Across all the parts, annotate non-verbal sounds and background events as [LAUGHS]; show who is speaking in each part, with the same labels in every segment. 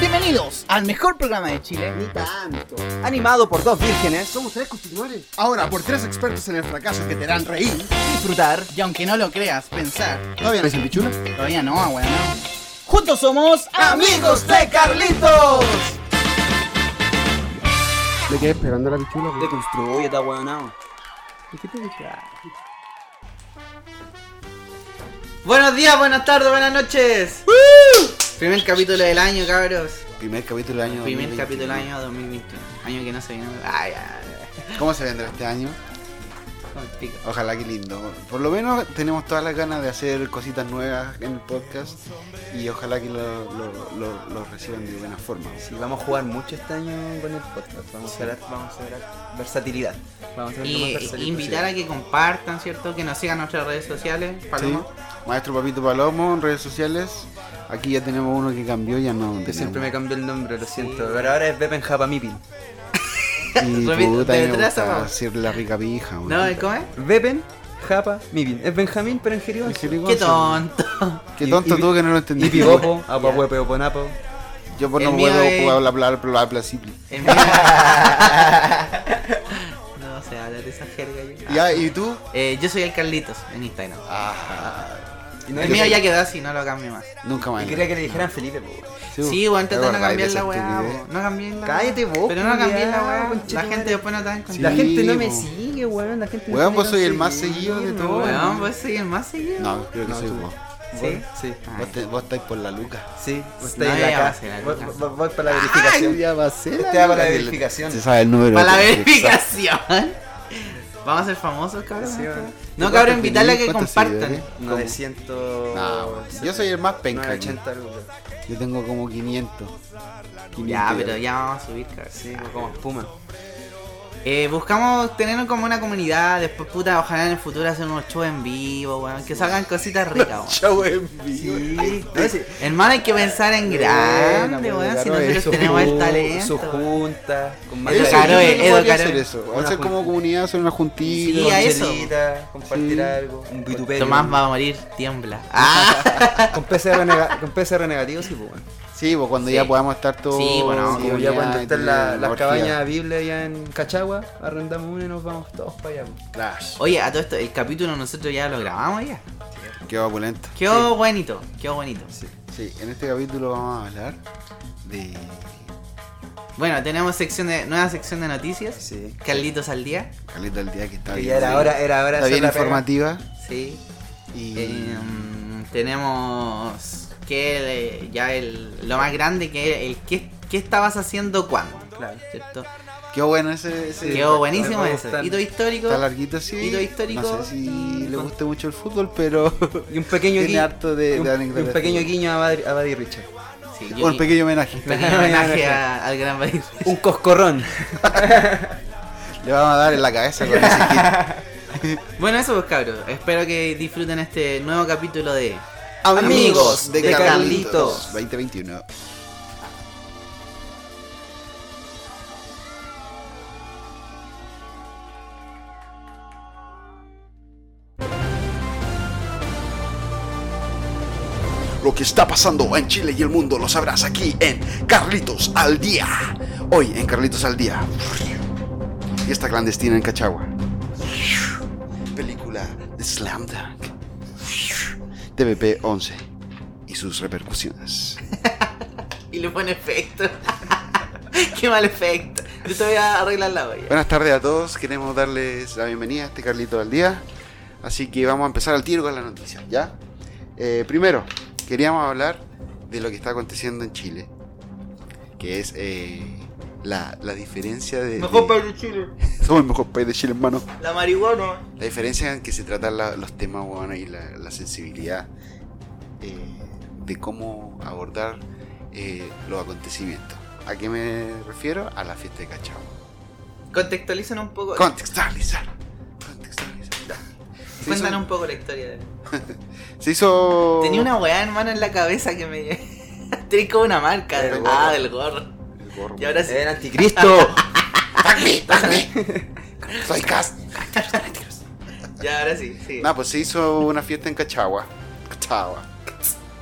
Speaker 1: Bienvenidos al mejor programa de Chile,
Speaker 2: Mm.
Speaker 3: Ni tanto.
Speaker 1: animado por dos vírgenes,
Speaker 3: Somos tres constitucionales.
Speaker 2: Ahora, por tres expertos en el fracaso que te harán reír,
Speaker 1: disfrutar y aunque no lo creas, pensar.
Speaker 2: ¿todavía no es el pichula?
Speaker 1: Todavía no, weón. Juntos somos
Speaker 3: Amigos de Carlitos.
Speaker 2: Me quedé esperando la pichula. güey.
Speaker 3: Deconstruye, está huevonao.
Speaker 1: Buenos días, buenas tardes, buenas noches. Primer capítulo del año, cabros.
Speaker 2: Primer capítulo del año.
Speaker 1: Primer
Speaker 2: 2020.
Speaker 1: capítulo del año 2021. Año que no se viene. Ay, ay,
Speaker 2: ¿Cómo se vendrá este año?
Speaker 1: ay, con el pico.
Speaker 2: Ojalá que lindo. Por lo menos tenemos todas las ganas de hacer cositas nuevas en el podcast y ojalá que lo, lo- lo- lo reciban de buena forma.
Speaker 3: Sí, vamos a jugar mucho este año con el podcast. Vamos a ver, vamos a ver versatilidad. Vamos a ver lo más
Speaker 1: Y eh,
Speaker 3: versátil
Speaker 1: invitar a que compartan, ¿cierto? Que nos sigan nuestras redes sociales.
Speaker 2: Sí.
Speaker 1: Paloma.
Speaker 2: Maestro Papito Palomo en redes sociales. Aquí ya tenemos uno que cambió, ya no.
Speaker 3: posible. Yo siempre me
Speaker 2: tenemos.
Speaker 3: cambié el nombre, lo siento. Pero ahora es Bepen Japamipil.
Speaker 1: [LAUGHS]
Speaker 2: Y
Speaker 1: Repito,
Speaker 2: puta, a mí
Speaker 1: te
Speaker 2: me
Speaker 1: atrasa,
Speaker 2: gusta
Speaker 1: mamá.
Speaker 2: hacer la rica pija. güey.
Speaker 1: No, ¿cómo es?
Speaker 3: Bepen Japamipil. Es Benjamín, pero en
Speaker 2: ¿En
Speaker 3: jerigonzo.
Speaker 2: serio,
Speaker 1: Qué
Speaker 2: Gonzalo?
Speaker 1: tonto.
Speaker 2: Qué tonto
Speaker 3: Y- y-
Speaker 2: tú que no lo entendí.
Speaker 3: Y [LAUGHS] Pipopo, Apahuepe Oponapo.
Speaker 2: Yo por
Speaker 1: El
Speaker 2: no
Speaker 1: mío
Speaker 2: puedo
Speaker 1: es-
Speaker 2: jugar bla bla bla bla bla simple.
Speaker 1: El mío-
Speaker 3: [LAUGHS]
Speaker 1: no sé hablar de esa jerga yo.
Speaker 2: Ya, ¿y tú?
Speaker 1: Eh, yo soy el Carlitos en Instagram.
Speaker 3: Ah, Y no-
Speaker 1: El mío ya quedó así, no lo cambio más.
Speaker 2: Nunca más.
Speaker 3: Y quería que le dijeran Felipe, po, weón.
Speaker 1: Sí, weón,
Speaker 2: te
Speaker 1: tratan de cambiar
Speaker 2: este
Speaker 1: la weá, po. No cambien la
Speaker 3: Cállate
Speaker 1: weá.
Speaker 3: vos,
Speaker 1: Pero no cambien la
Speaker 3: culiao,
Speaker 1: weá. La
Speaker 3: conchetumare.
Speaker 1: gente después no te va a encontrar.
Speaker 3: La
Speaker 2: Sí,
Speaker 3: gente no me
Speaker 2: po.
Speaker 3: sigue, weón. La gente no
Speaker 2: Weón,
Speaker 3: me
Speaker 2: vos
Speaker 3: quiere
Speaker 2: soy el más
Speaker 3: seguir,
Speaker 2: seguido de todos.
Speaker 1: Weón, vos soy el más seguido.
Speaker 2: No, creo que
Speaker 3: No,
Speaker 2: soy
Speaker 3: tú-
Speaker 2: vos.
Speaker 3: Sí, sí.
Speaker 2: Vos, te- vos estáis por la luca.
Speaker 3: Sí, vos
Speaker 1: No,
Speaker 3: estáis en
Speaker 1: ya
Speaker 3: la
Speaker 1: va a
Speaker 3: casa.
Speaker 1: ser la
Speaker 3: Vos-
Speaker 1: luca.
Speaker 3: vos- vos para la verificación.
Speaker 2: va a ser.
Speaker 3: Este va para la verificación.
Speaker 2: Se sabe el número.
Speaker 1: Para la
Speaker 2: de- Exacto.
Speaker 1: verificación. Vamos a ser famosos, cabrón.
Speaker 3: Sí, weón.
Speaker 1: No,
Speaker 2: ¿Cuántos
Speaker 1: cabrón, invitarle a que
Speaker 2: tenés? ¿Cuántos
Speaker 1: compartan.
Speaker 2: seguidores?
Speaker 3: No, de 100.
Speaker 2: No, weón. yo soy el más penca.
Speaker 3: 80 algo. weón.
Speaker 2: weón. Yo tengo como 500. 500
Speaker 1: Ya, pero ya vamos a subir, cabrón. pues,
Speaker 3: Sí, weón, como espuma.
Speaker 1: Eh, buscamos tener como una comunidad, después puta, ojalá en el futuro hacer unos shows en vivo, weón, que salgan cositas ricas,
Speaker 2: Chau, en vivo.
Speaker 3: Sí,
Speaker 1: weón. Hermano, hay que pensar en grande,
Speaker 3: Buena,
Speaker 1: weón, si
Speaker 3: weón,
Speaker 1: nosotros
Speaker 3: su
Speaker 1: tenemos el
Speaker 3: ju-
Speaker 1: talento.
Speaker 3: Su
Speaker 1: weón.
Speaker 3: junta, con
Speaker 1: Edu
Speaker 2: Eso,
Speaker 1: Caro,
Speaker 2: yo
Speaker 1: eh,
Speaker 2: creo que
Speaker 1: Edu
Speaker 2: podría
Speaker 1: Caro.
Speaker 2: hacer eso.
Speaker 3: Una
Speaker 2: Hacer como
Speaker 3: junta.
Speaker 2: comunidad, hacer una juntita.
Speaker 1: Sí, a eso.
Speaker 3: chelita, compartir
Speaker 2: Sí.
Speaker 3: algo, un vituperio.
Speaker 1: Tomás va a morir, tiembla. Ah,
Speaker 3: [LAUGHS] Con PCR, nega- con PCR negativo, sí, pues, weón.
Speaker 2: Sí, pues cuando
Speaker 1: Sí.
Speaker 2: ya podamos estar todos.
Speaker 1: Sí, bueno,
Speaker 2: en
Speaker 1: como
Speaker 3: Como ya
Speaker 2: comunidad
Speaker 3: cuando
Speaker 2: y
Speaker 3: están
Speaker 2: tener
Speaker 3: la-
Speaker 2: una
Speaker 3: las
Speaker 2: orgía.
Speaker 3: cabañas Biblia allá en Cachagua, arrendamos una y nos vamos todos para allá. pues. weón.
Speaker 2: Clash.
Speaker 1: oye, a todo esto, el capítulo nosotros ya lo grabamos ya.
Speaker 2: Qué opulento.
Speaker 1: Quedó bonito, quedó bonito.
Speaker 2: Sí, en este capítulo vamos a hablar de.
Speaker 1: Bueno, tenemos sección de, nueva sección de noticias.
Speaker 3: Sí.
Speaker 1: Carlitos al día.
Speaker 2: Caleta del día que está
Speaker 3: Que
Speaker 2: bien.
Speaker 3: ya era hora, era hora de
Speaker 2: Está
Speaker 3: hacer
Speaker 2: bien
Speaker 3: la pega.
Speaker 2: informativa.
Speaker 1: Sí.
Speaker 2: Y.
Speaker 1: Eh, mm, tenemos que eh, ya el, lo más grande que el qué, qué estabas haciendo cuándo,
Speaker 3: Claro.
Speaker 1: ¿cierto?
Speaker 2: Qué bueno ese. ese
Speaker 1: Quedó buenísimo
Speaker 3: me
Speaker 1: eso.
Speaker 3: gustan.
Speaker 1: Hito histórico.
Speaker 2: Está larguito, sí.
Speaker 1: Hito histórico.
Speaker 2: No sé si
Speaker 1: Mm,
Speaker 2: le
Speaker 1: con-
Speaker 2: guste mucho el fútbol, pero.
Speaker 3: Y un pequeño
Speaker 2: Tiene
Speaker 3: guiño.
Speaker 2: harto de-
Speaker 3: y un,
Speaker 2: de
Speaker 3: y
Speaker 2: anécdotas.
Speaker 3: un pequeño guiño a Buddy, a Buddy Richard.
Speaker 1: Sí,
Speaker 2: [LAUGHS]
Speaker 1: yo-
Speaker 2: un pequeño homenaje.
Speaker 1: un pequeño homenaje a- al gran país.
Speaker 3: Un coscorrón.
Speaker 2: [LAUGHS] Le vamos a dar en la cabeza con ese
Speaker 1: [LAUGHS]
Speaker 2: kit.
Speaker 1: Bueno, eso pues cabros. Espero que disfruten este nuevo capítulo de
Speaker 3: Amigos de Carlitos.
Speaker 2: 2021.
Speaker 4: Lo que está pasando en Chile y el mundo lo sabrás aquí en Carlitos al Día. Hoy en Carlitos al Día. Fiesta clandestina en Cachagua. Película de Slam Dunk. TVP 11 y sus repercusiones.
Speaker 1: Y le pone efecto. [LAUGHS] qué mal efecto. Yo te voy a arreglar la olla.
Speaker 2: Buenas tardes a todos. Queremos darles la bienvenida a este Carlitos al día. Así que vamos a empezar al tiro con las noticias, ¿ya? Eh, primero, queríamos hablar de lo que está aconteciendo en Chile. Que es eh, la, la diferencia de. de-
Speaker 1: de Chile.
Speaker 2: Somos el mejor país de Chile, hermano.
Speaker 1: La marihuana.
Speaker 2: La diferencia en que se tratan la- los temas, weón, y la, la sensibilidad eh, de cómo abordar eh, los acontecimientos. ¿A qué me refiero? A la fiesta de Cachao.
Speaker 1: Contextualizan un poco.
Speaker 2: Contextualizar. Contextualizar. Se
Speaker 1: cuentan
Speaker 2: hizo,
Speaker 1: un poco la historia de
Speaker 2: se hizo-
Speaker 1: Tenía una weá, hermano, en la cabeza que me. [LAUGHS] Tenía como una marca.
Speaker 3: Del
Speaker 1: ah,
Speaker 3: gorro.
Speaker 1: del gorro.
Speaker 2: El gorro, Ah,
Speaker 1: Y ahora sí.
Speaker 3: El anticristo.
Speaker 1: [LAUGHS]
Speaker 4: ¡Fuck me! fuck me. Soy Cas.
Speaker 1: Y ahora sí, sí.
Speaker 2: Nah, pues se hizo una fiesta en Cachagua, Cachagua,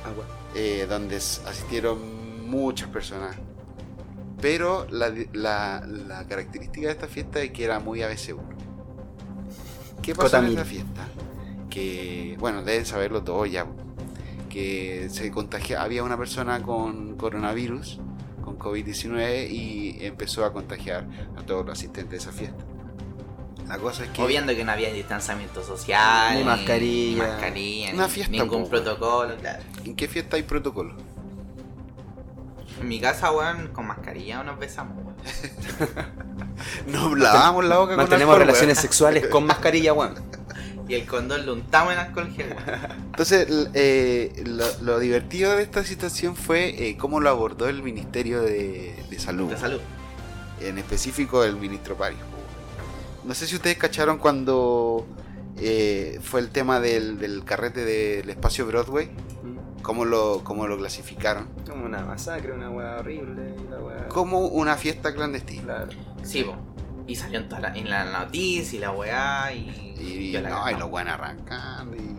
Speaker 3: Agua.
Speaker 2: eh, donde s- asistieron muchas personas. Pero la, la- la característica de esta fiesta es que era muy ABC1. ¿Qué pasó en
Speaker 3: Cotamil.
Speaker 2: esta fiesta? Que, bueno, deben saberlo todos ya. Que se contagia, había una persona con coronavirus, con COVID-19, y empezó a contagiar a todos los asistentes de esa fiesta. La cosa es que.
Speaker 1: Obviando que no había distanciamiento social,
Speaker 3: Ni mascarilla.
Speaker 1: ni mascarilla,
Speaker 2: Una
Speaker 1: ni-
Speaker 2: fiesta,
Speaker 1: ningún
Speaker 2: po,
Speaker 1: protocolo, claro.
Speaker 2: ¿En qué fiesta hay protocolo?
Speaker 1: En mi casa, weón, con mascarilla nos besamos, weón.
Speaker 2: Nos lavamos la boca con
Speaker 3: Mantenemos
Speaker 2: alcohol,
Speaker 3: relaciones sexuales [LAUGHS] con mascarilla, weón.
Speaker 1: Y el condón lo untamos en alcohol gel, weón.
Speaker 2: Entonces, l- eh, lo, lo divertido de esta situación fue eh, cómo lo abordó el Ministerio de, de Salud.
Speaker 1: De salud.
Speaker 2: En específico, el ministro Paris. No sé si ustedes cacharon cuando eh, fue el tema del, del carrete del espacio Broadway, cómo lo, cómo lo clasificaron.
Speaker 3: Como una masacre, una weá horrible, la weá.
Speaker 2: Como una fiesta clandestina.
Speaker 3: Claro.
Speaker 1: Sí, po. Y salió en, toda la, en la noticia y la weá y.
Speaker 2: Y,
Speaker 1: yo la
Speaker 2: no,
Speaker 1: cagaba.
Speaker 2: y lo van arrancando. y-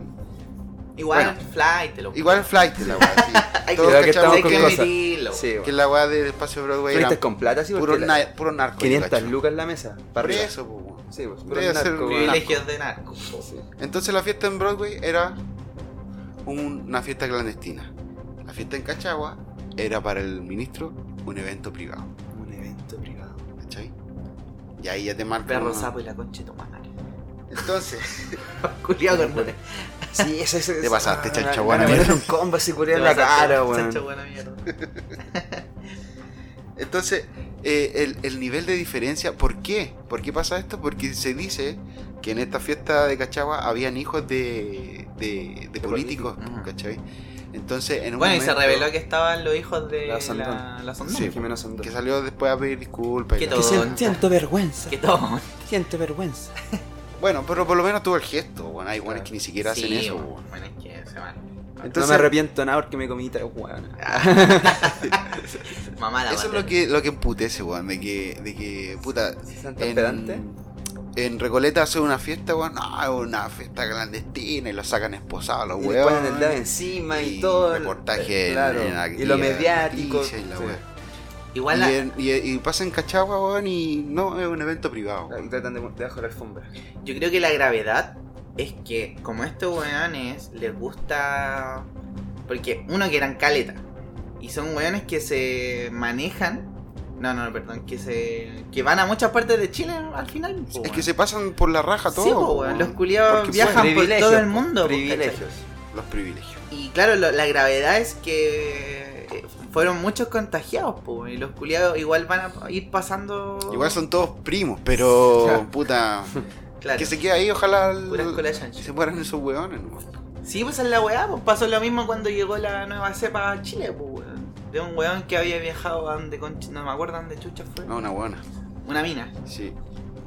Speaker 1: Igual
Speaker 2: bueno.
Speaker 1: el flight, te lo
Speaker 2: Igual el flight, la weá. sí.
Speaker 1: [LAUGHS] Hay
Speaker 2: Todos
Speaker 3: cuidado que
Speaker 2: cachamos
Speaker 1: hay
Speaker 3: estamos
Speaker 1: que
Speaker 3: con cosas.
Speaker 1: admitirlo.
Speaker 3: Sí, weón.
Speaker 2: que la weá del espacio Broadway
Speaker 3: Fuiste
Speaker 2: era
Speaker 3: con plata, sí,
Speaker 2: puro,
Speaker 3: porque la-
Speaker 2: na- puro narco.
Speaker 3: 500
Speaker 2: cacho.
Speaker 3: lucas en la mesa. Para
Speaker 2: Por
Speaker 3: arriba.
Speaker 2: eso, po, weón.
Speaker 3: Sí, pues,
Speaker 2: Debe
Speaker 3: puro
Speaker 2: ser
Speaker 3: narco, weón.
Speaker 1: Privilegios de narco. po.
Speaker 3: Sí.
Speaker 2: Entonces la fiesta en Broadway era un- una fiesta clandestina. La fiesta en Cachagua era para el ministro un evento privado.
Speaker 3: Un evento privado.
Speaker 2: ¿Cachai? Y ahí ya te marca.
Speaker 1: Perro
Speaker 2: una-
Speaker 1: sapo y la concha de tu madre. [LAUGHS]
Speaker 2: Entonces, [LAUGHS]
Speaker 1: Culiao con puta.
Speaker 3: Sí, ese es.
Speaker 2: Te pasaste, chancha,
Speaker 3: Me
Speaker 2: buena
Speaker 3: metieron un combo así culiao en la cara, weón.
Speaker 1: buena mierda.
Speaker 2: entonces eh, el, el nivel de diferencia, ¿por qué? ¿Por qué pasa esto? Porque se dice que en esta fiesta de Cachagua habían hijos de, de- de políticos,
Speaker 1: políticos. Ajá.
Speaker 2: ¿cachai? Entonces, en un
Speaker 1: Bueno, y se
Speaker 2: momento
Speaker 1: reveló que estaban los hijos de
Speaker 3: La
Speaker 1: la
Speaker 3: Sondón.
Speaker 1: Sondón. La Sondón.
Speaker 2: Sí.
Speaker 3: Jimeno Sandón.
Speaker 2: que salió después a pedir disculpas. y
Speaker 1: Qué
Speaker 2: la-
Speaker 1: todo.
Speaker 3: sien- vergüenza.
Speaker 1: Que todo.
Speaker 3: Siento vergüenza.
Speaker 2: Bueno, pero por lo menos tuvo el gesto, bueno, hay buenas
Speaker 3: Claro.
Speaker 2: que ni siquiera hacen
Speaker 1: Sí,
Speaker 2: eso,
Speaker 1: bueno,
Speaker 2: weón.
Speaker 1: Bueno, es que se
Speaker 2: [LAUGHS]
Speaker 1: van.
Speaker 3: no
Speaker 2: Entonces-
Speaker 3: me arrepiento nada porque me comí tres hueones. Ah,
Speaker 1: Mamá la
Speaker 2: Eso es lo que, lo que emputece, weón, de que, de que, puta, en,
Speaker 3: pedante?
Speaker 2: en Recoleta hace una fiesta, weón, no, es una fiesta clandestina y lo sacan esposado a los
Speaker 3: Y le ponen
Speaker 2: weón.
Speaker 3: el dedo encima y,
Speaker 2: y
Speaker 3: todo. eh,
Speaker 2: reportaje en-
Speaker 3: claro.
Speaker 2: en la-
Speaker 3: y lo
Speaker 2: en la
Speaker 3: mediático.
Speaker 2: noticia y la
Speaker 3: sí.
Speaker 2: weá.
Speaker 1: Igual la-
Speaker 2: Y, en- y, y pasa en Cachagua, weón, y no, es un evento privado.
Speaker 3: Claro, Y tratan de debajo la alfombra.
Speaker 1: yo creo que la gravedad es que como a estos weones les gusta... Porque uno que eran caleta. Y son weones que se manejan... No, no, perdón, que se... Que van a muchas partes de Chile al final. po,
Speaker 2: Es
Speaker 1: weón.
Speaker 2: que se pasan por la raja todo.
Speaker 1: Sí, po, weón,
Speaker 2: weón.
Speaker 1: los culiados
Speaker 2: Porque
Speaker 1: viajan por
Speaker 3: Privilegios,
Speaker 1: todo el
Speaker 3: po,
Speaker 1: mundo. pues, po,
Speaker 3: Privilegios.
Speaker 2: pueden Los privilegios.
Speaker 1: Y claro, lo- la gravedad es que eh, fueron muchos contagiados, po, y los culiados igual van a ir pasando.
Speaker 2: Igual son todos primos,
Speaker 3: [LAUGHS]
Speaker 2: pero,
Speaker 3: Claro.
Speaker 2: puta,
Speaker 1: claro,
Speaker 2: que se quede ahí, ojalá... el-
Speaker 1: puras colas chancho.
Speaker 2: Se mueran esos hueones, weón.
Speaker 1: Sí, pues es la weá, pues pasó lo mismo cuando llegó la nueva cepa a Chile, pues weón. De un weón que había viajado a donde concha, no me acuerdo dónde chucha fue.
Speaker 2: No, una buena.
Speaker 1: Una mina.
Speaker 2: Sí.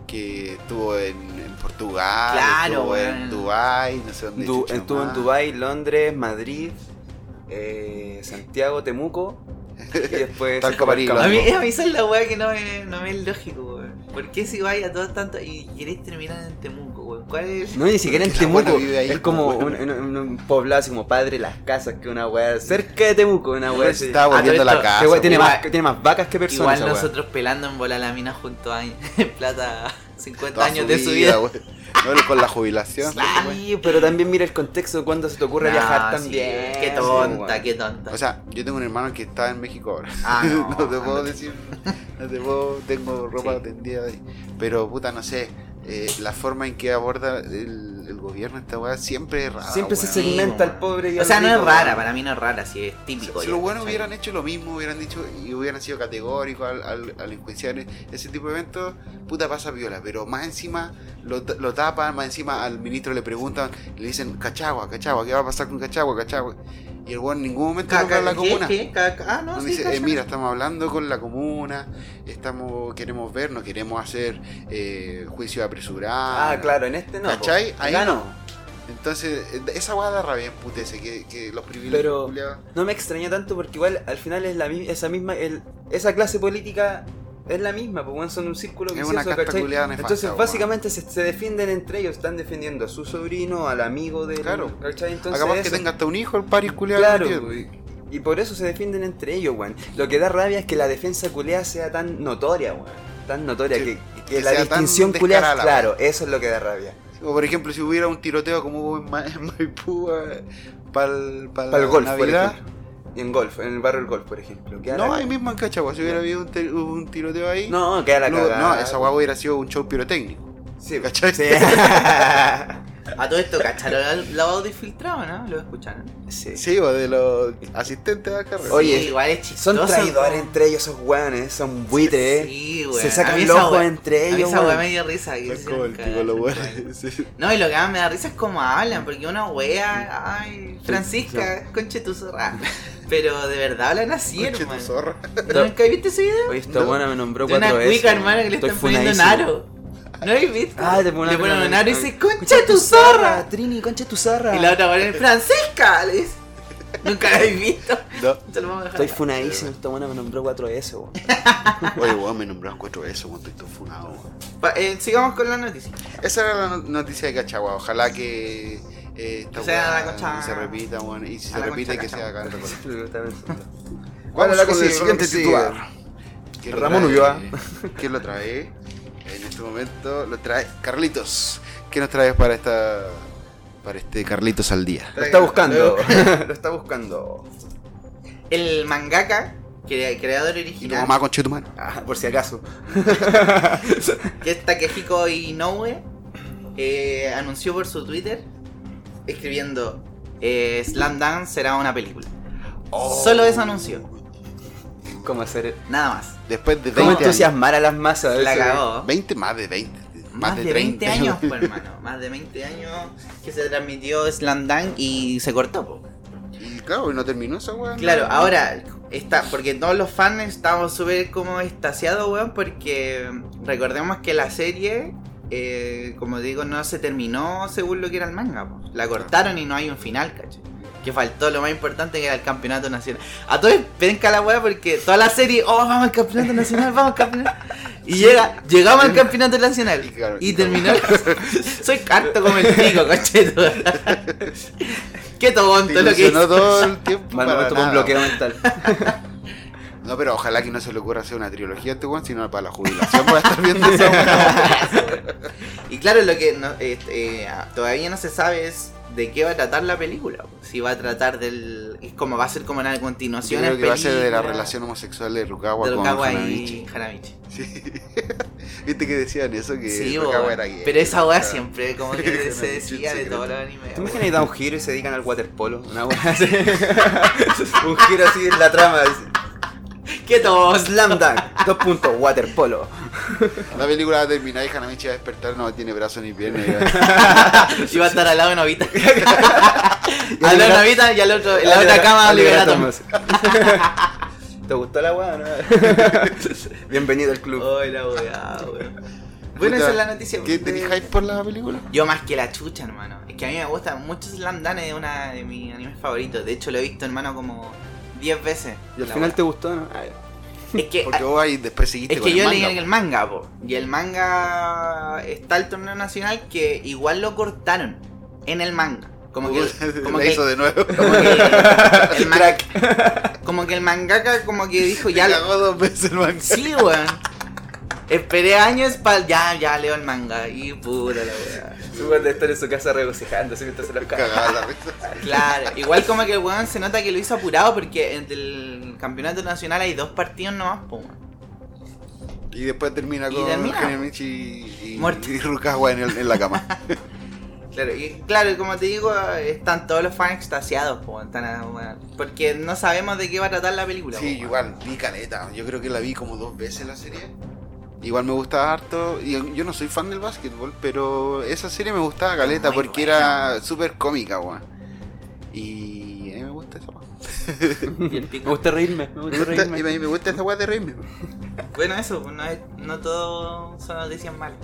Speaker 2: Que estuvo en, en Portugal,
Speaker 1: Claro,
Speaker 2: estuvo en
Speaker 1: weón.
Speaker 2: Dubai, no sé dónde.
Speaker 3: Du-
Speaker 2: chucha
Speaker 3: estuvo en
Speaker 2: más.
Speaker 3: Dubái, Londres, Madrid, eh, Santiago, Temuco. Y después.
Speaker 2: Talca, París,
Speaker 1: A
Speaker 3: Talca.
Speaker 1: mí,
Speaker 2: Claro.
Speaker 1: a mí esa es la weá que no me, no me es lógico, weón. ¿Por qué si vais a todos tantos y queréis terminar en Temuco, weón? ¿Cuál es el-
Speaker 3: No, ni siquiera en
Speaker 2: Porque la buena
Speaker 3: Temuco.
Speaker 2: vive ahí,
Speaker 3: es como
Speaker 2: pues,
Speaker 3: un, un- un poblado así como padre las casas que una weá cerca de Temuco, una weá así.
Speaker 2: Estaba volviendo a
Speaker 1: Ah,
Speaker 2: la
Speaker 1: pero esto-
Speaker 2: casa.
Speaker 3: Esa weá tiene,
Speaker 1: igual-
Speaker 3: más, tiene más vacas que personas.
Speaker 1: Igual
Speaker 3: esa weá.
Speaker 1: nosotros pelando en bola la mina junto a [LAUGHS] plata 50
Speaker 2: toda
Speaker 1: años de su vida.
Speaker 2: weón. No, con la jubilación.
Speaker 3: Sí, pero también mira el contexto de cuando se te ocurre
Speaker 1: No,
Speaker 3: viajar
Speaker 1: sí,
Speaker 3: también.
Speaker 1: Qué
Speaker 3: Sí,
Speaker 1: tonta,
Speaker 3: weón.
Speaker 1: qué tonta.
Speaker 2: O sea, yo tengo un hermano que está en México ahora.
Speaker 1: Ah, no,
Speaker 2: [LAUGHS] no te puedo
Speaker 1: ándate.
Speaker 2: decir, no te puedo, tengo ropa
Speaker 1: Sí.
Speaker 2: tendida ahí. Pero puta, no sé, eh, la forma en que aborda el, el gobierno esta weá siempre es rara.
Speaker 3: Siempre se
Speaker 2: weón.
Speaker 1: Sí,
Speaker 3: segmenta
Speaker 1: weón.
Speaker 3: al pobre y
Speaker 1: O
Speaker 3: al
Speaker 1: sea, no
Speaker 3: rico,
Speaker 1: es rara,
Speaker 3: weón.
Speaker 1: para mí no es rara, sí, es típico.
Speaker 2: Si
Speaker 1: ya,
Speaker 2: los buenos
Speaker 1: ¿cachai?
Speaker 2: hubieran hecho lo mismo, hubieran dicho y hubieran sido categóricos al, al, al enjuiciar ese tipo de eventos, puta pasa viola. Pero más encima lo, ta- lo tapan, más encima al ministro le preguntan, le dicen, Cachagua, Cachagua, ¿qué va a pasar con Cachagua, Cachagua? Y el buen en ningún momento
Speaker 1: Ca-
Speaker 2: toca
Speaker 1: ca-
Speaker 2: la
Speaker 1: ¿qué?
Speaker 2: comuna.
Speaker 1: ¿Qué? Ca- ca- Ah, no,
Speaker 2: Nos
Speaker 1: sí,
Speaker 2: dice,
Speaker 1: cállate.
Speaker 2: "Eh, mira, estamos hablando con la comuna, estamos queremos ver, no queremos hacer eh, juicio apresurado.
Speaker 3: Ah, claro, en este no.
Speaker 2: ¿Cachai?
Speaker 3: po.
Speaker 2: Ahí
Speaker 3: Acá
Speaker 2: no.
Speaker 3: no.
Speaker 2: Entonces, eh, esa guada da rabia, emputece, que, que los privilegios...
Speaker 3: Pero-
Speaker 2: culiados-
Speaker 3: No me extraña tanto porque igual al final es la mi- esa misma el- esa clase política es la misma, pues bueno, son un círculo
Speaker 2: Es
Speaker 3: vicioso,
Speaker 2: una casta
Speaker 3: ¿cachai?
Speaker 2: culiada nefasta,
Speaker 3: Entonces
Speaker 2: weón.
Speaker 3: básicamente se, se defienden entre ellos, están defendiendo a su sobrino, al amigo de
Speaker 2: Claro.
Speaker 3: ¿cachai? Entonces
Speaker 2: Acabas que
Speaker 3: eso-
Speaker 2: tenga hasta un hijo el Paris culiado.
Speaker 3: claro,
Speaker 2: metido.
Speaker 3: pues, Y por eso se defienden entre ellos, weón. Lo que da rabia es que la defensa culea sea tan notoria, weón. Tan notoria,
Speaker 2: Sí,
Speaker 3: que, que
Speaker 2: que
Speaker 3: la
Speaker 2: sea tan
Speaker 3: distinción culea.
Speaker 2: descarada,
Speaker 3: Claro, eso es lo que da rabia.
Speaker 2: O por ejemplo, si hubiera un tiroteo como hubo en, Ma- en Maipú [LAUGHS] para
Speaker 3: Para el golf,
Speaker 2: Navidad,
Speaker 3: por ejemplo. Y en golf, en el barrio del golf, por ejemplo. Queda
Speaker 2: No,
Speaker 3: la-
Speaker 2: ahí mismo en Cachagua, si hubiera habido un, te- un tiroteo ahí,
Speaker 3: No, queda la
Speaker 2: no,
Speaker 3: cagada.
Speaker 2: no, esa guagua hubiera sido un show pirotécnico.
Speaker 3: Sí, [LAUGHS]
Speaker 2: ¿cachai?
Speaker 3: Sí.
Speaker 1: A todo esto, ¿cacharon el lavado de infiltrado, no? ¿ah? ¿Lo escucharon?
Speaker 3: Sí.
Speaker 2: Sí, o de los asistentes de la carrera.
Speaker 3: Oye,
Speaker 1: Sí, igual es chistoso.
Speaker 3: Son traidores
Speaker 1: ¿no?
Speaker 3: entre ellos esos weones, son buitres.
Speaker 1: Sí, weón.
Speaker 3: Se
Speaker 1: A
Speaker 3: sacan
Speaker 1: mí
Speaker 3: los
Speaker 1: esa
Speaker 3: ojos
Speaker 1: wea- a
Speaker 3: entre
Speaker 1: mí
Speaker 3: ellos,
Speaker 1: Esa weá
Speaker 3: weón.
Speaker 1: me dio risa. que
Speaker 2: Es
Speaker 1: se
Speaker 2: como el
Speaker 1: cagan,
Speaker 2: pico, lo bueno.
Speaker 1: tal [LAUGHS] cual.
Speaker 2: sí.
Speaker 1: No, y lo que más me da risa es cómo hablan, porque una wea, ay, Francisca, conche tu zorra. Pero de verdad hablan así,
Speaker 2: Conche tu
Speaker 1: hermano.
Speaker 2: [LAUGHS] zorra.
Speaker 1: ¿No ¿Nunca viste ese video?
Speaker 3: Oye, esta
Speaker 2: No.
Speaker 3: buena me nombró
Speaker 1: De una
Speaker 3: cuatro veces.
Speaker 1: cuica, hermano, que le
Speaker 3: Estoy
Speaker 1: están poniendo un
Speaker 3: funadísimo.
Speaker 1: aro. ¿No habéis visto?
Speaker 3: Ah, te
Speaker 1: le
Speaker 3: ponen una
Speaker 1: ponen
Speaker 3: pena.
Speaker 1: un aro y dice, concha
Speaker 3: Concha
Speaker 1: tu zorra.
Speaker 3: Trini, concha tu zorra.
Speaker 1: Y la otra pone, Francisca, le
Speaker 3: [LAUGHS]
Speaker 1: dice. Nunca la habéis visto.
Speaker 2: No.
Speaker 1: Se lo vamos a dejar.
Speaker 3: Estoy funadísimo, esta buena me nombró cuatro
Speaker 1: [LAUGHS]
Speaker 3: veces, weón.
Speaker 2: Oye, weón, me nombraron cuatro veces, weón, estoy todo funado, weón.
Speaker 1: Pa- eh, sigamos con la noticia.
Speaker 2: Esa era la no- noticia de Cachagua, ojalá que eh, esta
Speaker 1: Que sea
Speaker 2: weá
Speaker 1: la concha-
Speaker 2: se repita, weón, y si
Speaker 1: a
Speaker 2: se
Speaker 1: la
Speaker 2: repite
Speaker 1: concha
Speaker 2: que sea acá en Recoleta.
Speaker 3: Bueno,
Speaker 2: Vamos
Speaker 3: la que
Speaker 2: con el
Speaker 3: sigue,
Speaker 2: siguiente
Speaker 3: la que sigue.
Speaker 2: titular. Que lo
Speaker 3: Ramón
Speaker 2: trae-
Speaker 3: Ulloa.
Speaker 2: [LAUGHS] ¿Quién lo trae? En este momento lo trae Carlitos. ¿Qué nos traes para esta para este Carlitos al día?
Speaker 3: Lo está [LAUGHS] buscando. Lo está buscando.
Speaker 1: El mangaka, crea- creador
Speaker 2: Y tu
Speaker 1: original,
Speaker 2: mamá con Chetumano.
Speaker 3: Ah, por si acaso.
Speaker 1: que es Takehiko Inoue, eh, anunció por su Twitter escribiendo eh, Slam Dance será una película.
Speaker 3: Oh.
Speaker 1: Solo eso anunció,
Speaker 3: ¿Cómo hacer?
Speaker 1: nada más.
Speaker 2: Después de
Speaker 3: ¿Cómo
Speaker 2: 20 años.
Speaker 3: entusiasmar a las masas?
Speaker 1: La
Speaker 3: Eso-
Speaker 1: cagó.
Speaker 2: 20, más de 20.
Speaker 1: Más de 20 años, [LAUGHS] pues, hermano. Más de 20 años que se transmitió Slam Dunk y se cortó, po.
Speaker 2: Y claro, y no terminó esa weá.
Speaker 1: Claro,
Speaker 2: No.
Speaker 1: ahora está, porque todos los fans estamos súper como estaciados, weón, porque recordemos que la serie, eh, como digo, no se terminó según lo que era el manga, po. la cortaron y no hay un final, caché. Que faltó lo más importante que era el campeonato nacional. A todos penca la weá porque toda la serie, oh, vamos al campeonato nacional, vamos al campeonato. Y llega, llegamos al campeonato nacional.
Speaker 2: Y claro,
Speaker 1: Y
Speaker 2: y
Speaker 1: terminó. Soy carto como el pico,
Speaker 2: [LAUGHS]
Speaker 1: cocheto. Qué
Speaker 2: Te
Speaker 1: tonto lo que
Speaker 2: ilusionó
Speaker 1: hice.
Speaker 2: todo el tiempo.
Speaker 3: Mal
Speaker 2: para
Speaker 3: momento con
Speaker 2: nada.
Speaker 3: bloqueo [LAUGHS] mental.
Speaker 2: No, pero ojalá que no se le ocurra hacer una trilogía a este weón, sino para la jubilación.
Speaker 1: [LAUGHS]
Speaker 2: Voy a estar viendo esa weá.
Speaker 1: Y claro, lo que no- este, eh, todavía no se sabe es de qué va a tratar la película. Si va a tratar del. Es como va a ser como una
Speaker 2: Yo
Speaker 1: continuación.
Speaker 2: creo
Speaker 1: en
Speaker 2: que va a ser de la
Speaker 1: película,
Speaker 2: relación homosexual de Rukawa
Speaker 1: de
Speaker 2: con
Speaker 1: Rukawa
Speaker 2: Hanamichi.
Speaker 1: y Hanamichi.
Speaker 2: Sí. Viste que decían eso que
Speaker 1: Sí,
Speaker 2: Rukawa
Speaker 1: bo,
Speaker 2: era gay.
Speaker 1: pero esa weá
Speaker 2: Ah.
Speaker 1: siempre como
Speaker 2: [LAUGHS]
Speaker 1: que
Speaker 2: Hanamichi
Speaker 1: se decía
Speaker 2: en
Speaker 1: de
Speaker 2: secreto.
Speaker 1: todos los animes.
Speaker 3: ¿Te
Speaker 1: weón.
Speaker 3: imaginas que da un giro y se dedican al waterpolo? Una wea así. [LAUGHS] un giro así en la trama. así.
Speaker 1: ¡Qué tos!
Speaker 3: Slam dunk, dos puntos, waterpolo.
Speaker 2: La película va a terminar y Hanamichi va a despertar, no tiene brazos ni piernas. y va-
Speaker 1: [LAUGHS] Iba a estar [LAUGHS] al lado de Novita.
Speaker 2: [LAUGHS]
Speaker 1: al lado de Novita y al otro, en la
Speaker 3: Libera-
Speaker 1: otra cama
Speaker 3: a liberar
Speaker 1: liberato.
Speaker 3: a Thomas. [LAUGHS] ¿Te gustó la wea o no? Bienvenido al club.
Speaker 1: Ay, la weá, weón. [LAUGHS] Bueno,
Speaker 2: Puta,
Speaker 1: esa es la noticia.
Speaker 2: ¿Qué
Speaker 1: de-
Speaker 2: tenéis hype por la película?
Speaker 1: Yo más que la chucha, hermano. Es que a mí me gusta mucho Slam Dunk, es una de mis animes favoritos. De hecho, lo he visto, hermano, como 10 veces.
Speaker 3: ¿Y al
Speaker 1: La
Speaker 3: final
Speaker 1: wea.
Speaker 3: te gustó no? Ay,
Speaker 1: Es que,
Speaker 2: Porque vos ahí después seguiste
Speaker 1: es
Speaker 2: con
Speaker 1: que yo
Speaker 2: el
Speaker 1: leí
Speaker 2: manga.
Speaker 1: el manga, po. Y el manga está el torneo nacional que igual lo cortaron en el manga. Como que,
Speaker 2: Uy,
Speaker 1: como
Speaker 2: [LAUGHS] la
Speaker 1: que,
Speaker 2: hizo de nuevo.
Speaker 1: como que
Speaker 2: [LAUGHS]
Speaker 1: el man- como que el mangaka como que dijo [LAUGHS] ya
Speaker 2: [LAUGHS] Ya
Speaker 1: lo,
Speaker 2: cagó dos veces el manga.
Speaker 1: Sí, weón. Esperé años para. Ya, ya leo el manga. Y puta la weá.
Speaker 3: Su wea de estar en su casa regocijando, así mientras se las caga.
Speaker 2: Cagada la risa.
Speaker 1: Claro, igual como que el weón se nota que lo hizo apurado porque en el campeonato nacional hay dos partidos nomás, po, weón.
Speaker 2: Y después termina
Speaker 1: Y
Speaker 2: con
Speaker 1: termina.
Speaker 2: Hanamichi y, y,
Speaker 1: Muerto.
Speaker 2: y Rukawa en, el- en la cama.
Speaker 1: Claro, y claro, y como te digo, están todos los fans extasiados, po, weón, están a- weón, porque no sabemos de qué va a tratar la película. po,
Speaker 2: sí,
Speaker 1: weón.
Speaker 2: igual, vi caleta. Yo creo que la vi como dos veces la serie. Igual me gustaba harto. y Yo no soy fan del básquetbol, pero esa serie me gustaba caleta
Speaker 1: Muy
Speaker 2: porque
Speaker 1: buena.
Speaker 2: era súper cómica, weón. Y a mí me gusta esa weá.
Speaker 1: Y el
Speaker 3: Me
Speaker 1: pico.
Speaker 3: gusta reírme, me
Speaker 2: Me
Speaker 3: gusta
Speaker 2: gusta, y
Speaker 3: reírme.
Speaker 2: me, me gusta esa weá de reírme.
Speaker 1: Bueno, eso, pues, no, es- no todo son noticias malas.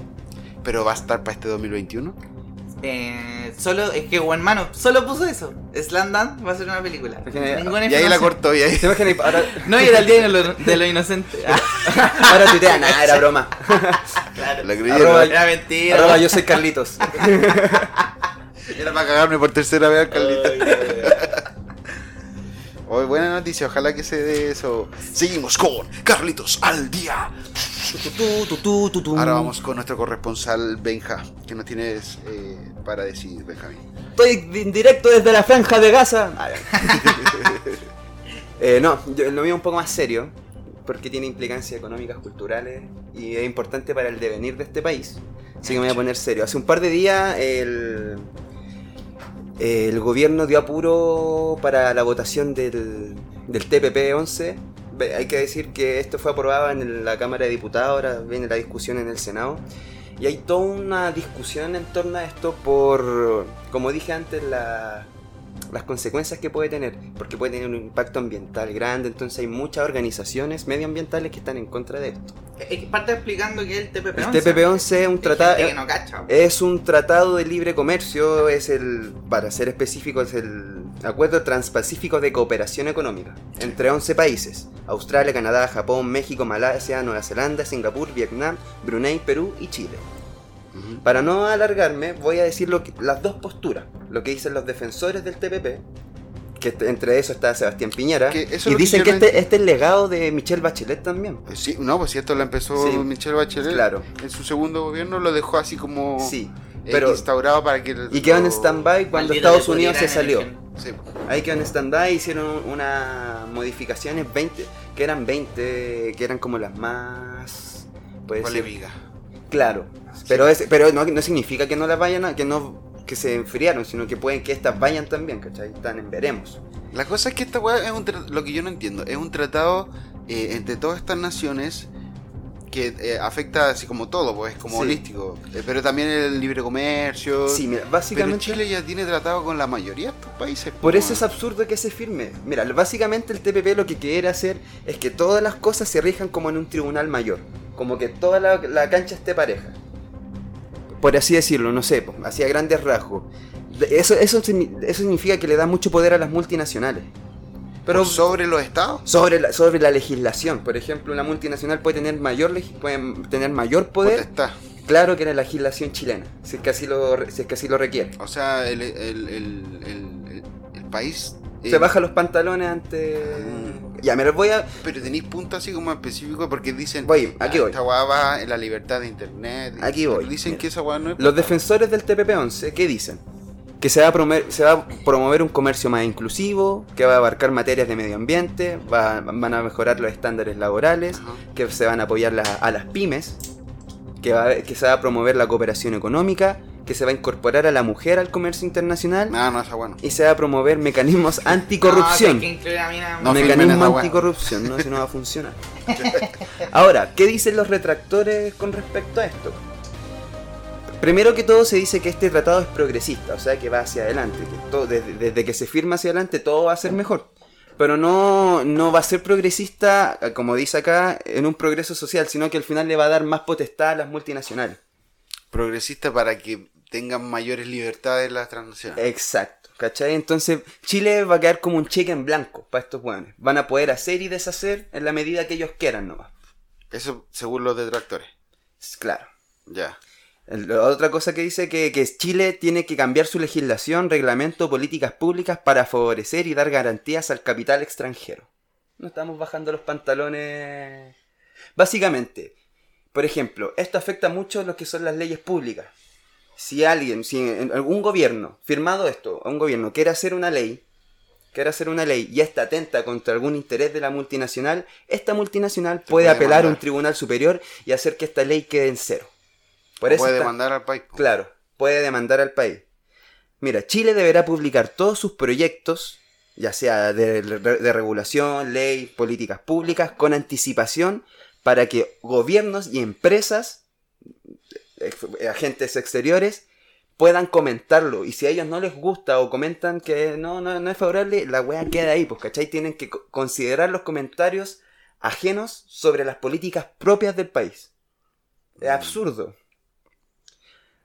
Speaker 2: Pero va a estar para este 2021.
Speaker 1: Eh, solo, es que weón, mano, solo puso eso. Slam Dunk va a ser una película.
Speaker 3: Es que me-
Speaker 1: Ninguna
Speaker 2: Y ahí la
Speaker 1: información.
Speaker 2: cortó y ahí. [LAUGHS]
Speaker 3: ¿Te imaginas? Ahora,
Speaker 1: No, y era el día de lo, de lo inocente. Ah,
Speaker 3: ahora tuitea, nada, era broma.
Speaker 1: [LAUGHS] claro.
Speaker 2: La
Speaker 3: Arroba-
Speaker 2: creyeron.
Speaker 1: Era mentira.
Speaker 3: Arroba, yo soy [LAUGHS] Carlitos.
Speaker 2: Era para cagarme por tercera vez al Carlito. [LAUGHS] Hoy buena noticia, ojalá que se dé eso.
Speaker 4: Seguimos con Carlitos al día.
Speaker 3: Tu, tu, tu, tu, tu.
Speaker 2: Ahora vamos con nuestro corresponsal Benja, que nos tienes eh, para decir, Benjamín.
Speaker 3: Estoy en directo desde la franja de Gaza. Ah, ya. Eh, no, yo lo mío es un poco más serio, porque tiene implicancias económicas, culturales y es importante para el devenir de este país. Así que me voy a poner serio. Hace un par de días el, el gobierno dio apuro para la votación del, del TPP-11. Ve- Hay que decir que esto fue aprobado en el- la Cámara de Diputados, ahora viene la discusión en el Senado. Y hay toda una discusión en torno a esto por, como dije antes, la- las consecuencias que puede tener, porque puede tener un impacto ambiental grande, entonces hay muchas organizaciones medioambientales que están en contra de esto.
Speaker 1: Es que parte explicando que es el
Speaker 3: El
Speaker 1: TPP-11.
Speaker 3: TPP-11 es un
Speaker 1: Hay
Speaker 3: tratado...
Speaker 1: gente que no cacha.
Speaker 3: Es un tratado de libre comercio, es el, para ser específico, es el Acuerdo Transpacífico de Cooperación Económica entre 11 países: Australia, Canadá, Japón, México, Malasia, Nueva Zelanda, Singapur, Vietnam, Brunei, Perú y Chile.
Speaker 2: Ujú.
Speaker 3: Para no alargarme, voy a decir lo que- las dos posturas: lo que dicen los defensores del TPP, que est- entre eso está Sebastián Piñera,
Speaker 2: Que eso es
Speaker 3: y
Speaker 2: lo que
Speaker 3: dicen
Speaker 2: yo
Speaker 3: que
Speaker 2: no
Speaker 3: este, este es el legado de Michelle Bachelet también.
Speaker 2: Pues sí, no, pues si esto lo empezó
Speaker 3: Sí.
Speaker 2: Michelle Bachelet.
Speaker 3: Claro.
Speaker 2: En su segundo gobierno lo dejó así como
Speaker 3: Sí,
Speaker 2: eh,
Speaker 3: pero.
Speaker 2: instaurado para que.
Speaker 3: Y quedan en
Speaker 2: lo-
Speaker 3: stand-by cuando
Speaker 1: Maldito
Speaker 3: Estados
Speaker 1: le
Speaker 3: Unidos se
Speaker 1: pudieran
Speaker 3: salió.
Speaker 1: elegir.
Speaker 2: Sí.
Speaker 3: Ahí quedó en stand-by, hicieron unas modificaciones 20, que eran 20, que eran como las más... Puede ser-
Speaker 2: Polémica.
Speaker 3: Claro, pero, es- pero no, no significa que no las vayan, a- que no que se enfriaron, sino que pueden que estas vayan también, ¿cachai? Están en veremos.
Speaker 2: La cosa es que esta weá es un tra- lo que yo no entiendo, es un tratado eh, entre todas estas naciones que eh, afecta así como todo, pues es como
Speaker 3: Sí.
Speaker 2: holístico, Eh, pero también el libre comercio.
Speaker 3: Sí, mira,
Speaker 2: pero
Speaker 3: básicamente...
Speaker 2: Chile ya tiene tratado con la mayoría de estos países.
Speaker 3: Por
Speaker 2: pues,
Speaker 3: eso es
Speaker 2: weón.
Speaker 3: absurdo que se firme. Mira, básicamente el TPP lo que quiere hacer es que todas las cosas se rijan como en un tribunal mayor. Como que toda la, la cancha esté pareja. Por así decirlo, no sé, po, así a grandes rasgos. De- Eso, eso, signi- eso significa que le da mucho poder a las multinacionales. Pero
Speaker 2: Por sobre los estados.
Speaker 3: sobre la, sobre la legislación, por ejemplo, una multinacional puede tener mayor, legi- puede tener mayor poder,
Speaker 2: Potestad.
Speaker 3: claro que en la legislación chilena, si es que así lo, re- si es que así lo requiere.
Speaker 2: O sea, el, el- el- el- el- el país. eh,
Speaker 3: Se baja los pantalones ante...
Speaker 2: Ah.
Speaker 3: Ya, me los voy a...
Speaker 2: Pero tenéis puntos así como específicos porque dicen.
Speaker 3: Voy, aquí
Speaker 2: "Ah,
Speaker 3: voy.
Speaker 2: Esta weá va en la libertad de internet. y-
Speaker 3: Aquí voy,
Speaker 2: Dicen
Speaker 3: mira.
Speaker 2: que esa weá no es.
Speaker 3: Los defensores del TPP-11, ¿qué dicen? Que se va, a promover, se va a promover un comercio más inclusivo, que va a abarcar materias de medio ambiente, va- van a mejorar los estándares laborales,
Speaker 2: Ajá.
Speaker 3: que se van a apoyar la- a las pymes, que, va a- que se va a promover la cooperación económica, que se va a incorporar a la mujer al comercio internacional
Speaker 2: No, no, esa weá no.
Speaker 3: y se va a promover mecanismos
Speaker 1: No, si hay
Speaker 3: anticorrupción.
Speaker 1: que incluir a mina-
Speaker 2: No, firmen esa
Speaker 3: mecanismo
Speaker 2: weá.
Speaker 3: anticorrupción, no, si no va a funcionar.
Speaker 2: [LAUGHS]
Speaker 3: Ahora, ¿qué dicen los retractores con respecto a esto? Primero que todo se dice que este tratado es progresista, o sea que va hacia adelante, que todo, desde, desde que se firma hacia adelante todo va a ser mejor. Pero no, no va a ser progresista, eh, como dice acá, en un progreso social, sino que al final le va a dar más potestad a las multinacionales.
Speaker 2: progresista para que tengan mayores libertades las transnacionales.
Speaker 3: Exacto, ¿cachai? Entonces Chile va a quedar como un cheque en blanco para estos hueones. Van a poder hacer y deshacer en la medida que ellos quieran nomás.
Speaker 2: Eso según los detractores.
Speaker 3: Es Claro.
Speaker 2: Ya.
Speaker 3: El- La otra cosa que dice que, que Chile tiene que cambiar su legislación, reglamento, políticas públicas para favorecer y dar garantías al capital extranjero. No estamos bajando los pantalones. Básicamente, por ejemplo, esto afecta mucho lo que son las leyes públicas. Si alguien, si en- algún gobierno, firmado esto, a un gobierno quiere hacer una ley, quiere hacer una ley y esta atenta contra algún interés de la multinacional, esta multinacional puede,
Speaker 2: puede
Speaker 3: apelar a un
Speaker 2: demandar.
Speaker 3: tribunal superior y hacer que esta ley quede en cero. Por
Speaker 2: O
Speaker 3: eso
Speaker 2: puede
Speaker 3: está-
Speaker 2: demandar al país. po.
Speaker 3: Claro, puede demandar al país. Mira, Chile deberá publicar todos sus proyectos, ya sea de, de regulación, ley, políticas públicas, con anticipación para que gobiernos y empresas, ex- agentes exteriores, puedan comentarlo. Y si a ellos no les gusta o comentan que no, no, no es favorable, la wea queda ahí, pues, ¿cachai? Tienen que co- considerar los comentarios ajenos sobre las políticas propias del país. Es
Speaker 2: Mm.
Speaker 3: absurdo.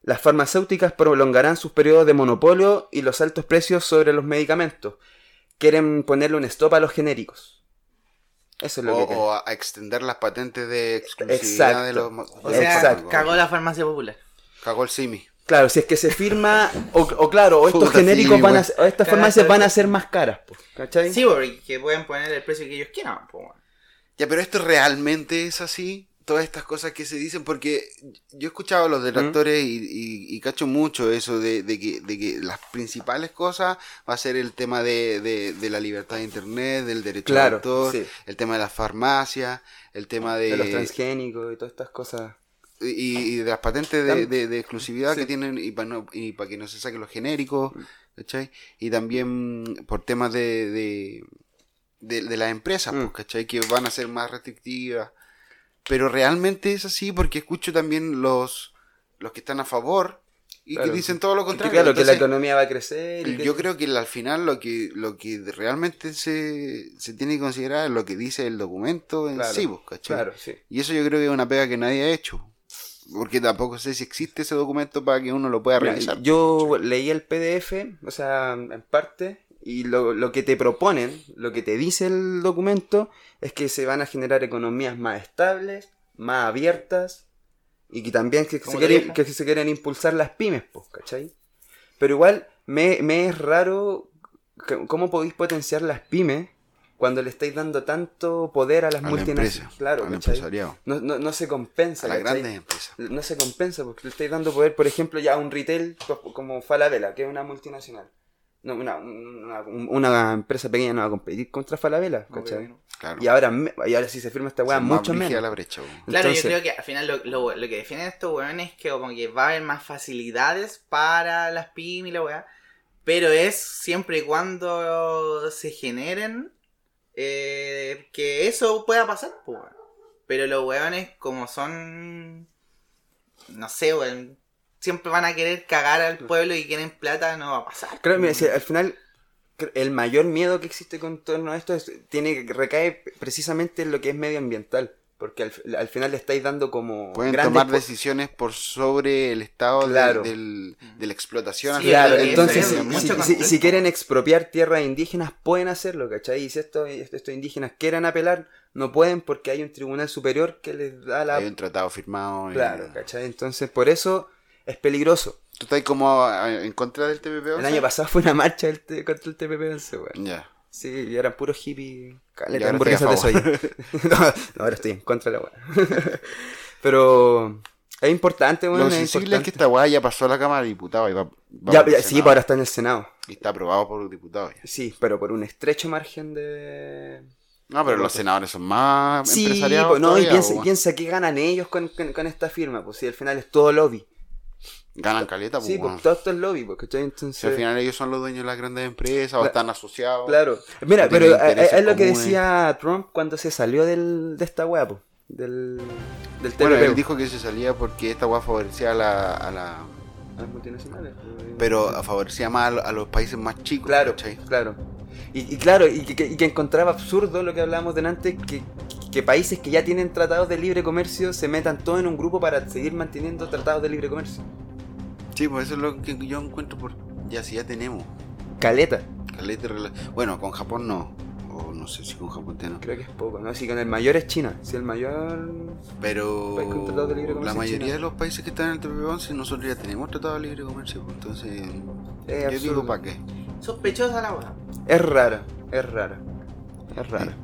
Speaker 3: Las farmacéuticas prolongarán sus periodos de monopolio y los altos precios sobre los medicamentos. Quieren ponerle un stop a los genéricos. Eso es
Speaker 2: O,
Speaker 3: lo que quieren.
Speaker 2: o a a extender las patentes de
Speaker 3: Exacto.
Speaker 2: exclusividad de los.
Speaker 1: O sea,
Speaker 3: Exacto.
Speaker 1: cagó la farmacia popular.
Speaker 2: Cagó el simi.
Speaker 3: Claro, si es que se firma, o, o claro, o estos
Speaker 2: Puta, sí,
Speaker 3: genéricos van a,
Speaker 2: güey.
Speaker 3: o estas
Speaker 1: Claro,
Speaker 3: farmacias
Speaker 1: claro.
Speaker 3: van a ser más caras, po, ¿cachai?
Speaker 1: Sí, porque pueden poner el precio que ellos quieran, po, weón.
Speaker 2: Ya, pero esto realmente es así. Todas estas cosas que se dicen, porque yo he escuchado a los detractores y, y- y cacho mucho eso de, de que, de que las principales cosas va a ser el tema de, de- de la libertad de internet, del derecho de
Speaker 3: Claro,
Speaker 2: autor,
Speaker 3: sí.
Speaker 2: el tema de las farmacias, el tema de,
Speaker 3: De los transgénicos y todas estas cosas.
Speaker 2: y, y de las patentes de,
Speaker 3: Tam-
Speaker 2: de- de exclusividad
Speaker 3: Sí. Mm.
Speaker 2: que tienen y para que no se saquen los genéricos, ¿cachai? Y también por temas de, de, de- de las empresas, pues,
Speaker 3: Mm.
Speaker 2: ¿cachai? Que van a ser más restrictivas. Pero realmente es así porque escucho también los, los que están a favor y
Speaker 3: Claro.
Speaker 2: que dicen todo lo contrario.
Speaker 3: claro, que la
Speaker 2: Entonces,
Speaker 3: economía va a crecer. y que-
Speaker 2: yo creo que al final lo que lo que realmente se, se tiene que considerar es lo que dice el documento en
Speaker 3: Claro,
Speaker 2: sí, pues, ¿cachai?
Speaker 3: Claro, sí.
Speaker 2: Y eso yo creo que es una pega que nadie ha hecho. Porque tampoco sé si existe ese documento para que uno lo pueda
Speaker 3: Mira,
Speaker 2: revisar.
Speaker 3: yo leí el PDF, o sea, en parte, y lo, lo que te proponen, lo que te dice el documento, es que se van a generar economías más estables, más abiertas, y que también que se,
Speaker 1: Como
Speaker 3: quieren,
Speaker 1: pareja.
Speaker 3: que se quieren impulsar las pymes, pues, ¿cachai? Pero igual me, me es raro c- cómo podéis potenciar las pymes cuando le estáis dando tanto poder a las
Speaker 2: A la
Speaker 3: multinacionales.
Speaker 2: empresa,
Speaker 3: Claro,
Speaker 2: al
Speaker 3: ¿cachai?
Speaker 2: empresariado,
Speaker 3: No, no, no se compensa.
Speaker 2: a las
Speaker 3: ¿cachai?
Speaker 2: grandes empresas.
Speaker 3: no se compensa porque le estáis dando poder, por ejemplo, ya a un retail co- como Falabella, que es una multinacional. No, una, una, una empresa pequeña no va a competir contra Falabella, ¿cachai?
Speaker 1: Obvio.
Speaker 2: Claro.
Speaker 3: Y ahora, me- y ahora si se firma esta weá,
Speaker 2: Son más
Speaker 3: mucho
Speaker 2: brígidas
Speaker 3: menos.
Speaker 2: la brecha, weón.
Speaker 1: Claro,
Speaker 3: Entonces-
Speaker 1: yo creo que al final lo, lo- lo que defienden estos weones es que como que va a haber más facilidades para las pymes y la weá, pero es siempre y cuando se generen eh, que eso pueda pasar, pues. weón. Pero los weones como son, no sé, weón, siempre van a querer cagar al pueblo y quieren plata, no va a pasar.
Speaker 3: Creo, mira,
Speaker 1: Mm.
Speaker 3: si al final, cre- el mayor miedo que existe con torno a esto es, tiene, recae precisamente en lo que es medioambiental. Porque al, al final le estáis dando como
Speaker 2: Pueden
Speaker 3: grandes
Speaker 2: tomar
Speaker 3: po-
Speaker 2: decisiones por sobre el estado de-
Speaker 3: Claro.
Speaker 2: del, de la explotación.
Speaker 1: Sí,
Speaker 2: al final
Speaker 3: Claro,
Speaker 2: del-
Speaker 1: eso
Speaker 3: entonces
Speaker 1: es
Speaker 3: si-
Speaker 1: mucho
Speaker 3: si- si,
Speaker 1: conflicto.
Speaker 3: si quieren expropiar tierras indígenas pueden hacerlo, ¿cachai? Y si estos, estos indígenas quieren apelar, no pueden porque hay un tribunal superior que les da la...
Speaker 2: Hay un tratado firmado. y-
Speaker 3: Claro, ¿cachai? Entonces por eso es peligroso.
Speaker 2: ¿Tú estás como ah, en contra del TPP?
Speaker 3: El año pasado fue una marcha del T- contra el TPP-11, weón.
Speaker 2: Ya.
Speaker 3: Sí, y eran puros hippies.
Speaker 2: Y
Speaker 3: Caleta,
Speaker 2: ahora
Speaker 3: hamburguesas de
Speaker 2: estoy
Speaker 3: soya. [LAUGHS] no, no, ahora estoy en contra de la weá. [LAUGHS] Pero es importante, weón.
Speaker 2: Lo
Speaker 3: es
Speaker 2: sensible es
Speaker 3: importante.
Speaker 2: que esta weá ya pasó a la Cámara de Diputados y va, va
Speaker 3: Ya,
Speaker 2: por el
Speaker 3: ya, sí,
Speaker 2: Senado.
Speaker 3: ahora está en el Senado.
Speaker 2: Y está aprobado por los diputados. ya.
Speaker 3: Sí, pero por un estrecho margen de,
Speaker 2: No, pero los senadores son más
Speaker 3: Sí,
Speaker 2: empresariados.
Speaker 3: pues, no, y
Speaker 2: todavía,
Speaker 3: piensa,
Speaker 2: weón.
Speaker 3: piensa que ganan ellos con, con- con esta firma, pues si al final es todo lobby.
Speaker 2: Ganan caleta, pues,
Speaker 3: sí,
Speaker 2: weón.
Speaker 3: pues todo esto es lobby, pues, ¿cachai?
Speaker 2: Si al
Speaker 3: Entonces,
Speaker 2: final ellos son los dueños de las grandes empresas o
Speaker 3: Cla-
Speaker 2: están asociados.
Speaker 3: claro. Mira,
Speaker 2: tienen
Speaker 3: pero eh, eh, es,
Speaker 2: intereses
Speaker 3: lo que
Speaker 2: comunes.
Speaker 3: decía Trump cuando se salió del, de esta wea, pues, del, del
Speaker 2: Bueno,
Speaker 3: TPP,
Speaker 2: él dijo que se salía porque esta weá favorecía a la, a la-
Speaker 3: pues, a las multinacionales. pues.
Speaker 2: Pero favorecía más a, lo- a los países más chicos.
Speaker 3: Claro,
Speaker 2: ¿cachai?
Speaker 3: claro. Y, y claro, y que, y que encontraba absurdo lo que hablábamos delante, que, que países que ya tienen tratados de libre comercio se metan todos en un grupo para seguir manteniendo tratados de libre comercio.
Speaker 2: Sí, pues eso es lo que yo encuentro por... Ya, si ya tenemos.
Speaker 3: Caleta.
Speaker 2: caleta de rela- Bueno, con Japón no. O no sé si con Japón tenemos.
Speaker 3: Creo que es poco, ¿no? Si con el mayor es China. Si el mayor.
Speaker 2: Pero
Speaker 3: País con tratado de libre
Speaker 2: la
Speaker 3: comercio,
Speaker 2: mayoría
Speaker 3: China.
Speaker 2: de los países que están en el TPP-11 nosotros ya tenemos tratado de libre comercio. pues, Entonces,
Speaker 3: Es
Speaker 2: yo digo
Speaker 3: absurdo.
Speaker 2: para qué.
Speaker 1: Sospechosa la weá.
Speaker 3: Es rara, es rara. Es rara.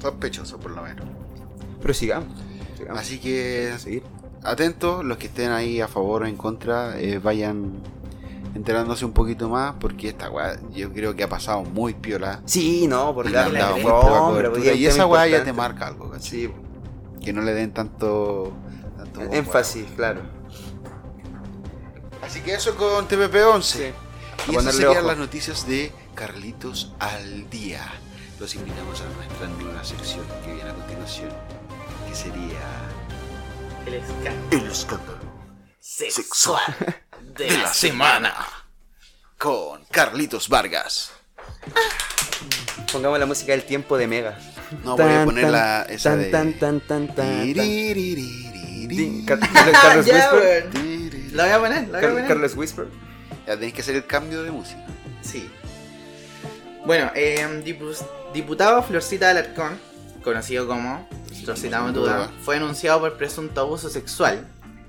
Speaker 2: Sospechoso, por lo menos.
Speaker 3: Pero sigamos. sigamos.
Speaker 2: Así que
Speaker 3: Seguir.
Speaker 2: atentos, los que estén ahí a favor o en contra, eh, vayan enterándose un poquito más, porque esta weá yo creo que ha pasado muy piola.
Speaker 3: Sí, no, por
Speaker 2: Y,
Speaker 1: Y
Speaker 2: le
Speaker 1: la
Speaker 3: la
Speaker 2: han dado
Speaker 1: creen.
Speaker 2: muy poca
Speaker 3: No, hombre,
Speaker 2: cobertura,
Speaker 3: porque es un
Speaker 2: y esa
Speaker 3: tema
Speaker 2: weá ya te
Speaker 3: importante.
Speaker 2: marca algo, ¿cachai?
Speaker 3: Sí,
Speaker 2: que no le den tanto, tanto bombo,
Speaker 3: Eh, énfasis, claro.
Speaker 2: weá. Así que eso con TPP-11.
Speaker 3: A
Speaker 2: Y esas
Speaker 3: ponerle
Speaker 2: serían
Speaker 3: ojo.
Speaker 2: las noticias de Carlitos al día. Los invitamos a nuestra nueva sección que viene a continuación, que sería
Speaker 1: El escándalo
Speaker 2: El escándalo
Speaker 1: sexual
Speaker 3: [LAUGHS]
Speaker 1: de, la semana.
Speaker 2: con Carlitos Vargas.
Speaker 3: Pongamos la música del tiempo de Mega.
Speaker 2: No voy a
Speaker 3: Tan,
Speaker 2: poner
Speaker 3: tan,
Speaker 2: la esa
Speaker 3: tan,
Speaker 2: de
Speaker 3: tan, tan, tan, tan, tan. Din- Car-
Speaker 2: Ya
Speaker 3: Carlos
Speaker 1: Ah, Ya,
Speaker 3: Whisper.
Speaker 1: weón. Lo voy a poner, lo voy a
Speaker 3: Car-
Speaker 1: poner.
Speaker 3: Carlos Whisper.
Speaker 2: tenéis que hacer el cambio de música.
Speaker 1: Sí. Bueno, eh, dipus- diputado Florcita Alarcón, conocido como Florcita Motuda, fue denunciado por presunto abuso sexual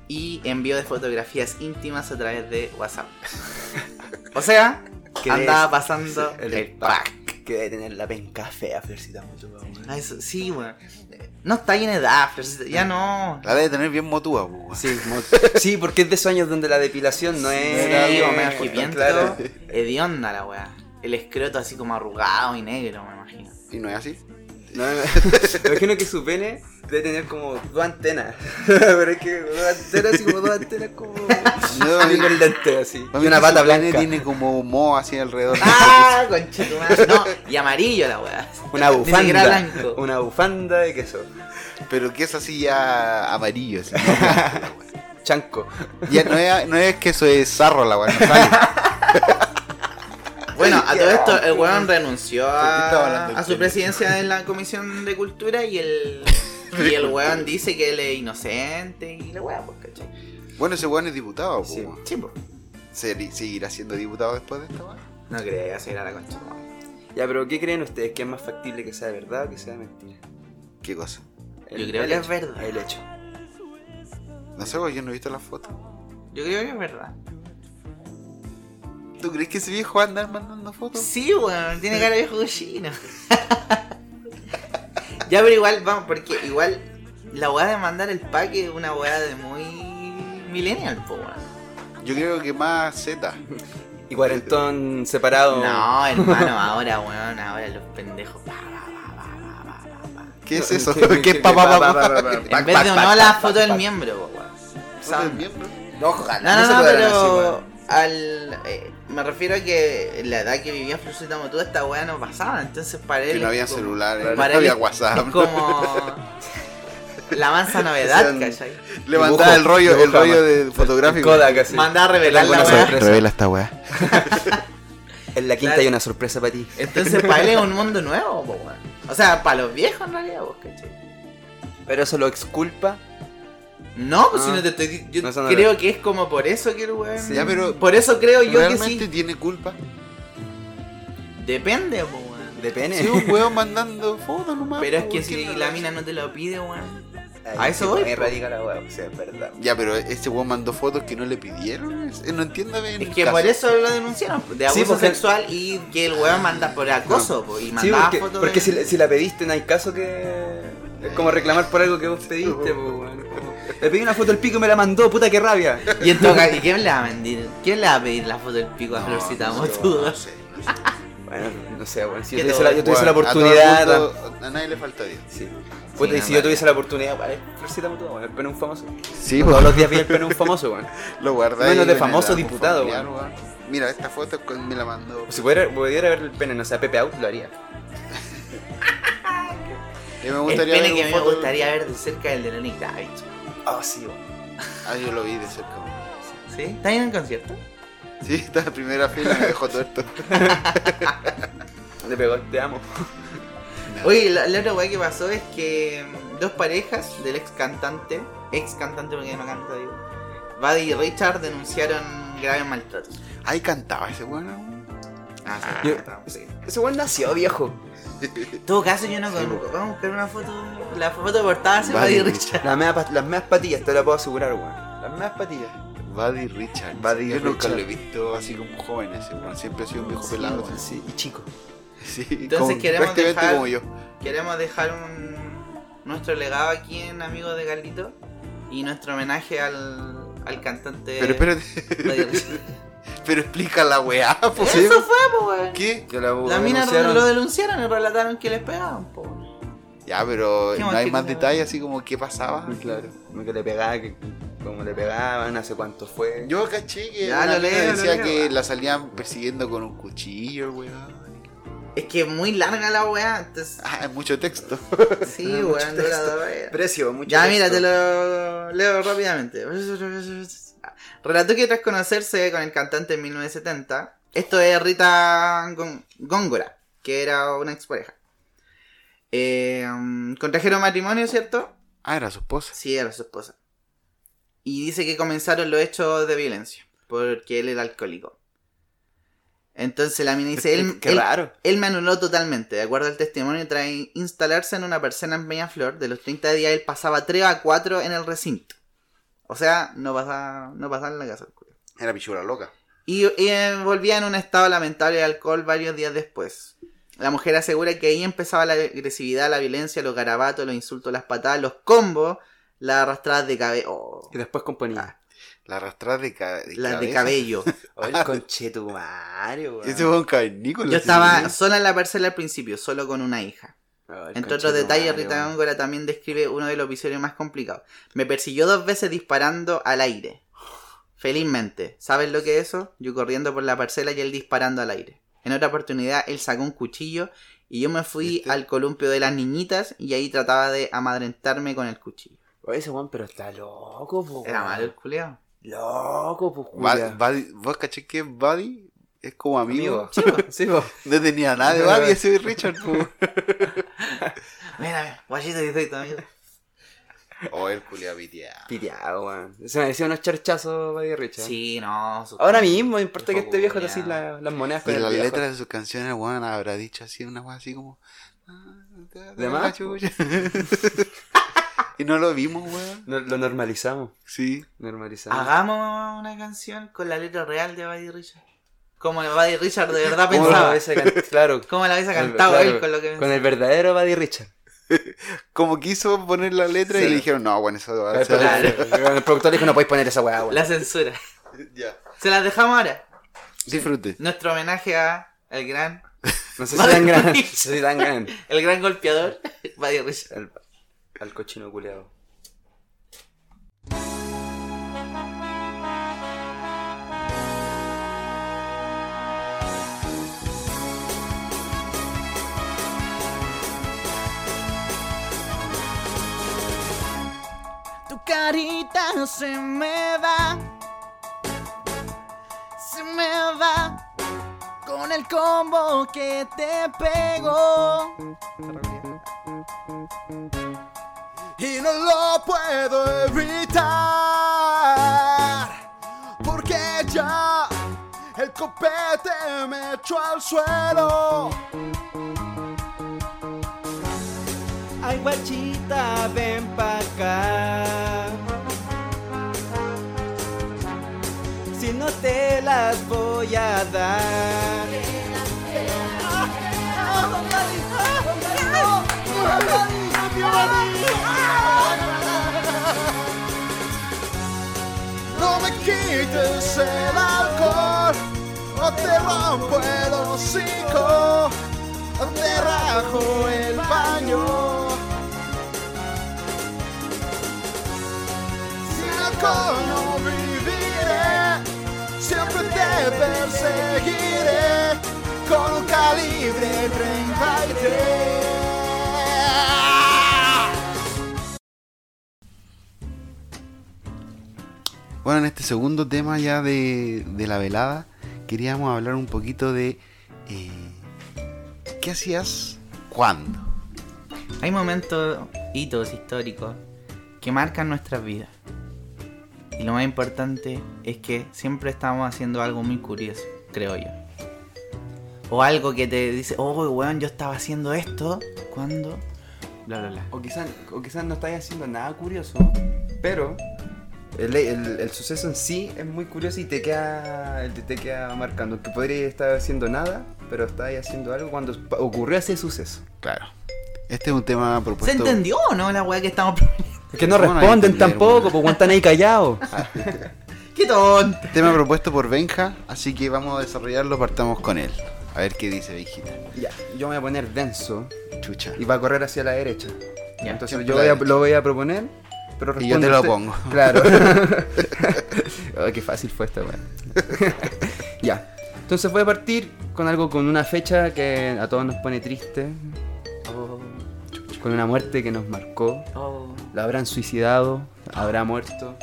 Speaker 1: y envío de fotografías íntimas a través de
Speaker 3: [LAUGHS]
Speaker 1: WhatsApp. o sea,
Speaker 3: Que
Speaker 1: andaba
Speaker 3: debes-
Speaker 1: pasando
Speaker 3: [LAUGHS] el
Speaker 1: el,
Speaker 3: pack.
Speaker 1: pack.
Speaker 3: Que debe tener la penca fea, Florcita mucho,
Speaker 1: Ah, eso- sí, weón. No está ahí en edad, Florcita, ya no.
Speaker 2: La debe tener bien motúa, po, weón.
Speaker 3: Sí, mo- sí, porque es de esos años donde la depilación no es
Speaker 1: Sí,
Speaker 3: algo
Speaker 1: me
Speaker 3: más
Speaker 1: ajipiento,
Speaker 3: claro.
Speaker 1: Hedionda la weá. El escroto así como arrugado y negro, me imagino.
Speaker 2: Y no es así.
Speaker 3: No, no, [LAUGHS] me imagino que su pene debe tener como dos antenas. [LAUGHS] Pero es que dos antenas, así como dos antenas, como. [LAUGHS]
Speaker 2: No,
Speaker 3: Así
Speaker 2: amigo.
Speaker 3: con lente, así.
Speaker 2: Para
Speaker 3: Y
Speaker 2: mí
Speaker 3: una
Speaker 2: que
Speaker 3: pata
Speaker 2: su pene
Speaker 3: blanca.
Speaker 2: Tiene como moho así
Speaker 3: [LAUGHS]
Speaker 2: alrededor.
Speaker 1: ¡Ah! Conchetumare. No, y amarillo la weá.
Speaker 3: Una
Speaker 1: Ni siquiera
Speaker 3: bufanda.
Speaker 1: blanco.
Speaker 3: Una bufanda de queso.
Speaker 2: Pero que es así ya amarillo. así, ¿no?
Speaker 3: Chanco.
Speaker 2: Ya no es, no es que eso es zarro la weón.
Speaker 3: [LAUGHS]
Speaker 2: No sale.
Speaker 1: Bueno, a todo esto, el weón renunció
Speaker 2: ¿Por qué estaba hablando
Speaker 1: a,
Speaker 2: del
Speaker 1: a su
Speaker 2: pene?
Speaker 1: presidencia en la Comisión de Cultura y el, y
Speaker 2: [LAUGHS]
Speaker 1: el weón dice que él es inocente y la weá, pues, ¿cachai?
Speaker 2: Bueno, ese weón es diputado, po,
Speaker 3: Sí.
Speaker 2: weón.
Speaker 1: Sí, pues.
Speaker 2: ¿Se- ¿Seguirá siendo diputado después de esta weón?
Speaker 1: No creía que se irá a la concha. tu madre.
Speaker 3: Ya, pero ¿qué creen ustedes? ¿Que es más factible que sea verdad o que sea mentira?
Speaker 2: ¿Qué cosa?
Speaker 1: Yo creo que es verdad.
Speaker 3: El hecho.
Speaker 2: No sé, weón, yo no he visto las fotos.
Speaker 1: Yo creo que es verdad.
Speaker 2: ¿Tú crees que ese viejo va a andar mandando fotos?
Speaker 1: Sí, weón, tiene cara de viejo cochino. [LAUGHS] ya, pero igual, vamos, porque igual la weá de mandar el pack es una weá de muy millennial, po, weón.
Speaker 2: Yo creo que más Z.
Speaker 3: Y cuarentón separado.
Speaker 2: [LAUGHS]
Speaker 1: No, hermano, ahora, weón, ahora los pendejos. pa, pa, pa, pa, pa, pa, pa, pa.
Speaker 2: ¿Qué es eso? [LAUGHS] ¿Qué es papá [LAUGHS]
Speaker 1: En vez de no la foto del miembro, po, weón.
Speaker 2: del miembro?
Speaker 1: No,
Speaker 3: Ojalá.
Speaker 1: no,
Speaker 3: se
Speaker 1: no,
Speaker 3: podrán así,
Speaker 1: pero
Speaker 3: weón.
Speaker 1: al, eh, me refiero a que la edad que vivía Florcita Motúa, esta weá no pasaba, entonces para él...
Speaker 2: Que no había
Speaker 1: es como-
Speaker 2: celulares, no
Speaker 1: para él
Speaker 2: había
Speaker 1: es-
Speaker 2: WhatsApp. [LAUGHS]
Speaker 1: Es como... La mansa novedad,
Speaker 3: Hacían-
Speaker 1: ¿cachai?
Speaker 2: Le mandaba el rollo, el
Speaker 3: Dibujo,
Speaker 2: rollo
Speaker 3: dibujo,
Speaker 2: de fotográfico.
Speaker 3: Kodak, así.
Speaker 1: Mandaba a revelar la
Speaker 3: Alguna
Speaker 1: weá.
Speaker 3: sorpresa. Revela
Speaker 2: esta weá.
Speaker 3: En la quinta
Speaker 1: Claro.
Speaker 3: hay una sorpresa para ti.
Speaker 1: Entonces para él es un mundo nuevo, po, weón. O sea, para los viejos en realidad, vos, ¿cachai?
Speaker 3: Pero eso lo exculpa.
Speaker 1: No, pues
Speaker 3: Ah.
Speaker 1: si no te estoy... di- Yo
Speaker 3: No, eso no
Speaker 1: creo que es como por eso que el weón...
Speaker 3: Sí.
Speaker 2: Ya, pero
Speaker 1: Por eso creo yo que
Speaker 2: ¿realmente
Speaker 1: sí.
Speaker 2: tiene culpa?
Speaker 1: Depende, po, weón.
Speaker 3: De pene.
Speaker 2: Sí, un weón mandando fotos nomás.
Speaker 1: Pero es
Speaker 2: Ah, po,
Speaker 1: que
Speaker 2: ¿quién
Speaker 1: si
Speaker 2: no lo
Speaker 1: la
Speaker 2: hace?
Speaker 1: mina no te lo pide, weón.
Speaker 3: Ahí
Speaker 1: a eso
Speaker 3: sí,
Speaker 1: voy,
Speaker 3: Ahí
Speaker 1: po.
Speaker 3: radica la hueá, o sea, es verdad.
Speaker 2: Ya, pero este weón mandó fotos que no le pidieron. es- eh, No entiendo bien.
Speaker 1: Es
Speaker 2: el
Speaker 1: que
Speaker 2: caso.
Speaker 1: por eso lo denunciaron, de
Speaker 3: Sí,
Speaker 1: abuso
Speaker 3: porque-
Speaker 1: sexual y que el weón manda
Speaker 2: Ah.
Speaker 1: por acoso, po, y
Speaker 3: Sí,
Speaker 1: mandaba
Speaker 3: porque,
Speaker 1: fotos
Speaker 3: porque
Speaker 1: de-
Speaker 3: si, la- si la pediste, no hay caso que. Es como reclamar por algo que vos pediste, Eh. po, weón. Como, Le pedí una foto del pico y me la mandó, puta que rabia.
Speaker 1: Y en todo caso, ¿y quién le va a mentir? ¿Quién le va a pedir la foto del pico a
Speaker 2: No,
Speaker 1: Florcita
Speaker 2: no sé,
Speaker 1: Motuda?
Speaker 2: no sé, no sé.
Speaker 3: Bueno, no sé, weón. Si yo
Speaker 1: ¿Qué
Speaker 3: tuviese
Speaker 1: te
Speaker 3: la,
Speaker 1: voy
Speaker 3: yo tuviese la
Speaker 2: Weón, a todo
Speaker 3: oportunidad.
Speaker 2: el mundo- A nadie le falta Dios.
Speaker 3: Sí. Puta,
Speaker 1: Sí,
Speaker 3: y si
Speaker 1: no,
Speaker 3: yo tuviese la oportunidad, vale, Florcita Mutua, weón, el pene es un famoso.
Speaker 2: Sí,
Speaker 3: Todos los días vi el pene de un famoso, weón.
Speaker 2: Lo guardé.
Speaker 3: Menos
Speaker 2: ahí
Speaker 3: de
Speaker 2: en el
Speaker 3: famoso
Speaker 2: álbum
Speaker 3: diputado,
Speaker 2: familiar, weón. Mira, esta foto es con- me la mandó.
Speaker 3: Si pudiera, pudiera ver el pene, no sé, a Pepe Out lo haría.
Speaker 2: Y me
Speaker 1: El
Speaker 2: gustaría
Speaker 1: pene
Speaker 2: ver
Speaker 1: que
Speaker 2: un
Speaker 1: me
Speaker 2: foto-
Speaker 1: gustaría ver de cerca es el de Lenny Kravitz.
Speaker 3: Ah, sí, weón.
Speaker 2: Ah, yo lo vi de cerca. weón.
Speaker 1: ¿Sí? ¿Estás en el concierto?
Speaker 2: Sí, [LAUGHS] estaba en primera fila, me dejó tuerto.
Speaker 3: Le pegó, te amo.
Speaker 1: Oye, la, la otra weá que pasó es que mm, dos parejas del ex cantante, ex cantante porque no canta, digo, Buddy y Richard denunciaron graves maltratos.
Speaker 2: Ahí cantaba ese weón. weón.
Speaker 1: Ah,
Speaker 3: Yo-
Speaker 1: sí.
Speaker 3: Ese weón nació viejo.
Speaker 1: En todo caso, yo no conozco. Vamos a buscar una foto. La foto de portada se Buddy
Speaker 2: Buddy
Speaker 1: y Richard.
Speaker 3: Las meas, pas- las meas patillas, te lo puedo asegurar, weón. Las meas patillas.
Speaker 2: Buddy Richard.
Speaker 3: Buddy
Speaker 2: yo nunca
Speaker 3: Richards.
Speaker 2: lo he visto así como joven ese weón. Siempre ha sido un viejo
Speaker 3: Sí,
Speaker 2: pelado.
Speaker 3: weón, sí, y chico.
Speaker 2: Sí,
Speaker 1: Entonces
Speaker 2: como-
Speaker 1: queremos
Speaker 2: prácticamente
Speaker 1: dejar-
Speaker 2: como yo.
Speaker 1: Queremos dejar un, nuestro legado aquí en Amigos de Carlito y nuestro homenaje al, al cantante.
Speaker 2: Pero espérate, [LAUGHS]
Speaker 1: Buddy Richard.
Speaker 2: pero explica la weá, po.
Speaker 1: Eso fue, po, weón.
Speaker 2: ¿Qué?
Speaker 3: Yo la,
Speaker 1: Las minas
Speaker 3: denunciaron.
Speaker 1: lo denunciaron y relataron que les pegaban, po.
Speaker 2: Ya, pero
Speaker 1: ¿Qué
Speaker 2: no
Speaker 1: más
Speaker 2: hay
Speaker 1: que
Speaker 2: más
Speaker 1: tiene?
Speaker 2: detalles así como qué pasaba.
Speaker 3: Claro, como que le pegaba, que, como le pegaban, hace cuánto fue.
Speaker 2: Yo caché que
Speaker 1: Ya, lo
Speaker 2: una mina
Speaker 1: leo, lo
Speaker 2: decía
Speaker 1: leo.
Speaker 2: que la salían persiguiendo con un cuchillo, weón.
Speaker 1: Es que es muy larga la weá, entonces.
Speaker 2: Ah, mucho texto. [LAUGHS]
Speaker 1: Sí,
Speaker 3: Ah, mucho
Speaker 1: weón, dura
Speaker 3: texto.
Speaker 1: dos horas.
Speaker 3: Precio, mucho
Speaker 1: Ya,
Speaker 3: texto.
Speaker 1: mira, te lo leo rápidamente. Relató que tras conocerse con el cantante en 1970, esto es Rita Gon- Góngora, que era una expareja. Eh, mm, contrajeron matrimonio, ¿cierto?
Speaker 2: Ah, era su esposa.
Speaker 1: Sí, era su esposa. Y dice que comenzaron los hechos de violencia, porque él era alcohólico. Entonces la mina dice, él,
Speaker 3: Qué
Speaker 1: él-
Speaker 3: raro.
Speaker 1: él me anuló totalmente, de acuerdo al testimonio, tras instalarse en una persona en Peñaflor, de los 30 días él pasaba 3 a 4 en el recinto. O sea, no pasaba, no pasaba en la casa. el culiao.
Speaker 2: Era pichura loca.
Speaker 1: Y, y, eh, volvía en un estado lamentable de alcohol varios días después. La mujer asegura que ahí empezaba la agresividad, la violencia, los garabatos, los insultos, las patadas, los combos, las arrastradas de cabello.
Speaker 3: Y después componía.
Speaker 2: La arrastrada de, ca- de
Speaker 1: las de
Speaker 2: cabeza. [LAUGHS]
Speaker 1: cabello.
Speaker 3: Oh, el conchetumario, weón.
Speaker 2: Ese fue un carnícola.
Speaker 1: Yo
Speaker 2: ese
Speaker 1: estaba
Speaker 2: niño.
Speaker 1: sola en la cárcel al principio, solo con una hija.
Speaker 3: Oh, el
Speaker 1: Entre otros detalles,
Speaker 3: conchetumario,
Speaker 1: Rita
Speaker 3: weón.
Speaker 1: Góngora también describe uno de los episodios más complicados. Me persiguió dos veces disparando al aire. Felizmente, ¿saben lo que es eso? Yo corriendo por la parcela y él disparando al aire. En otra oportunidad, él sacó un cuchillo y yo me fui
Speaker 2: ¿Viste?
Speaker 1: al columpio de las niñitas y ahí trataba de amadrentarme con el cuchillo.
Speaker 3: Oh, ese weón, pero está loco, po.
Speaker 1: Era
Speaker 3: weón.
Speaker 1: malo el culeado.
Speaker 3: Loco, po.
Speaker 2: Ba-
Speaker 3: culia.
Speaker 2: Buddy- ¿Vos caché que Buddy es como amigo?
Speaker 1: [LAUGHS]
Speaker 3: Sí, po, sí, po.
Speaker 2: No tenía nada de Buddy, ese es Richard. po.
Speaker 1: Mira, guayito directo, amigo.
Speaker 2: oh, el culiao piteado.
Speaker 3: Piteado, weón. Se me decía unos charchazos, Buddy Richard.
Speaker 1: Sí, no. sus-
Speaker 3: Ahora mismo, no importa que
Speaker 1: Hijo
Speaker 3: este viejo te
Speaker 1: culiao.
Speaker 3: así la- las monedas con
Speaker 2: Y
Speaker 3: el
Speaker 2: las
Speaker 3: viejo.
Speaker 2: letras de sus canciones, el weón habrá dicho así, una cosa así como. "Ah, te- te-
Speaker 3: ¿De más?
Speaker 2: chucha". [LAUGHS] y no lo vimos, weón.
Speaker 3: No- lo normalizamos.
Speaker 2: Sí.
Speaker 3: Normalizamos.
Speaker 1: Ah, Hagamos una canción con la letra real de Buddy Richard. Como la Buddy Richard de
Speaker 3: [LAUGHS]
Speaker 1: verdad
Speaker 3: ¿Cómo lo
Speaker 1: pensaba.
Speaker 3: hubiese can- claro.
Speaker 1: ¿Cómo la hubiese
Speaker 3: Con el-
Speaker 1: cantado
Speaker 3: claro,
Speaker 1: él con lo que
Speaker 3: Con el verdadero Buddy Richard.
Speaker 2: Como quiso poner la letra
Speaker 3: Sí.
Speaker 2: y le dijeron, no, bueno, eso va a
Speaker 3: El
Speaker 2: ser-
Speaker 1: Claro.
Speaker 3: productor- el productor dijo, no podéis poner esa weá, weón.
Speaker 1: La censura.
Speaker 2: Ya.
Speaker 1: Se las dejamos ahora.
Speaker 2: Disfrute.
Speaker 1: Nuestro homenaje a el gran,
Speaker 3: No sé si tan gran. No sé si tan gran.
Speaker 1: el gran golpeador, [LAUGHS] Buddy Richard.
Speaker 3: Al, al cochino culeado.
Speaker 1: Tu carita se me va. Se me va. Con el combo que te pegó.
Speaker 4: y no lo puedo evitar porque ya el copete me echó al suelo.
Speaker 5: Ay, guachita, ven pa' acá. Si no te las voy a dar.
Speaker 4: No me quites el alcohol o te rompo el hocico o te rajo el baño. Sin alcohol no viviré, siempre te perseguiré con un calibre 33.
Speaker 2: Bueno, en este segundo tema ya de, de la velada, queríamos hablar un poquito de eh, qué hacías cuándo.
Speaker 1: Hay momentos, hitos históricos, que marcan nuestras vidas. Y lo más importante es que siempre estamos haciendo algo muy curioso, creo yo. O algo que te dice, oh, weón, yo estaba haciendo esto cuando... Bla, bla, bla.
Speaker 3: O quizás o quizás no estáis haciendo nada curioso, pero el, el- el suceso en sí es muy curioso y te queda, te, te queda marcando. Que podrías estar haciendo nada, pero estáis haciendo algo cuando pa- ocurrió ese suceso.
Speaker 2: Claro. Este es un tema propuesto.
Speaker 1: ¿Se entendió o no la weá que estamos proponiendo? [LAUGHS]
Speaker 3: Es que no
Speaker 2: ¿Cómo no hay
Speaker 3: responden
Speaker 2: entender,
Speaker 3: tampoco,
Speaker 2: weón?
Speaker 3: porque están ahí callados.
Speaker 1: ¡Qué tonto!
Speaker 2: Tema propuesto por Benja, así que vamos a desarrollarlo, partamos con él. A ver qué dice Benjita.
Speaker 3: ya, yo me voy a poner denso
Speaker 2: Chucha.
Speaker 3: y va a correr hacia la derecha.
Speaker 1: Ya,
Speaker 3: Entonces
Speaker 2: siempre
Speaker 3: yo voy
Speaker 2: la
Speaker 3: a-
Speaker 2: derecha.
Speaker 3: lo voy a proponer, pero
Speaker 2: Y yo
Speaker 3: responde
Speaker 2: te lo
Speaker 3: usted.
Speaker 2: pongo. [LAUGHS]
Speaker 3: Claro. [LAUGHS] Ay, qué fácil fue esta, weón. [LAUGHS] ya. Entonces voy a partir con algo, con una fecha que a todos nos pone triste. Con una muerte que nos marcó. La habrán suicidado, habrá muerto.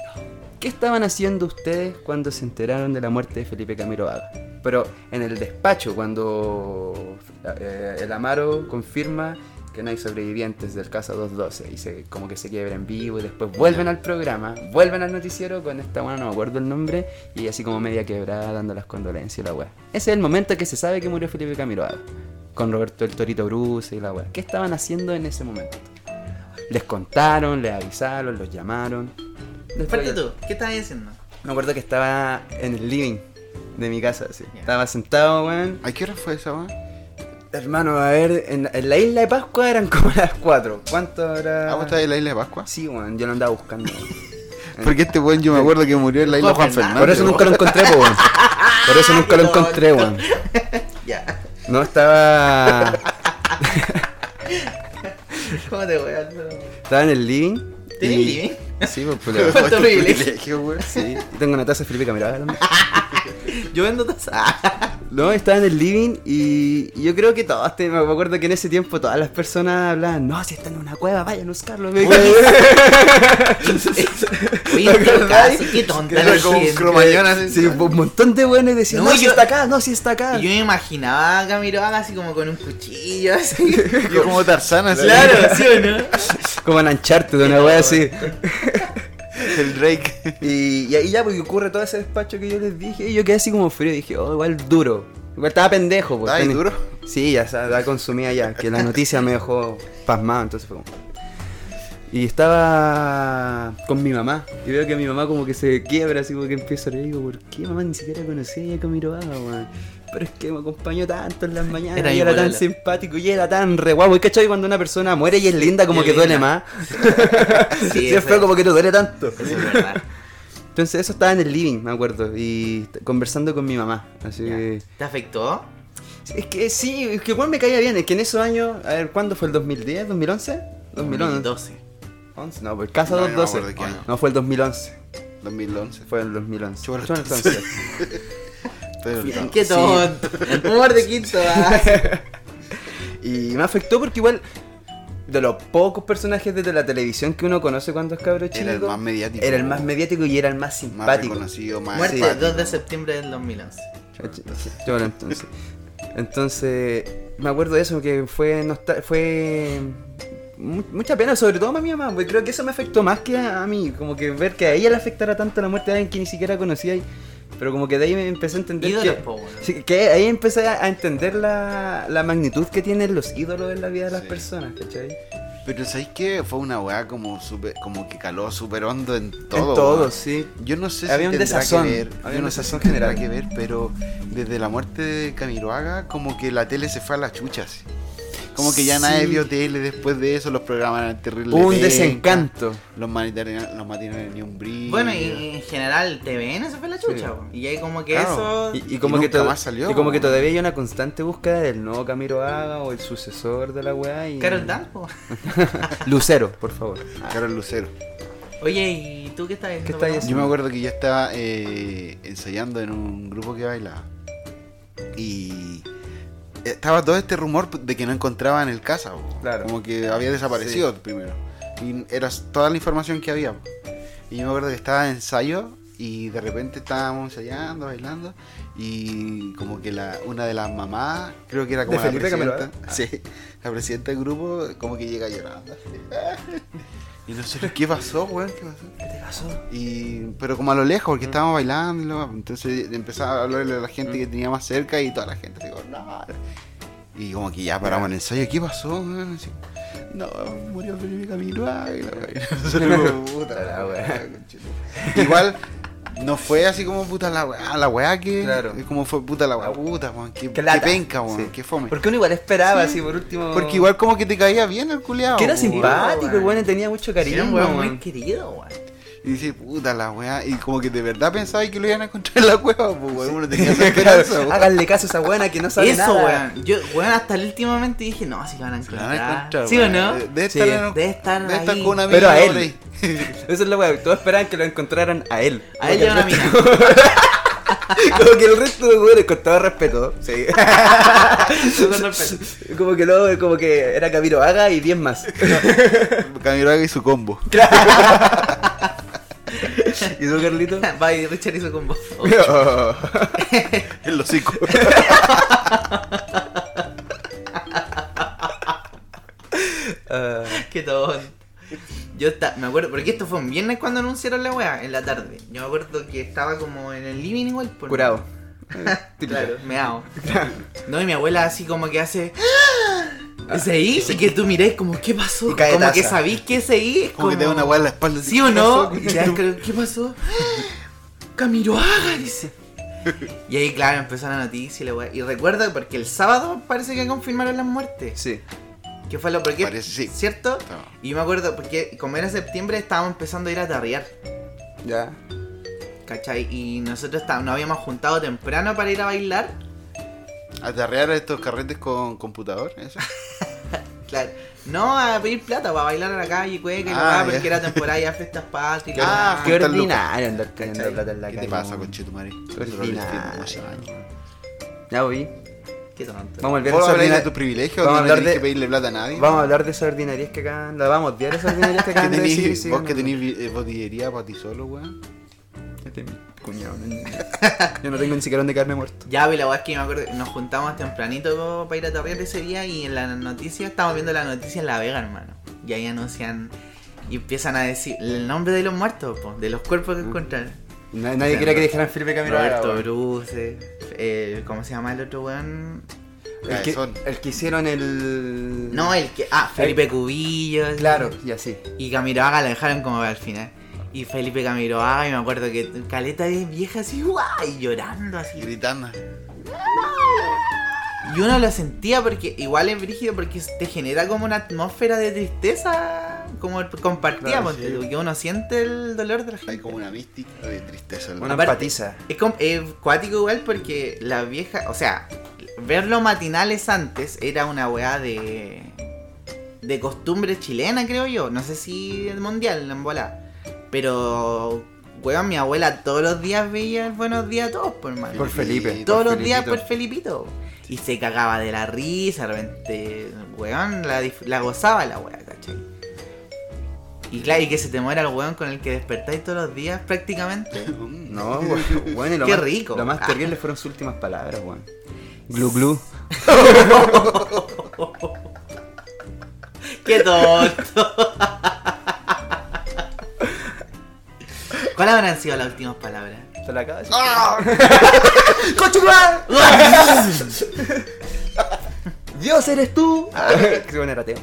Speaker 3: ¿Qué estaban haciendo ustedes cuando se enteraron de la muerte de Felipe Camilo Vaga? Pero en el despacho, cuando eh, el Amaro confirma que no hay sobrevivientes del caso 212 y se, como que se quiebra en vivo y después vuelven al programa, vuelven al noticiero con esta buena, no me acuerdo el nombre, y así como media quebrada dando las condolencias y la weá. Ese es el momento que se sabe que murió Felipe Camilo Vaga, con Roberto el Torito Bruce y la weá. ¿Qué estaban haciendo en ese momento? Les contaron, les avisaron, los llamaron.
Speaker 1: Parte tú, ¿qué estás haciendo?
Speaker 3: Me acuerdo que estaba en el living de mi casa, así.
Speaker 1: Ya.
Speaker 3: Estaba sentado, weón.
Speaker 2: ¿A qué hora fue esa, weón?
Speaker 3: Hermano, a ver, en, en la isla de Pascua eran como las 4. ¿Cuánto
Speaker 2: Ah,
Speaker 3: era?
Speaker 2: ¿vos estabas en la isla de Pascua?
Speaker 3: Sí, weón, yo lo andaba [LAUGHS] buscando. weón.
Speaker 2: Porque este weón yo me acuerdo que murió en la isla Juan Fernández.
Speaker 3: Por eso nunca lo encontré, po, weón. Por eso nunca lo encontré, weón.
Speaker 1: Ya. [LAUGHS]
Speaker 3: No estaba.
Speaker 1: ¿Cómo te voy a hacer?
Speaker 3: Estaba en el living.
Speaker 1: ¿Tenés
Speaker 3: y-
Speaker 1: living?
Speaker 3: Sí, pues,
Speaker 2: weón.
Speaker 3: culiao.
Speaker 1: Cuánto privilegio.
Speaker 2: weón.
Speaker 3: Sí. Y Tengo una taza de Felipe Camerada también.
Speaker 1: Yo vendo [LAUGHS] tazas.
Speaker 3: No, estaba en el living y y yo creo que todas, te- me acuerdo que en ese tiempo todas las personas hablaban, no, si están en una cueva, vayan a buscarlo. Me
Speaker 1: Oye, [LAUGHS] en todo caso, qué tonta la
Speaker 2: Era como un
Speaker 1: gente.
Speaker 2: cromañón así.
Speaker 3: Sí, un montón de buenos decían,
Speaker 1: No,
Speaker 3: no, si
Speaker 1: yo-
Speaker 3: está acá, no, si está acá.
Speaker 1: Y yo me imaginaba a Camiroaga así como con un cuchillo, [LAUGHS] así.
Speaker 2: Yo [LAUGHS] como Tarzana, así.
Speaker 1: claro, ¿sí [LAUGHS] o no?
Speaker 3: Como en Uncharted, una wea así.
Speaker 2: El Drake.
Speaker 3: Y, y ahí ya, porque ocurre todo ese despacho que yo les dije, y yo quedé así como frío, dije, oh, igual duro. Igual estaba pendejo, pues.
Speaker 2: Ay,
Speaker 3: tenía-
Speaker 2: duro.
Speaker 3: Sí, ya sa- la consumía ya, que la noticia me dejó pasmado, entonces fue como... Y estaba con mi mamá, y veo que mi mamá como que se quiebra, así como que empieza a reír, y digo, ¿por qué mamá ni siquiera conocía a Camiroaga, weón? Pero es que me acompañó tanto en las mañanas,
Speaker 1: Era
Speaker 3: y
Speaker 1: mi
Speaker 3: era tan
Speaker 1: pololo.
Speaker 3: simpático, y era tan re guapo, y cachai cuando una persona muere y es linda, como
Speaker 1: Y
Speaker 3: que
Speaker 1: linda.
Speaker 3: duele más. [LAUGHS]
Speaker 1: Sí,
Speaker 3: Sí,
Speaker 1: eso
Speaker 3: es feo como que no duele tanto.
Speaker 1: Eso es verdad.
Speaker 3: Entonces eso estaba en el living, me acuerdo, y t- conversando con mi mamá. Así que-
Speaker 1: ¿Te afectó?
Speaker 3: Es que sí, es que igual me caía bien, es que en esos años, a ver, ¿cuándo fue el 2010? ¿2011? 2011.
Speaker 1: 2012.
Speaker 3: 11, no, pues casa
Speaker 2: No, yo no me
Speaker 3: 2012.
Speaker 2: acuerdo de qué año.
Speaker 3: No, fue el 2011.
Speaker 2: 2011.
Speaker 3: Fue el 2011.
Speaker 2: Chúbalo
Speaker 3: Chúbalo
Speaker 2: entonces.
Speaker 3: entonces.
Speaker 2: Pero no.
Speaker 1: Qué tonto. [LAUGHS] Humor de quinto. ah.
Speaker 3: Y me afectó porque igual de los pocos personajes de la televisión que uno conoce cuando es cabro chico,
Speaker 2: Era el más mediático.
Speaker 3: era el más mediático y era el más
Speaker 2: Más
Speaker 3: simpático.
Speaker 2: reconocido, más
Speaker 1: Muerte
Speaker 2: simpático.
Speaker 1: 2 de septiembre del 2011.
Speaker 3: Yo entonces. Entonces, me acuerdo de eso, que fue nostal- fue mu- mucha pena, sobre todo a mi mamá, porque creo que eso me afectó más que a, a mí, como que ver que a ella le afectara tanto la muerte de alguien que ni siquiera conocía, y- pero como que de ahí me empecé a entender
Speaker 1: Ídolos,
Speaker 3: que,
Speaker 1: po, weón.
Speaker 3: Sí, que ahí empecé a a entender la, la magnitud que tienen los ídolos en la vida de las
Speaker 2: Sí.
Speaker 3: personas, ¿cachai?
Speaker 2: Pero ¿sabéis qué? Fue una weá como, super, como que caló súper hondo en todo.
Speaker 3: en todos,
Speaker 2: weón.
Speaker 3: sí.
Speaker 2: Yo no sé
Speaker 3: Había un
Speaker 2: si tendrá
Speaker 3: desazón,
Speaker 2: que ver,
Speaker 3: había
Speaker 2: yo
Speaker 3: un
Speaker 2: no sé si
Speaker 3: desazón
Speaker 2: tendrá
Speaker 3: general.
Speaker 2: que ver, pero desde la muerte de Camiroaga, como que la tele se fue a las chuchas. Como que ya nadie
Speaker 3: Sí.
Speaker 2: vio tele después de eso, los programas eran terribles.
Speaker 3: Hubo un
Speaker 2: pencas,
Speaker 3: desencanto.
Speaker 2: Los matinales, los matinales ni un brillo.
Speaker 1: Bueno, y en general TVN se fue la chucha, po. y ahí como que
Speaker 2: Claro.
Speaker 1: eso...
Speaker 3: Y, y como
Speaker 2: Y
Speaker 3: que
Speaker 2: nunca
Speaker 3: to-
Speaker 2: más salió,
Speaker 3: y como que
Speaker 2: weón.
Speaker 3: todavía hay una constante búsqueda del nuevo Camiroaga o el sucesor de la weá y...
Speaker 1: Carol Dance, po. [LAUGHS]
Speaker 3: Lucero, por favor.
Speaker 2: Carol Lucero.
Speaker 1: Oye, ¿y tú qué estás haciendo?
Speaker 3: estás
Speaker 1: po?
Speaker 3: haciendo?
Speaker 2: Yo me acuerdo que yo estaba eh, ensayando en un grupo que bailaba. Y estaba todo este rumor de que no encontraban el casa. po.
Speaker 3: Claro.
Speaker 2: Como que había desaparecido primero. Y era toda la información que había. po. Y yo me acuerdo que estaba en ensayo y de repente estábamos ensayando, bailando. Y como que la, una de las mamás, creo que era como
Speaker 3: ¿De
Speaker 2: la
Speaker 3: Felipe Ah.
Speaker 2: presidenta. Sí, la presidenta del grupo, como que llega llorando. [LAUGHS] Y no sé, ¿qué pasó, weón? ¿Qué pasó?
Speaker 3: ¿Qué te pasó?
Speaker 2: Y, pero como a lo lejos, porque estábamos bailando, y lo- entonces empezaba a hablarle a la gente que tenía más cerca y toda la gente digo, no. Y como que ya paramos el ensayo, ¿qué pasó? weón? Así, no, murió Felipe Camiroaga y la [LAUGHS] weá. Nosotros como, puta la weá, conchetumare. Igual no fue así como puta la weá, la weá que
Speaker 3: Claro.
Speaker 2: es como fue puta la weá, puta, weón, qué,
Speaker 3: Qué
Speaker 2: qué
Speaker 3: lata.
Speaker 2: penca, weón,
Speaker 3: Sí.
Speaker 2: qué fome.
Speaker 3: Porque uno igual esperaba,
Speaker 2: Sí.
Speaker 3: así por último...
Speaker 2: Porque igual como que te caía bien el culiado.
Speaker 3: Que era
Speaker 2: weón.
Speaker 3: simpático,
Speaker 1: weón.
Speaker 3: el weón tenía mucho
Speaker 1: Era
Speaker 3: cariño,
Speaker 1: un weón muy
Speaker 3: weón.
Speaker 1: querido, weón.
Speaker 2: Y dice, puta la weá. Y como que de verdad pensaba que lo iban a encontrar en la cueva, pues weón, uno tenía esa [LAUGHS] esperanza,
Speaker 3: [LAUGHS] [LAUGHS] Claro,
Speaker 2: weón.
Speaker 3: Háganle caso a esa buena que no sabe
Speaker 1: Eso,
Speaker 3: nada.
Speaker 1: weón. Yo, weón, hasta últimamente dije, no, si lo van a
Speaker 2: Lo van a
Speaker 1: encontrar.
Speaker 2: encontrar,
Speaker 1: ¿Sí o
Speaker 2: weón. Eh,
Speaker 1: no?
Speaker 2: Debe
Speaker 3: Sí.
Speaker 2: estar, en un-
Speaker 1: Debe estar
Speaker 2: debe estar
Speaker 1: ahí.
Speaker 2: con una
Speaker 3: Pero
Speaker 2: mina
Speaker 3: a él.
Speaker 2: por ahí. [LAUGHS]
Speaker 3: Eso es la weá, todos esperaban que lo encontraran a él.
Speaker 1: A él lleva una mina.
Speaker 3: [LAUGHS] Como que el resto de weones, con todo respeto, sí.
Speaker 1: Con respeto.
Speaker 3: [LAUGHS] como que luego, como que era Camiroaga y 10 más.
Speaker 2: Camiroaga y
Speaker 1: [LAUGHS]
Speaker 2: su combo.
Speaker 3: ¿Y tú, Carlito?
Speaker 1: [LAUGHS] Bye, Richard hizo con vos.
Speaker 2: [LAUGHS] En los cinco.
Speaker 3: Ah,
Speaker 1: Qué tonto. Yo esta- me acuerdo, porque esto fue un viernes cuando anunciaron la weá, en la tarde. Yo me acuerdo que estaba como en el living igual. pues, ¿no?
Speaker 3: curado. [LAUGHS]
Speaker 2: [LAUGHS] Ah,
Speaker 1: claro, me hago. No, y mi abuela así como que hace. Ese I, y que tú miráis como, ¿qué pasó?
Speaker 3: Y cae
Speaker 1: como
Speaker 3: taza.
Speaker 1: que sabís que ese I es
Speaker 2: Como
Speaker 1: como...
Speaker 2: que te da una hueá en la espalda. así,
Speaker 1: ¿Sí o
Speaker 2: ¿qué
Speaker 1: no?
Speaker 2: pasó?
Speaker 1: Y te das cre- ¿Qué
Speaker 2: [LAUGHS]
Speaker 1: pasó? Camiroaga, dice. Y ahí, claro, empezó la noticia y la weá. Y recuerda, porque el sábado parece que confirmaron las muertes.
Speaker 3: Sí.
Speaker 1: Que fue lo porque.
Speaker 2: Parece, sí.
Speaker 1: ¿Cierto?
Speaker 2: Estaba-
Speaker 1: Y yo me acuerdo, porque como era septiembre, estábamos empezando a ir a tarrear.
Speaker 3: Ya.
Speaker 1: ¿Cachai? Y nosotros está- nos habíamos juntado temprano para ir a bailar.
Speaker 2: ¿Atarrear a estos carretes con computador? eso.
Speaker 1: Claro. No a pedir plata para bailar a la calle, cueca y
Speaker 2: Ah,
Speaker 1: la weá,
Speaker 2: ya.
Speaker 1: porque era temporada ya fiestas patrias.
Speaker 2: Ah,
Speaker 3: Qué
Speaker 2: Juntar lucas.
Speaker 3: ordinario andar teniendo
Speaker 1: ¿Cachai?
Speaker 3: plata en la
Speaker 2: ¿Qué
Speaker 3: calle.
Speaker 2: te pasa, conchetumare?
Speaker 3: Ordinario.
Speaker 2: Vos
Speaker 3: Ya voy.
Speaker 1: qué tonto.
Speaker 3: Vamos a volver a
Speaker 2: hablas
Speaker 3: esa
Speaker 2: de
Speaker 3: ordina-
Speaker 2: tus privilegios,
Speaker 3: Vamos a
Speaker 2: no
Speaker 3: hablar
Speaker 2: tenés
Speaker 3: de-
Speaker 2: que pedirle plata a nadie.
Speaker 3: Vamos a hablar de esas ordinarias que acaban. La vamos a odiar esas ordinarias
Speaker 2: [LAUGHS]
Speaker 3: que
Speaker 2: Que
Speaker 3: acaban de
Speaker 2: tenés,
Speaker 3: decir. y siguen
Speaker 2: vos que
Speaker 3: hablando.
Speaker 2: tenés eh, botillería para ti solo, weón.
Speaker 3: Este es mi cuñado. Yo no tengo ni siquiera donde quedarme muerto.
Speaker 1: Ya, pero la weá es que me acuerdo, nos juntamos tempranito para ir a torrear ese día y en la noticia, estábamos viendo la noticia en La Vega, hermano. Y ahí anuncian y empiezan a decir el nombre de los muertos, po, de los cuerpos que encontraron.
Speaker 3: Na- Nadie quería que dejaran Felipe Camiroaga.
Speaker 1: Roberto
Speaker 3: weón.
Speaker 1: Bruce, eh, ¿cómo se llama el otro weón?
Speaker 3: El
Speaker 2: Cabezón.
Speaker 3: que, el que hicieron el.
Speaker 1: No, el que. Ah, Felipe Cubillos.
Speaker 3: Claro, y así.
Speaker 1: Y Camiroaga la dejaron como al final. Y Felipe Camiroaga, y me acuerdo que Caleta es vieja así, guay, llorando así.
Speaker 2: Gritando.
Speaker 1: Y uno lo sentía porque igual es brígido porque te genera como una atmósfera de tristeza como el- compartida,
Speaker 3: Claro,
Speaker 1: ponte
Speaker 2: sí.
Speaker 1: tú, que uno siente el dolor de la gente.
Speaker 2: Hay como una mística de tristeza.
Speaker 3: Una
Speaker 1: Aparte-
Speaker 3: empatiza.
Speaker 1: Es, com- es cuático igual porque la vieja, o sea, ver los matinales antes era una weá de de costumbre chilena, creo yo. No sé si el mundial, en bola. Pero, weón, mi abuela todos los días veía el buenos días a todos, por hermano.
Speaker 3: Por Felipe.
Speaker 2: Felipito,
Speaker 1: Todos los días por
Speaker 2: Felipito.
Speaker 1: Felipito. Y se cagaba de la risa, de repente, weón, la, dif- la gozaba la weá, ¿cachai? Y claro, y que se te muera el weón con el que despertáis todos los días prácticamente.
Speaker 2: [LAUGHS] Mm.
Speaker 3: No, [LAUGHS] weón. Bueno, y lo
Speaker 1: Qué
Speaker 3: más,
Speaker 1: rico.
Speaker 3: Lo más terrible fueron sus últimas palabras, weón. Glu glu.
Speaker 1: ¡Qué tonto! ¿Cuáles habrán sido las últimas palabras?
Speaker 3: Te la acabo de decir.
Speaker 2: Ah,
Speaker 3: ¡Dios eres tú! Que se pone ateo.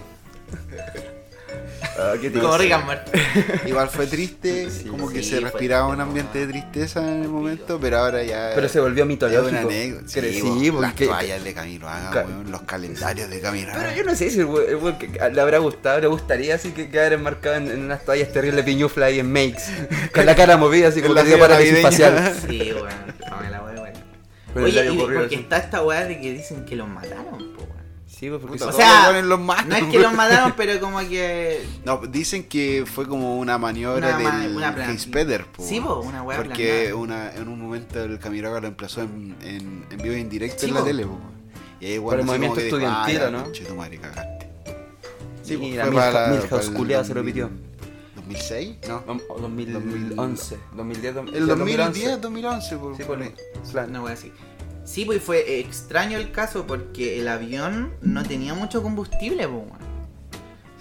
Speaker 3: Ah, qué
Speaker 1: Como
Speaker 3: triste.
Speaker 1: Rick and Morty.
Speaker 2: Igual fue triste,
Speaker 3: Sí,
Speaker 2: como que
Speaker 1: sí,
Speaker 2: se
Speaker 1: fue
Speaker 2: respiraba un
Speaker 1: triste,
Speaker 2: ambiente de tristeza en el momento, pero ahora ya.
Speaker 3: Pero se volvió
Speaker 2: es
Speaker 3: mitológico.
Speaker 2: una anécdota.
Speaker 3: Cre-
Speaker 2: Sí,
Speaker 3: sí,
Speaker 2: bo, las
Speaker 3: porque-
Speaker 2: toallas de Camiroaga,
Speaker 3: Ca-
Speaker 2: weón, los calendarios de
Speaker 3: Pero
Speaker 2: Camiroaga.
Speaker 3: yo no sé si el we- el weón que- le habrá gustado, le gustaría así que quedar enmarcado en, en unas toallas terribles piñufla ahí en makes. [LAUGHS] Con la cara movida así
Speaker 2: En
Speaker 3: como
Speaker 2: la
Speaker 3: que dio
Speaker 2: fiebre
Speaker 3: parálisis
Speaker 2: navideña.
Speaker 3: facial. [LAUGHS]
Speaker 1: Sí, bueno, tome la wea, bueno.
Speaker 3: Con el
Speaker 1: Oye,
Speaker 3: labio
Speaker 1: y
Speaker 3: corrido
Speaker 1: porque
Speaker 3: así.
Speaker 1: está esta weá de que dicen que los mataron, po, weón.
Speaker 3: Sí, pues, porque
Speaker 1: O
Speaker 2: Puta, todos
Speaker 1: sea,
Speaker 2: los weones los matan,
Speaker 1: No es que los
Speaker 2: weón.
Speaker 1: mataron, pero como que.
Speaker 2: No, dicen que fue como una maniobra
Speaker 1: Una ma-
Speaker 2: del
Speaker 1: una plan-
Speaker 2: Hispeder, po.
Speaker 1: Sí, po, una weá
Speaker 2: Porque
Speaker 1: aplanada.
Speaker 2: una, en un momento el Camiroaga lo emplazó en, en, en vivo y en directo
Speaker 1: Sí,
Speaker 2: en la
Speaker 1: po.
Speaker 2: tele, po. Y ahí,
Speaker 3: Por el movimiento estudiantil, ¿o no?
Speaker 2: "Ah, tu madre, cagaste.
Speaker 3: Sí,
Speaker 2: po,
Speaker 3: y la
Speaker 2: fue
Speaker 3: Milhouse-
Speaker 2: para la-
Speaker 3: Milhouse
Speaker 2: para el
Speaker 3: culiao se lo pitió.
Speaker 2: 2006, no.
Speaker 3: O 2011, 2010,
Speaker 2: El 2010, 2011, po.
Speaker 3: Sí, pues, por ahí. Claro,
Speaker 1: Una wea así. Sí, pues fue extraño el caso porque el avión no tenía mucho combustible, po, weón.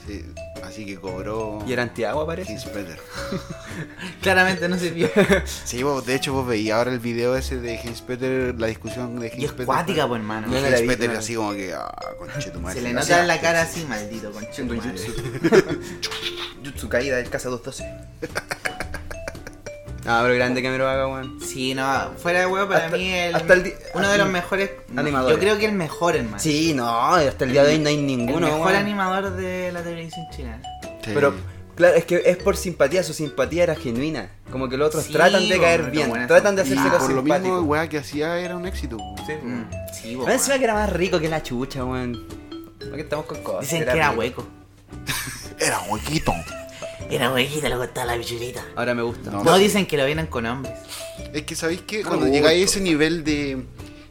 Speaker 2: Sí, así que cobró.
Speaker 3: Y era antiagua parece.
Speaker 2: Hispeder.
Speaker 1: Claramente no sirvió.
Speaker 2: Sí, vos, de hecho vos veías ahora el video ese de Hinspeter, la discusión
Speaker 1: Y
Speaker 2: de
Speaker 1: es
Speaker 2: Hinspeter.
Speaker 1: cuática, po, hermano.
Speaker 3: No, no, la vi,
Speaker 2: Hinspeter
Speaker 3: no la
Speaker 2: así como que, ah, conchetumare.
Speaker 1: Se le nota en la cara así, maldito, con
Speaker 3: Haciendo
Speaker 1: [LAUGHS]
Speaker 3: Jutsu caída del casa 212. Ah, pero grande que me lo haga, weón.
Speaker 1: Sí, no, fuera de huevo para
Speaker 3: Hasta-
Speaker 1: mí el,
Speaker 3: hasta el di-
Speaker 1: uno de los mejores no,
Speaker 3: animadores.
Speaker 1: Yo creo que el mejor, hermano.
Speaker 3: Sí, no, hasta el día de hoy no hay
Speaker 1: el
Speaker 3: ninguno,
Speaker 1: mejor
Speaker 3: weón.
Speaker 1: animador de la televisión chilena.
Speaker 3: Pero claro, es que es por simpatía, su simpatía era genuina. Como que los otros
Speaker 1: Sí,
Speaker 3: tratan de
Speaker 1: weón,
Speaker 3: caer
Speaker 1: pero
Speaker 3: bien,
Speaker 1: buena
Speaker 3: tratan de
Speaker 1: gente.
Speaker 3: hacerse
Speaker 1: Y
Speaker 3: los
Speaker 2: Ah, por lo mismo,
Speaker 3: simpáticos.
Speaker 2: weá, que hacía era un éxito.
Speaker 3: Sí,
Speaker 1: Mm,
Speaker 3: weón.
Speaker 1: Sí,
Speaker 3: Más
Speaker 1: po,
Speaker 3: encima
Speaker 1: weón.
Speaker 3: que era más rico que la chucha, weón. Aquí estamos con cosas.
Speaker 1: Dicen que era
Speaker 3: rico.
Speaker 1: hueco.
Speaker 2: Era huequito.
Speaker 1: Era huequita, le gustaba la bichurita.
Speaker 3: Ahora me gusta.
Speaker 2: No.
Speaker 1: No dicen que lo vienen con hombres.
Speaker 2: Es que, ¿sabéis que
Speaker 3: No,
Speaker 2: Cuando
Speaker 3: gusto.
Speaker 2: llegáis a ese nivel de,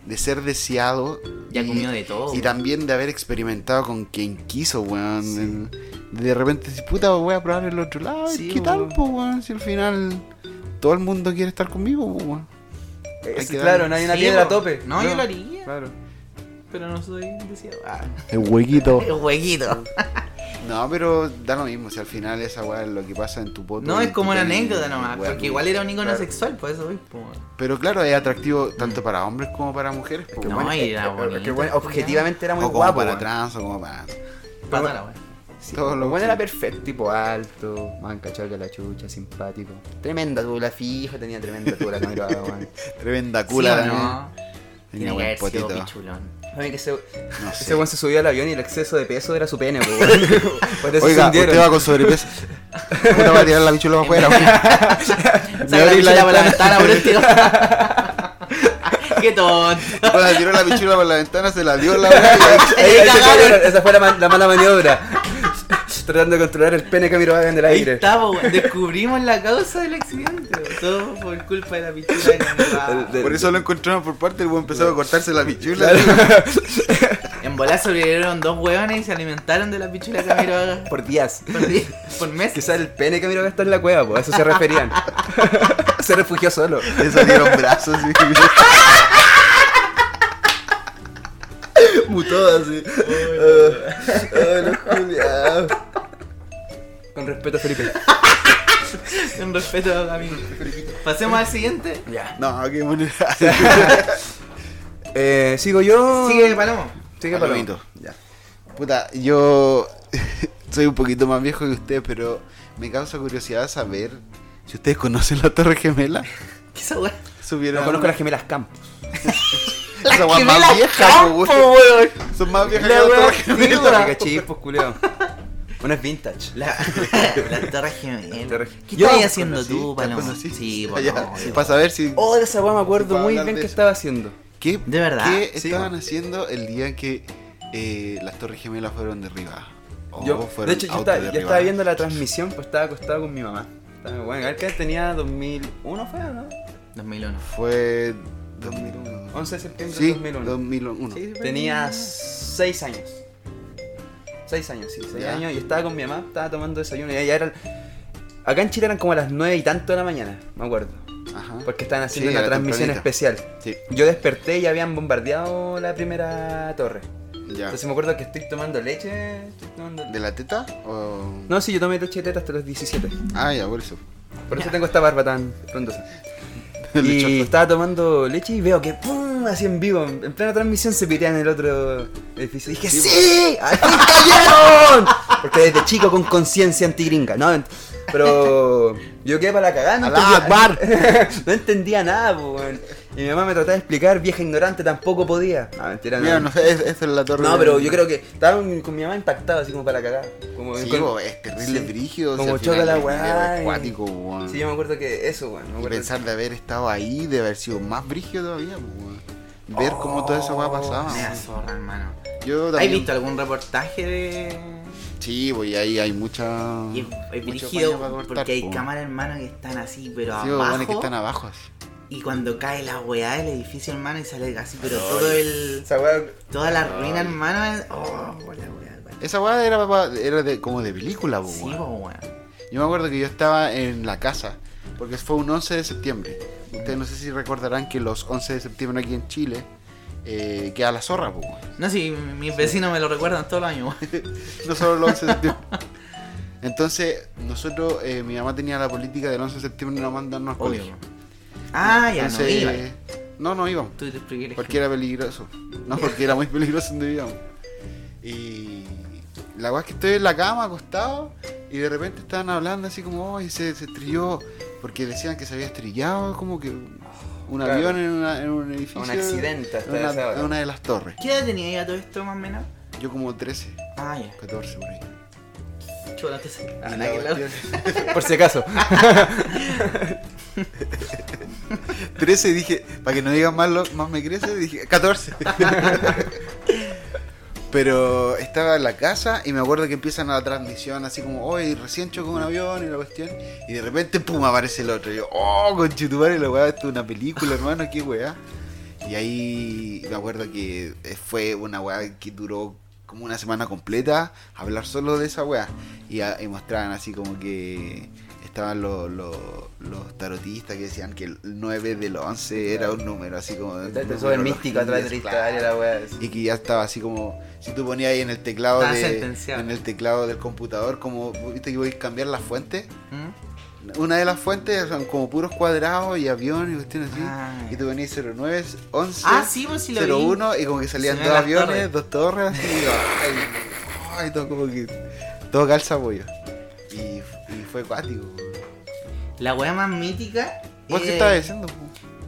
Speaker 2: de ser deseado...
Speaker 1: Ya
Speaker 2: y-
Speaker 1: comió de todo.
Speaker 2: Y también de haber experimentado con quien quiso, weón. De repente, si puta, voy a probar el otro lado.
Speaker 3: Sí,
Speaker 2: ¿Qué tal,
Speaker 3: weón.
Speaker 2: po, weón? Si al final todo el mundo quiere estar conmigo, po, weón.
Speaker 3: Es-
Speaker 2: Hay que
Speaker 3: Eh, claro,
Speaker 2: darle-
Speaker 3: no hay una
Speaker 1: Sí,
Speaker 3: piedra a
Speaker 1: po.
Speaker 3: tope.
Speaker 1: No, yo lo haría.
Speaker 3: Claro.
Speaker 1: Pero no soy deseado. Ah,
Speaker 3: Oh.
Speaker 1: [LAUGHS]
Speaker 2: El huequito.
Speaker 1: el huequito.
Speaker 2: No, pero da lo mismo, si al final esa weá es lo que pasa en tu poto.
Speaker 1: No,
Speaker 2: y
Speaker 1: es
Speaker 2: tu
Speaker 1: como una
Speaker 2: pene,
Speaker 1: anécdota nomás,
Speaker 2: weá,
Speaker 1: porque igual era un icono
Speaker 2: claro.
Speaker 1: sexual, por eso voy. po, weón.
Speaker 2: Pero claro, es atractivo tanto para hombres como para mujeres. po,
Speaker 1: No,
Speaker 2: weón.
Speaker 1: y era
Speaker 3: Pero- pero que
Speaker 1: bonito.
Speaker 3: el Eh, weón objetivamente era muy
Speaker 2: o como
Speaker 3: guapo.
Speaker 2: para
Speaker 3: weón.
Speaker 2: trans o como para.
Speaker 1: Pata la weá.
Speaker 3: Sí,
Speaker 2: Todo lo
Speaker 3: lo bueno era
Speaker 2: sí.
Speaker 3: perfecto, tipo alto, man cachado que la chucha, simpático. Tremenda tula fija, tenía tremenda tula la mirada, weón.
Speaker 2: Tremenda
Speaker 1: ¿Sí
Speaker 2: cula
Speaker 1: o
Speaker 2: también. ¿eh?
Speaker 1: no? Tiene
Speaker 2: Tenía
Speaker 1: que
Speaker 2: buen
Speaker 1: haber sido
Speaker 2: potito.
Speaker 1: pichulón.
Speaker 3: [LAUGHS]
Speaker 1: [LAUGHS]
Speaker 3: A mí que ese,
Speaker 2: No sé.
Speaker 3: ese weón se subió al avión y el exceso de peso era su pene, po,
Speaker 2: [LAUGHS]
Speaker 3: weón. Por eso
Speaker 2: Oiga,
Speaker 3: se hundieron.
Speaker 2: usted va con sobrepeso. Puta, va a tirar la bichula para afuera, weón.
Speaker 1: Saca la
Speaker 2: abrí la
Speaker 1: pichula por la ventana, por último. [LAUGHS] Qué
Speaker 2: [LAUGHS]
Speaker 1: tonto.
Speaker 2: Bueno, tiró la bichula por la ventana, se la dio la weá. y ahí-
Speaker 3: Ahí- ahí se
Speaker 1: cagaron.
Speaker 3: cagaron, Esa fue la, man- la mala maniobra. [LAUGHS] Tratando de controlar el pene que miró en el
Speaker 1: Ahí
Speaker 3: aire.
Speaker 1: está, po, weón. Descubrimos la causa del accidente. weón. Todo por culpa de la pichula de la
Speaker 2: [LAUGHS]
Speaker 1: mamá.
Speaker 3: De-
Speaker 2: Por eso lo encontraron por parte, el weón empezó a cortarse la bichula.
Speaker 1: En bola sobrevivieron dos hueones y se alimentaron de la pichula de Camiroaga
Speaker 3: Por días.
Speaker 1: por, di- [LAUGHS] por
Speaker 2: [LAUGHS]
Speaker 1: meses.
Speaker 3: Quizás el pene que miró está en la cueva, po, a eso se referían. [LAUGHS] se refugió solo.
Speaker 2: Le salieron brazos. y-
Speaker 3: Mutó así. Con respeto, Felipe.
Speaker 1: Con respeto a Camilo. Pasemos al siguiente.
Speaker 3: Ya.
Speaker 2: [LAUGHS] No, qué bonito.
Speaker 3: Eh, sigo yo.
Speaker 1: Sigue Palomo.
Speaker 3: Sigue
Speaker 2: Palomito.
Speaker 3: Paloma. Ya.
Speaker 2: Puta, yo [LAUGHS] soy un poquito más viejo que usted, pero me causa curiosidad saber si ustedes conocen la Torre Gemela.
Speaker 1: ¿Qué esa hueá?
Speaker 2: Subieron.
Speaker 3: No conozco las gemelas Campos.
Speaker 2: Esa weá
Speaker 1: gemelas
Speaker 2: más vieja, po, weón.
Speaker 1: weón.
Speaker 2: Son más viejas que
Speaker 1: La
Speaker 2: la
Speaker 1: weá
Speaker 2: Torre Gemela.
Speaker 1: antigua.
Speaker 3: Porque chispos, culeo. Una pues, es vintage.
Speaker 2: [LAUGHS]
Speaker 1: La, la torre gemela.
Speaker 3: torre-
Speaker 1: ¿Qué
Speaker 3: Yo
Speaker 1: estás
Speaker 3: la
Speaker 1: haciendo
Speaker 2: Conocí,
Speaker 1: tú,
Speaker 2: la
Speaker 1: Palomo?
Speaker 2: conocí.
Speaker 1: Sí,
Speaker 2: Ah, ya,
Speaker 1: Palomo. sí,
Speaker 2: Para saber si.
Speaker 3: Oh, de esa weá me acuerdo
Speaker 2: Para
Speaker 3: muy
Speaker 2: hablar
Speaker 3: bien
Speaker 2: de
Speaker 3: qué
Speaker 2: eso.
Speaker 3: estaba haciendo.
Speaker 2: ¿Qué,
Speaker 1: ¿De verdad?
Speaker 2: qué
Speaker 3: Sí,
Speaker 2: estaban
Speaker 3: weón.
Speaker 2: haciendo el día en que eh, las Torres Gemelas fueron derribadas? O
Speaker 3: Yo,
Speaker 2: Oh, fueron
Speaker 3: de hecho, yo estaba, yo
Speaker 2: autoderribadas.
Speaker 3: estaba viendo la transmisión, pues estaba acostado con mi mamá. Estaba bueno, a ver qué edad tenía 2001 fue, o ¿no?
Speaker 1: 2001.
Speaker 2: Fue. 2001.
Speaker 3: 11 de septiembre
Speaker 2: Sí,
Speaker 3: de 2001.
Speaker 2: 2001.
Speaker 3: Tenía 6 años. 6 años, sí, 6
Speaker 2: Ya.
Speaker 3: años. Y estaba con mi mamá, estaba tomando desayuno y ella era... Acá en Chile eran como las 9 y tanto de la mañana, me acuerdo.
Speaker 2: Ajá.
Speaker 3: Porque estaban haciendo
Speaker 2: Sí,
Speaker 3: una
Speaker 2: era
Speaker 3: transmisión
Speaker 2: tempranito.
Speaker 3: especial.
Speaker 2: Sí,
Speaker 3: Yo desperté y habían bombardeado la primera torre.
Speaker 2: ya.
Speaker 3: Entonces me acuerdo que estoy tomando leche. Estoy tomando...
Speaker 2: ¿De la teta? O...
Speaker 3: No, sí, yo tomé leche de teta hasta los 17.
Speaker 2: Ah, ya, por eso.
Speaker 3: Por eso tengo esta barba tan
Speaker 2: [LAUGHS]
Speaker 3: frondosa.
Speaker 2: Lechoso.
Speaker 3: Y estaba tomando leche y veo que ¡pum! así en vivo, en plena transmisión se pitean el otro edificio. Y dije, ¡sí!
Speaker 2: pues.
Speaker 3: ¡Aquí cayeron! Porque desde chico con conciencia antigringa, ¿no?
Speaker 2: [LAUGHS]
Speaker 3: Pero yo quedé para la cagada, no,
Speaker 2: ¡Alá,
Speaker 3: entendía, [LAUGHS] no entendía nada, po, weón. Y mi mamá me trataba de explicar, vieja ignorante, tampoco podía. No, mentira, no.
Speaker 2: Mira, no sé, es- esa es la torre.
Speaker 3: No, pero yo creo que estaba con con mi mamá impactado, así como para la cagada. Como,
Speaker 2: Sí, pues,
Speaker 3: con-
Speaker 2: bo, es terrible
Speaker 3: Sí.
Speaker 2: brígido.
Speaker 3: Como
Speaker 2: al
Speaker 3: choca
Speaker 2: final
Speaker 3: la
Speaker 2: es medio
Speaker 3: weá y-
Speaker 2: acuático, weón.
Speaker 3: Sí, yo me acuerdo que eso, weón. me
Speaker 2: Y
Speaker 3: acuerdo
Speaker 2: pensar de haber estado ahí, de haber sido más brígido todavía, pues, weón. Ver cómo toda esa weá pasaba.
Speaker 1: Oh, Me da
Speaker 2: weón.
Speaker 1: zorra, hermano.
Speaker 2: Yo
Speaker 1: ¿Has
Speaker 2: también.
Speaker 1: visto algún reportaje de.?
Speaker 2: Sí, bo, y ahí hay mucha.
Speaker 1: Y es- es
Speaker 2: mucho
Speaker 1: dirigido
Speaker 2: paño para cortar,
Speaker 1: porque hay
Speaker 2: po.
Speaker 1: cámaras, hermano, que están así, pero
Speaker 2: Sí, bo,
Speaker 1: abajo.
Speaker 2: weones que están abajo. así.
Speaker 1: Y cuando cae la weá del edificio, hermano, y sale así, pero todo el.
Speaker 3: Esa weá-
Speaker 1: Toda la ruina, hermano. es- Oh, la weá. weá.
Speaker 2: Esa weá era, pa- era de, como de película, bo,
Speaker 1: Sí,
Speaker 2: Oh, weón.
Speaker 1: po, weón.
Speaker 2: Yo me acuerdo que yo estaba en la casa, porque fue un 11 de septiembre. Ustedes no sé si recordarán que los 11 de septiembre aquí en Chile eh, queda la zorra, pues. weón.
Speaker 1: No, sí, mis vecinos me lo recuerdan todos los años, weón.
Speaker 2: No solo los 11 de septiembre. Entonces, nosotros, eh, mi mamá tenía la política del 11 de septiembre no mandarnos al
Speaker 1: Obvio.
Speaker 2: colegio.
Speaker 1: Ah, ya no
Speaker 2: Entonces,
Speaker 1: iba.
Speaker 2: no, no íbamos.
Speaker 1: Tú te expliqué.
Speaker 2: Porque era peligroso. No, porque era muy peligroso donde vivíamos. Y la weá es que estoy en la cama acostado y de repente estaban hablando así como, "Oye, se, se estrelló. Porque decían que se había estrellado como que un
Speaker 3: Claro.
Speaker 2: avión en, una- en un edificio.
Speaker 3: Un accidente hasta
Speaker 2: en una,
Speaker 3: esa hora.
Speaker 2: en una de las torres.
Speaker 1: ¿Qué edad tenía ya todo esto, más o menos?
Speaker 2: Yo como 13,
Speaker 1: Ah, ya.
Speaker 2: 14 por ahí.
Speaker 1: Chola, te sé.
Speaker 3: Ah,
Speaker 1: Y
Speaker 3: la
Speaker 1: la que la-
Speaker 3: cuestión. [LAUGHS] Por si acaso.
Speaker 2: 13 y dije, para que no digan más, lo- más me crece, dije 14. Pero estaba en la casa y me acuerdo que empiezan a la transmisión así como, hoy recién chocó un avión y la cuestión. Y de repente, pum, aparece el otro. Y yo, oh, con y la weá, esto es una película, hermano, qué weá. Y ahí me acuerdo que eh, fue una weá que duró como una semana completa hablar solo de esa weá. Y, a- y mostraban así como que estaban los, los, los tarotistas que decían que el 9 del 11 era un número así como... de-
Speaker 3: Este
Speaker 2: numerología,
Speaker 3: súper místico atrás de la historia,
Speaker 2: claro.
Speaker 3: la weá. sí.
Speaker 2: Y que ya estaba así como, si tú ponías ahí en el teclado
Speaker 1: Estaba
Speaker 2: de,
Speaker 1: sentenciado.
Speaker 2: en el teclado del computador, como viste que voy a cambiar las fuentes,
Speaker 1: ¿Mm?
Speaker 2: una de las fuentes son como puros cuadrados y aviones y cuestiones así.
Speaker 1: Ah.
Speaker 2: Y tú ponías 09, 11,
Speaker 1: Ah, sí, pues sí lo vi.
Speaker 2: 01 y como que salían
Speaker 1: Se ven
Speaker 2: dos
Speaker 1: las
Speaker 2: aviones,
Speaker 1: torres.
Speaker 2: dos torres, así, y, ay, ay, todo como que todo calza pollo. Y, y fue acuático.
Speaker 1: La weá más mítica.
Speaker 2: ¿Vos qué
Speaker 1: eh,
Speaker 2: estabas diciendo? po?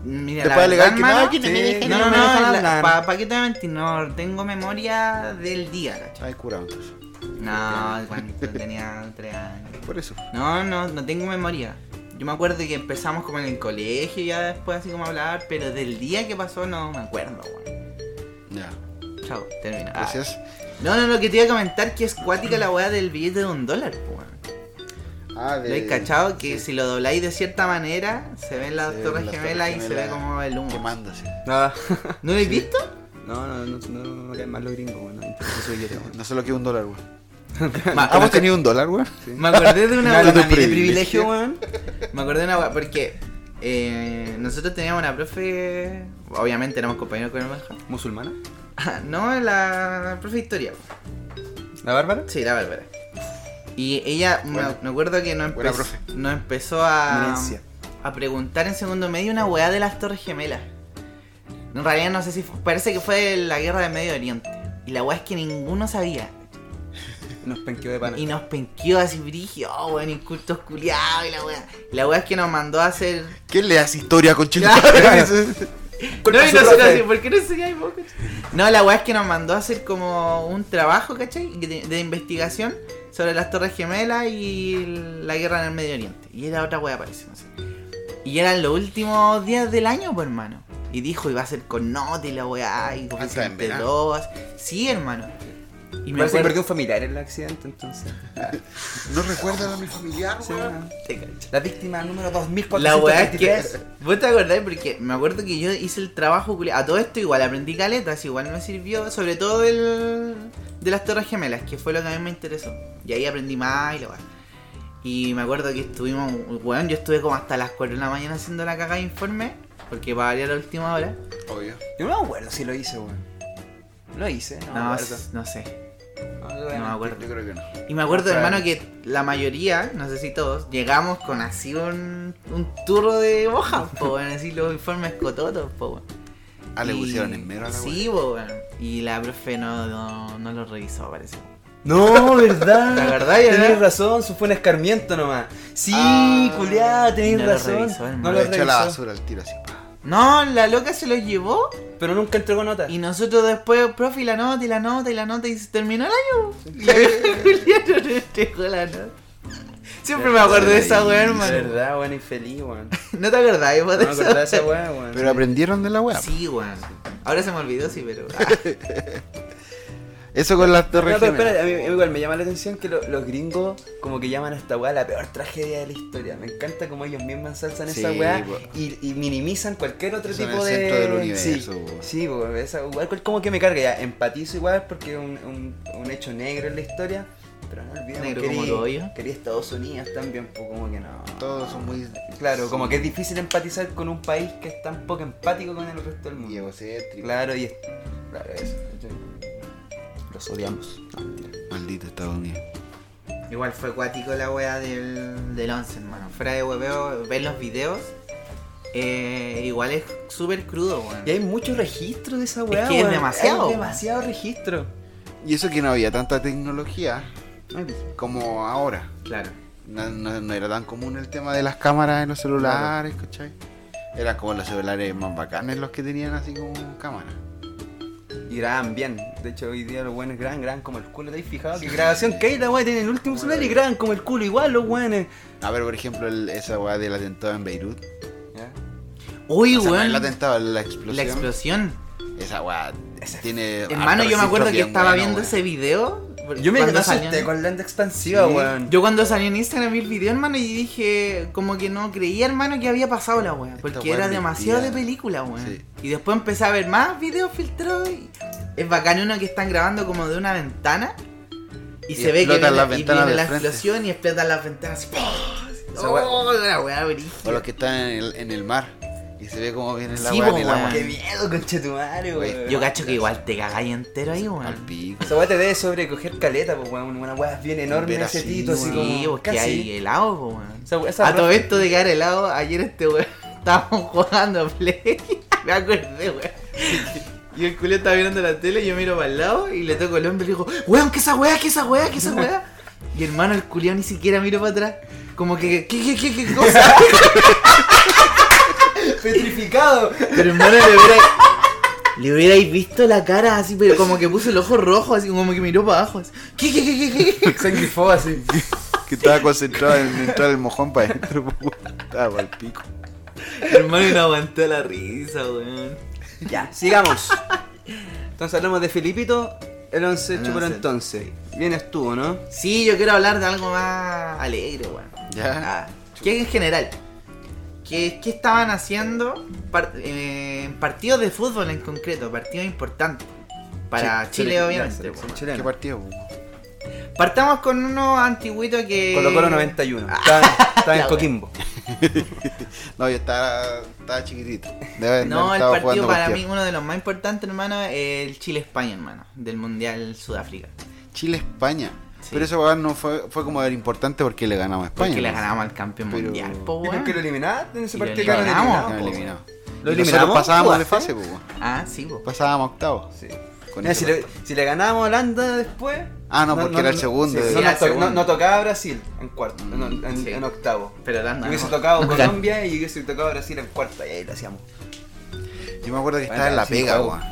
Speaker 1: Mira,
Speaker 2: ¿Te
Speaker 1: la
Speaker 2: puedes alegar
Speaker 1: verdad,
Speaker 2: que no?
Speaker 1: hermano,
Speaker 2: que no me dejan
Speaker 1: No, no,
Speaker 5: me dejan
Speaker 1: no,
Speaker 5: hablar.
Speaker 1: ¿para qué te voy a mentir? No, tengo memoria del día, ¿cachai?
Speaker 2: Ay, curado. entonces.
Speaker 1: No,
Speaker 2: [LAUGHS]
Speaker 1: cuando tenía tres años.
Speaker 2: Por eso.
Speaker 1: No, no, no tengo memoria. Yo me acuerdo que empezamos como en el colegio y ya después así como a hablar, pero del día que pasó no me acuerdo, weón.
Speaker 2: Ya.
Speaker 1: Chao, termina. Ah.
Speaker 2: Gracias.
Speaker 1: No, no, no, que te iba a comentar que es cuática la weá del billete de un dólar, po, weón.
Speaker 2: Ah,
Speaker 1: ¿Lo habéis cachado? Que si lo dobláis de cierta manera, se ven las
Speaker 2: Se ven
Speaker 1: torres
Speaker 2: las
Speaker 1: gemelas
Speaker 2: torres
Speaker 1: y se ve
Speaker 2: gemelas
Speaker 1: como el humo.
Speaker 2: Quemándose.
Speaker 3: Ah, [LAUGHS]
Speaker 1: ¿No lo habéis
Speaker 2: [LAUGHS]
Speaker 1: visto?
Speaker 3: No, no, no, no, no, no caen mal los gringos, weón. No, entonces soy yo, weón.
Speaker 2: No sé lo que es un dólar, weón.
Speaker 1: Ma-
Speaker 2: ¿Hemos tenido un dólar, weón?
Speaker 1: Me acordé
Speaker 3: [LAUGHS]
Speaker 1: de una
Speaker 2: Nada de
Speaker 1: weá de
Speaker 2: privilegio.
Speaker 1: privilegio, weón. Me acordé de una weá, porque eh, nosotros teníamos una profe. Obviamente éramos compañeros con el Benja.
Speaker 3: ¿Musulmana?
Speaker 1: No, la profe de historia.
Speaker 3: ¿La Bárbara?
Speaker 1: Sí, la Bárbara. Y ella, me-
Speaker 2: Buena.
Speaker 1: me, acuerdo que nos,
Speaker 2: Buena
Speaker 1: empezó-
Speaker 2: profe.
Speaker 1: nos empezó a,
Speaker 3: Eminencia.
Speaker 1: a preguntar en segundo medio una weá de las Torres Gemelas. En realidad no sé si fue- parece que fue de la guerra de Medio Oriente. Y la weá es que ninguno sabía.
Speaker 3: Nos penqueó de pana.
Speaker 1: Y nos penqueó así brigio, oh, weón, incultos culiados y la weá. Y la weá es que nos mandó a hacer.
Speaker 2: ¿Quién le hace historia
Speaker 3: [LAUGHS]
Speaker 2: con Chile? [LAUGHS]
Speaker 1: No, y
Speaker 3: su
Speaker 1: nosotros
Speaker 3: profe.
Speaker 1: así, ¿por qué no enseñáis vos, cachai? No, la weá es que nos mandó a hacer como un trabajo, ¿cachai? De, de investigación sobre las Torres Gemelas y la guerra en el Medio Oriente. Y era otra weá, parece, no sé. Y eran los últimos días del año, pues, hermano. Y dijo, iba a ser con nota y la weá, y
Speaker 2: Ah, está en
Speaker 1: coeficiente
Speaker 2: verano.
Speaker 1: 2. Sí, hermano. Y me
Speaker 3: Parece que
Speaker 1: acuerdo-
Speaker 3: perdió un familiar en el accidente, entonces.
Speaker 2: No recuerdan a mi familiar,
Speaker 3: Sí,
Speaker 2: weón.
Speaker 3: Ah, weón. La víctima número
Speaker 1: La weá es que.
Speaker 3: 2423.
Speaker 1: ¿Vos te acordás? Porque me acuerdo que yo hice el trabajo culia- A todo esto igual aprendí caletas, igual me sirvió. Sobre todo el. de las Torres Gemelas, que fue lo que a mí me interesó. Y ahí aprendí más y la weá. Y me acuerdo que estuvimos. Weón, yo estuve como hasta las 4 de la mañana haciendo la cagada de informe. Porque para variar la última hora.
Speaker 2: Obvio.
Speaker 3: Yo no me acuerdo si lo hice, weón. Lo hice, no,
Speaker 1: No,
Speaker 3: me acuerdo.
Speaker 1: s- no sé.
Speaker 3: No, no,
Speaker 1: No me acuerdo.
Speaker 2: Yo creo que no.
Speaker 1: Y me acuerdo,
Speaker 3: Claro.
Speaker 1: hermano, que la mayoría, no sé si todos, llegamos con así un, un turro de hojas, po, weón, así los informes cototos, po, weón.
Speaker 2: Ah, le
Speaker 1: Y-
Speaker 2: pusieron en mero a la
Speaker 1: Sí, po, weón. Y la profe no, no, no lo revisó, parece.
Speaker 3: No, verdad.
Speaker 1: La verdad, ya
Speaker 3: Tenéis
Speaker 1: era.
Speaker 3: razón, su fue un escarmiento nomás. Sí,
Speaker 2: Ah,
Speaker 3: culiada, tenéis
Speaker 1: no lo
Speaker 3: razón.
Speaker 1: revisó, hermano.
Speaker 3: no
Speaker 2: weá.
Speaker 3: lo
Speaker 2: Le echó a la
Speaker 3: revisó,
Speaker 2: basura al tiro así.
Speaker 1: No, la loca se los llevó
Speaker 3: Pero nunca entregó nota.
Speaker 1: y nosotros después, profe, y la nota, y la nota, y la nota, y se terminó el año. [LAUGHS] Y la vieja Julia no le entregó la nota. Siempre me acuerdo de esa weón,
Speaker 3: La
Speaker 1: hermano.
Speaker 3: verdad, weón, infeliz,
Speaker 2: [LAUGHS]
Speaker 3: weón.
Speaker 1: ¿No te acordás, vos,
Speaker 3: No
Speaker 1: de
Speaker 3: me
Speaker 1: esa
Speaker 3: acordaba de
Speaker 1: weá?
Speaker 3: esa weá, weón.
Speaker 2: Pero aprendieron de la weá.
Speaker 1: Sí, weón. Ahora se me olvidó, sí, pero.
Speaker 2: pues. Eso con las
Speaker 3: No,
Speaker 2: torres
Speaker 3: pero
Speaker 2: gemelas.
Speaker 3: espera, a mí, a mí igual me llama la atención que lo- los gringos como que llaman a esta weá la peor tragedia de la historia. Me encanta como ellos mismos ensalzan
Speaker 2: Sí,
Speaker 3: esa weá
Speaker 2: po.
Speaker 3: y, y minimizan cualquier otro
Speaker 2: Son
Speaker 3: tipo
Speaker 2: el
Speaker 3: de...
Speaker 2: centro del universo,
Speaker 3: Sí,
Speaker 2: po.
Speaker 3: sí po, esa weá cual- como que me carga ya. Empatizo igual porque es un, un- un hecho negro en la historia, pero no olvidemos
Speaker 1: Negro
Speaker 3: que
Speaker 1: como
Speaker 3: querí-
Speaker 1: tu hoyo.
Speaker 3: querí Estados Unidos también, pues como que no.
Speaker 2: Todos son muy
Speaker 3: Claro, como que es difícil empatizar con un país que es tan poco empático con el resto del mundo.
Speaker 2: y egocéntricos.
Speaker 3: Claro, y es... Claro, eso. Los odiamos. No, mentira.
Speaker 2: Maldito Estados Unidos.
Speaker 1: Igual fue cuático la wea del, del 11, hermano. Fuera de hueveo, ver los videos. eh, igual es súper crudo, weón.
Speaker 3: Y hay mucho registro de esa weá.
Speaker 1: que es
Speaker 3: weón.
Speaker 1: demasiado.
Speaker 3: Hay demasiado registro.
Speaker 2: Y eso que no había tanta tecnología
Speaker 3: pues,
Speaker 2: como ahora.
Speaker 1: Claro.
Speaker 2: No, no- no era tan común el tema de las cámaras en los celulares, ¿cachai? Eran como los celulares más bacanes los que tenían así como cámara.
Speaker 3: Y graban bien. De hecho, hoy día los weones graban, graban como el culo. ¿Te has fijado? Que grabación que hay, la weá tiene el último celular y graban como el culo. Igual los weones.
Speaker 2: A ver, por ejemplo, el- esa weá del atentado en Beirut.
Speaker 3: Ya.
Speaker 1: Uy,
Speaker 2: O sea, no
Speaker 1: weón.
Speaker 2: el atentado, la explosión. Ah,
Speaker 1: la explosión.
Speaker 2: Esa weá tiene.
Speaker 1: Hermano,
Speaker 2: hartos
Speaker 1: yo me acuerdo
Speaker 2: registros
Speaker 1: que
Speaker 2: bien
Speaker 1: estaba
Speaker 2: buenos,
Speaker 1: viendo
Speaker 2: weón.
Speaker 1: ese video. porque
Speaker 3: Yo me
Speaker 1: cuando salió
Speaker 3: asusté
Speaker 1: en-
Speaker 3: con la onda expansiva,
Speaker 1: Sí.
Speaker 3: weón.
Speaker 1: Yo cuando salió en Instagram vi el video, hermano, y dije, como que no creía, hermano, que había pasado la wea.
Speaker 2: Esta
Speaker 1: Porque
Speaker 2: wea
Speaker 1: era
Speaker 2: es
Speaker 1: demasiado de
Speaker 2: mentira.
Speaker 1: película, weón.
Speaker 2: Sí.
Speaker 1: Y después empecé a ver más videos filtrados. Y... Es bacán uno que están grabando como de una ventana. Y,
Speaker 2: Y
Speaker 1: se ve que
Speaker 2: explotan
Speaker 1: viene,
Speaker 2: las
Speaker 1: y
Speaker 2: ventanas
Speaker 1: viene
Speaker 2: de
Speaker 1: la
Speaker 2: frente.
Speaker 1: explosión y explotan las ventanas. así, ¡pah! Esa weá- Oh, la weá brígida.
Speaker 2: O los que están en el, en el mar. Y se ve cómo viene el
Speaker 1: Sí,
Speaker 2: agua
Speaker 1: po,
Speaker 2: en el
Speaker 1: weón.
Speaker 2: agua.
Speaker 1: Qué
Speaker 3: miedo, conchetumare,
Speaker 2: weón.
Speaker 1: Yo cacho que igual te cagáis entero ahí, weón.
Speaker 2: Al pico.
Speaker 3: Esa weá te debe sobrecoger caleta, pues weón. Una weá bien enorme
Speaker 2: Ver
Speaker 3: ese
Speaker 2: así,
Speaker 3: tito, así como.
Speaker 1: Sí, porque
Speaker 3: casi.
Speaker 1: hay helado, po, weón.
Speaker 3: Esa weá- esa
Speaker 1: A todo
Speaker 3: weá-
Speaker 1: esto de caer helado, ayer este weón [LAUGHS] estábamos jugando a Play. [LAUGHS] Me acordé, weón. Y el culé estaba mirando la tele, yo miro para el lado y le toco el hombro y le digo, weón, que esa weá, que esa weá, que esa weá. Y hermano, el culiao ni siquiera miró para atrás. Como que, ¿qué, qué, qué, qué cosa?
Speaker 3: petrificado. [LAUGHS]
Speaker 1: Pero [LAUGHS] hermano, le hubiera... Le hubierais visto la cara así, pero como que puso el ojo rojo, así como que miró para abajo. así, ¿Qué, qué, qué, qué, qué, qué?
Speaker 3: Sanguifó así.
Speaker 2: [LAUGHS] Que estaba concentrado en entrar el mojón para adentro. po. Estaba al pico.
Speaker 1: Hermano, y no aguantó la risa, weón.
Speaker 3: Ya, sigamos. Entonces hablamos de Felipito, el 11
Speaker 1: El
Speaker 3: chupero
Speaker 1: once.
Speaker 3: entonces. Vienes tú, ¿no?
Speaker 1: Sí, yo quiero hablar de algo más alegre, weón.
Speaker 2: Ya.
Speaker 1: Ah, ¿Qué en general? ¿Qué, qué estaban haciendo Par- eh, partidos de fútbol en concreto? Partidos importantes. Para
Speaker 3: Sí,
Speaker 1: Chile,
Speaker 3: sele- la
Speaker 1: obviamente.
Speaker 3: selección
Speaker 1: weón.
Speaker 2: ¿Qué
Speaker 3: chilena.
Speaker 2: partido? po?
Speaker 1: Partamos con uno antiguito que...
Speaker 3: Colo Colo 91. Está, está en
Speaker 1: Ah, La
Speaker 3: Coquimbo.
Speaker 2: No, yo estaba, estaba chiquitito. Debe haber
Speaker 1: No, el
Speaker 2: estado
Speaker 1: partido
Speaker 2: jugando
Speaker 1: para mí,
Speaker 2: cualquier-
Speaker 1: uno de los más importantes, hermano, es el Chile-España, hermano. Del Mundial Sudáfrica.
Speaker 2: Chile-España.
Speaker 1: Sí.
Speaker 2: Pero ese weón no fue, fue como importante porque le ganamos a España.
Speaker 1: Porque le
Speaker 2: ¿no?
Speaker 1: ganamos al campeón
Speaker 2: Pero-
Speaker 1: mundial, po,
Speaker 3: ¿Y por
Speaker 1: weón.
Speaker 3: qué lo eliminaste en ese
Speaker 1: Oh, Y lo
Speaker 3: partido? que
Speaker 1: eliminamos.
Speaker 3: eliminado,
Speaker 2: Nos
Speaker 3: po,
Speaker 2: eliminó.
Speaker 3: ¿Lo
Speaker 2: Y nosotros
Speaker 3: eliminamos?
Speaker 2: pasábamos de
Speaker 3: ¿Jugaste?
Speaker 2: fase, po, weón.
Speaker 1: Ah, sí, po.
Speaker 2: Pasábamos a octavos.
Speaker 3: Sí.
Speaker 2: Con
Speaker 3: Mira, si,
Speaker 2: ese
Speaker 3: le, si le ganábamos a Holanda después.
Speaker 2: Ah, no, porque era el segundo.
Speaker 3: sí,
Speaker 1: Era
Speaker 3: no,
Speaker 1: el
Speaker 3: nos to-
Speaker 1: segundo.
Speaker 3: no- no tocaba Brasil en cuarto, en, en-
Speaker 1: Sí.
Speaker 3: en octavo.
Speaker 1: Pero Holanda
Speaker 3: hubiese
Speaker 1: no.
Speaker 3: tocado
Speaker 1: No,
Speaker 3: Colombia y hubiese tocado Brasil en cuarta. Y ahí lo hacíamos.
Speaker 2: Yo me acuerdo que estaba
Speaker 3: Bueno,
Speaker 2: en la
Speaker 3: sí,
Speaker 2: pega,
Speaker 3: juego.
Speaker 2: weón.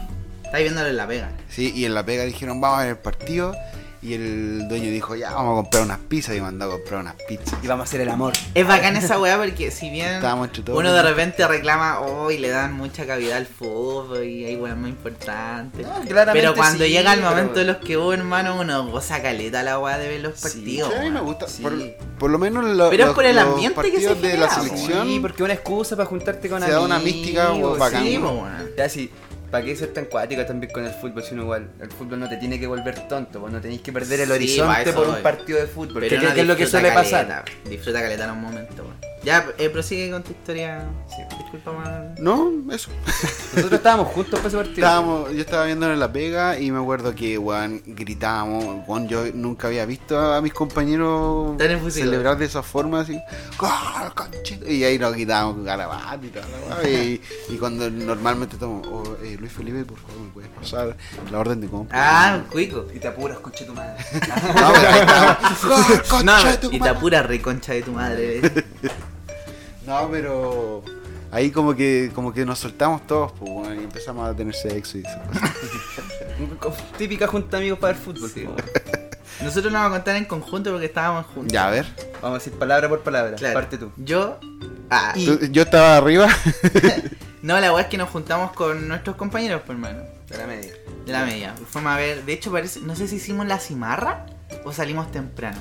Speaker 1: Estáis viéndolo en la pega.
Speaker 2: Sí, y en la pega dijeron, vamos a ver el partido. Y el dueño dijo, ya, vamos a comprar unas pizzas. Y mandó a comprar unas pizzas.
Speaker 3: Y vamos a hacer el amor.
Speaker 1: Es bacán esa weá porque si bien
Speaker 2: Estábamos entre todos.
Speaker 1: uno de repente reclama, oh, y le dan mucha cavidad al fútbol y hay weas más importantes.
Speaker 3: No, claramente
Speaker 1: pero cuando
Speaker 3: sí,
Speaker 1: llega el
Speaker 3: pero-
Speaker 1: momento de los que hubo, hermano, uno goza caleta la weá de ver los partidos.
Speaker 2: Sí, a mí me
Speaker 1: weón.
Speaker 2: gusta.
Speaker 3: Sí.
Speaker 2: Por, por lo menos lo-
Speaker 1: Pero es
Speaker 2: los-
Speaker 1: por el
Speaker 2: los
Speaker 1: ambiente que se
Speaker 2: partidos de
Speaker 1: genera,
Speaker 2: la
Speaker 1: po.
Speaker 2: selección.
Speaker 3: Sí, porque una excusa para juntarte con
Speaker 2: Se da una mística,
Speaker 3: amigos,
Speaker 2: weón, bacán,
Speaker 1: Sí,
Speaker 3: sí,
Speaker 1: po,
Speaker 3: weón.
Speaker 1: weón.
Speaker 3: Ya sí, ¿para qué ser tan cuático también con el fútbol? Si uno igual, el fútbol no te tiene que volver tonto, vos no tenéis que perder el
Speaker 1: Sí, pa'
Speaker 3: horizonte
Speaker 1: eso
Speaker 3: por un
Speaker 1: voy.
Speaker 3: partido de fútbol.
Speaker 1: Pero
Speaker 3: que
Speaker 1: uno
Speaker 3: creo que es lo que
Speaker 1: disfruta
Speaker 3: suele
Speaker 1: caleta,
Speaker 3: pasar.
Speaker 1: weón. Disfruta caleta en un momento, weón. Ya, eh, prosigue con tu historia. Disculpa, weón.
Speaker 2: No, eso.
Speaker 3: Nosotros estábamos juntos para ese partido.
Speaker 2: Estábamos, yo estaba viendo en La Pega y me acuerdo que, weón, gritábamos. Weón, yo nunca había visto a mis compañeros
Speaker 1: Tan efusivo.
Speaker 2: celebrar de esa forma, así. ¡Gol, conchito! Y ahí nos gritábamos garabato y tal. Y, y cuando normalmente estamos, oh, eh, Luis Felipe, por favor, me puedes pasar la orden de
Speaker 1: [LAUGHS]
Speaker 2: compra.
Speaker 1: Ah, un cuico.
Speaker 3: Y te apuras, conche tu madre.
Speaker 2: No, pero ahí estábamos. ¡Gol,
Speaker 1: No,
Speaker 2: Ah, concha de tu
Speaker 1: y te
Speaker 2: madre!
Speaker 1: apura reconcha de tu
Speaker 2: [LAUGHS]
Speaker 1: madre.
Speaker 2: No, pero ahí como que como que nos soltamos todos pues, weón, y empezamos a tener sexo y esas cosas.
Speaker 3: Típica junta de amigos para el fútbol. weón.
Speaker 1: Nosotros lo vamos a contar en conjunto porque estábamos juntos.
Speaker 2: Ya, a ver.
Speaker 3: Vamos a decir palabra por palabra.
Speaker 1: Claro.
Speaker 3: Parte tú.
Speaker 1: Yo. Ah,
Speaker 2: Tú- Yo estaba arriba.
Speaker 1: No, la weá es que nos juntamos con nuestros compañeros, pues, hermano.
Speaker 3: De la media.
Speaker 1: De la media. Fuimos a ver. De hecho, parece. No sé si hicimos la cimarra o salimos temprano.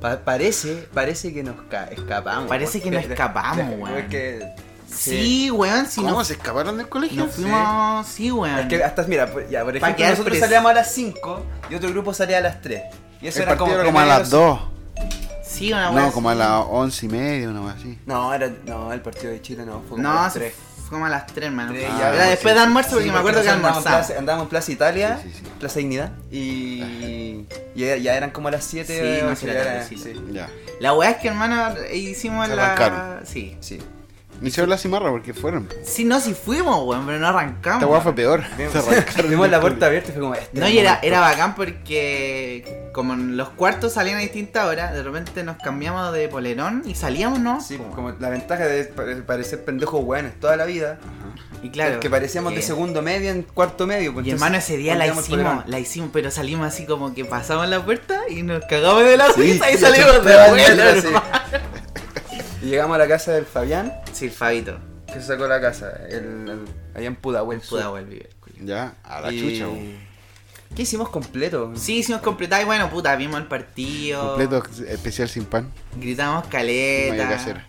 Speaker 3: Pa- parece, parece que nos ca- escapamos.
Speaker 1: Parece que nos escapamos, weón.
Speaker 3: Es que,
Speaker 1: Sí, weón, si
Speaker 2: ¿Cómo
Speaker 1: nos,
Speaker 2: se escaparon del colegio?
Speaker 1: nos fuimos. Sí, weón.
Speaker 3: es que hasta, mira, pues, ya, por
Speaker 1: Pa'
Speaker 3: ejemplo,
Speaker 1: quedar
Speaker 3: nosotros
Speaker 1: preso.
Speaker 3: salíamos a las 5 y otro grupo salía a las 3. Y eso
Speaker 2: El
Speaker 3: era
Speaker 2: partido
Speaker 3: como,
Speaker 2: era como a
Speaker 3: primero,
Speaker 2: las 2.
Speaker 1: Sí, una weá.
Speaker 2: No, como a
Speaker 1: así.
Speaker 2: las once y media, una cosa así.
Speaker 3: No, era, no, el partido de Chile no, fue como
Speaker 1: No,
Speaker 3: las
Speaker 1: se
Speaker 3: 3.
Speaker 1: fue como a las 3, hermano.
Speaker 3: Tres,
Speaker 1: Ah,
Speaker 3: ya,
Speaker 1: era
Speaker 3: pues,
Speaker 1: después
Speaker 2: sí.
Speaker 1: de almuerzo, porque me acuerdo que
Speaker 3: Andábamos,
Speaker 1: almorzamos.
Speaker 3: en Plaza- andábamos en Plaza Italia,
Speaker 2: Sí, sí, sí.
Speaker 3: Plaza Dignidad, y ya, ya eran como las 7.
Speaker 1: Sí, no, sí, era tarde, sí.
Speaker 2: Ya.
Speaker 1: La weá es que, hermano, hicimos
Speaker 2: Se
Speaker 1: la.
Speaker 2: arrancaron.
Speaker 1: Sí.
Speaker 3: sí.
Speaker 2: Ni se la cimarra porque fueron.
Speaker 1: Sí, no, sí fuimos, weón, pero no arrancamos.
Speaker 2: Esta weá fue
Speaker 1: [LAUGHS]
Speaker 2: peor. Se
Speaker 3: [LAUGHS]
Speaker 2: arrancaron
Speaker 3: Vimos la
Speaker 2: del
Speaker 3: puerta abierta y fue como este.
Speaker 1: No, y era,
Speaker 3: momento.
Speaker 1: era bacán porque como los cuartos salían a distintas horas, de repente nos cambiamos de polerón y salíamos, ¿no?
Speaker 3: Sí, como la ventaja de pa- parecer pendejos buenos toda la vida.
Speaker 1: y claro.
Speaker 3: que parecíamos de
Speaker 1: que-
Speaker 3: segundo medio en cuarto medio. pues,
Speaker 1: Y
Speaker 3: entonces
Speaker 1: hermano, ese día la
Speaker 3: cambiamos el
Speaker 1: hicimos,
Speaker 3: programa.
Speaker 1: la hicimos, pero salimos así como que pasamos la puerta y nos cagamos de la
Speaker 2: Sí,
Speaker 1: risa y
Speaker 2: sí,
Speaker 1: salimos de
Speaker 3: Pero
Speaker 1: vuelta,
Speaker 3: al-
Speaker 1: hermano.
Speaker 3: sí. Y llegamos a la casa del Fabián,
Speaker 1: Sí, el Fabito.
Speaker 3: que se sacó la casa, el, el- allá en Pudahuel. Sur.
Speaker 1: Pudahuel vive el culiao.
Speaker 2: Ya, a la
Speaker 3: Y-
Speaker 2: chucha, weón.
Speaker 3: ¿Qué hicimos completo?
Speaker 1: Sí, hicimos completar y bueno, puta, vimos el partido.
Speaker 2: Completo especial sin pan.
Speaker 1: Gritamos
Speaker 2: No había que
Speaker 1: caleta.
Speaker 2: hacer.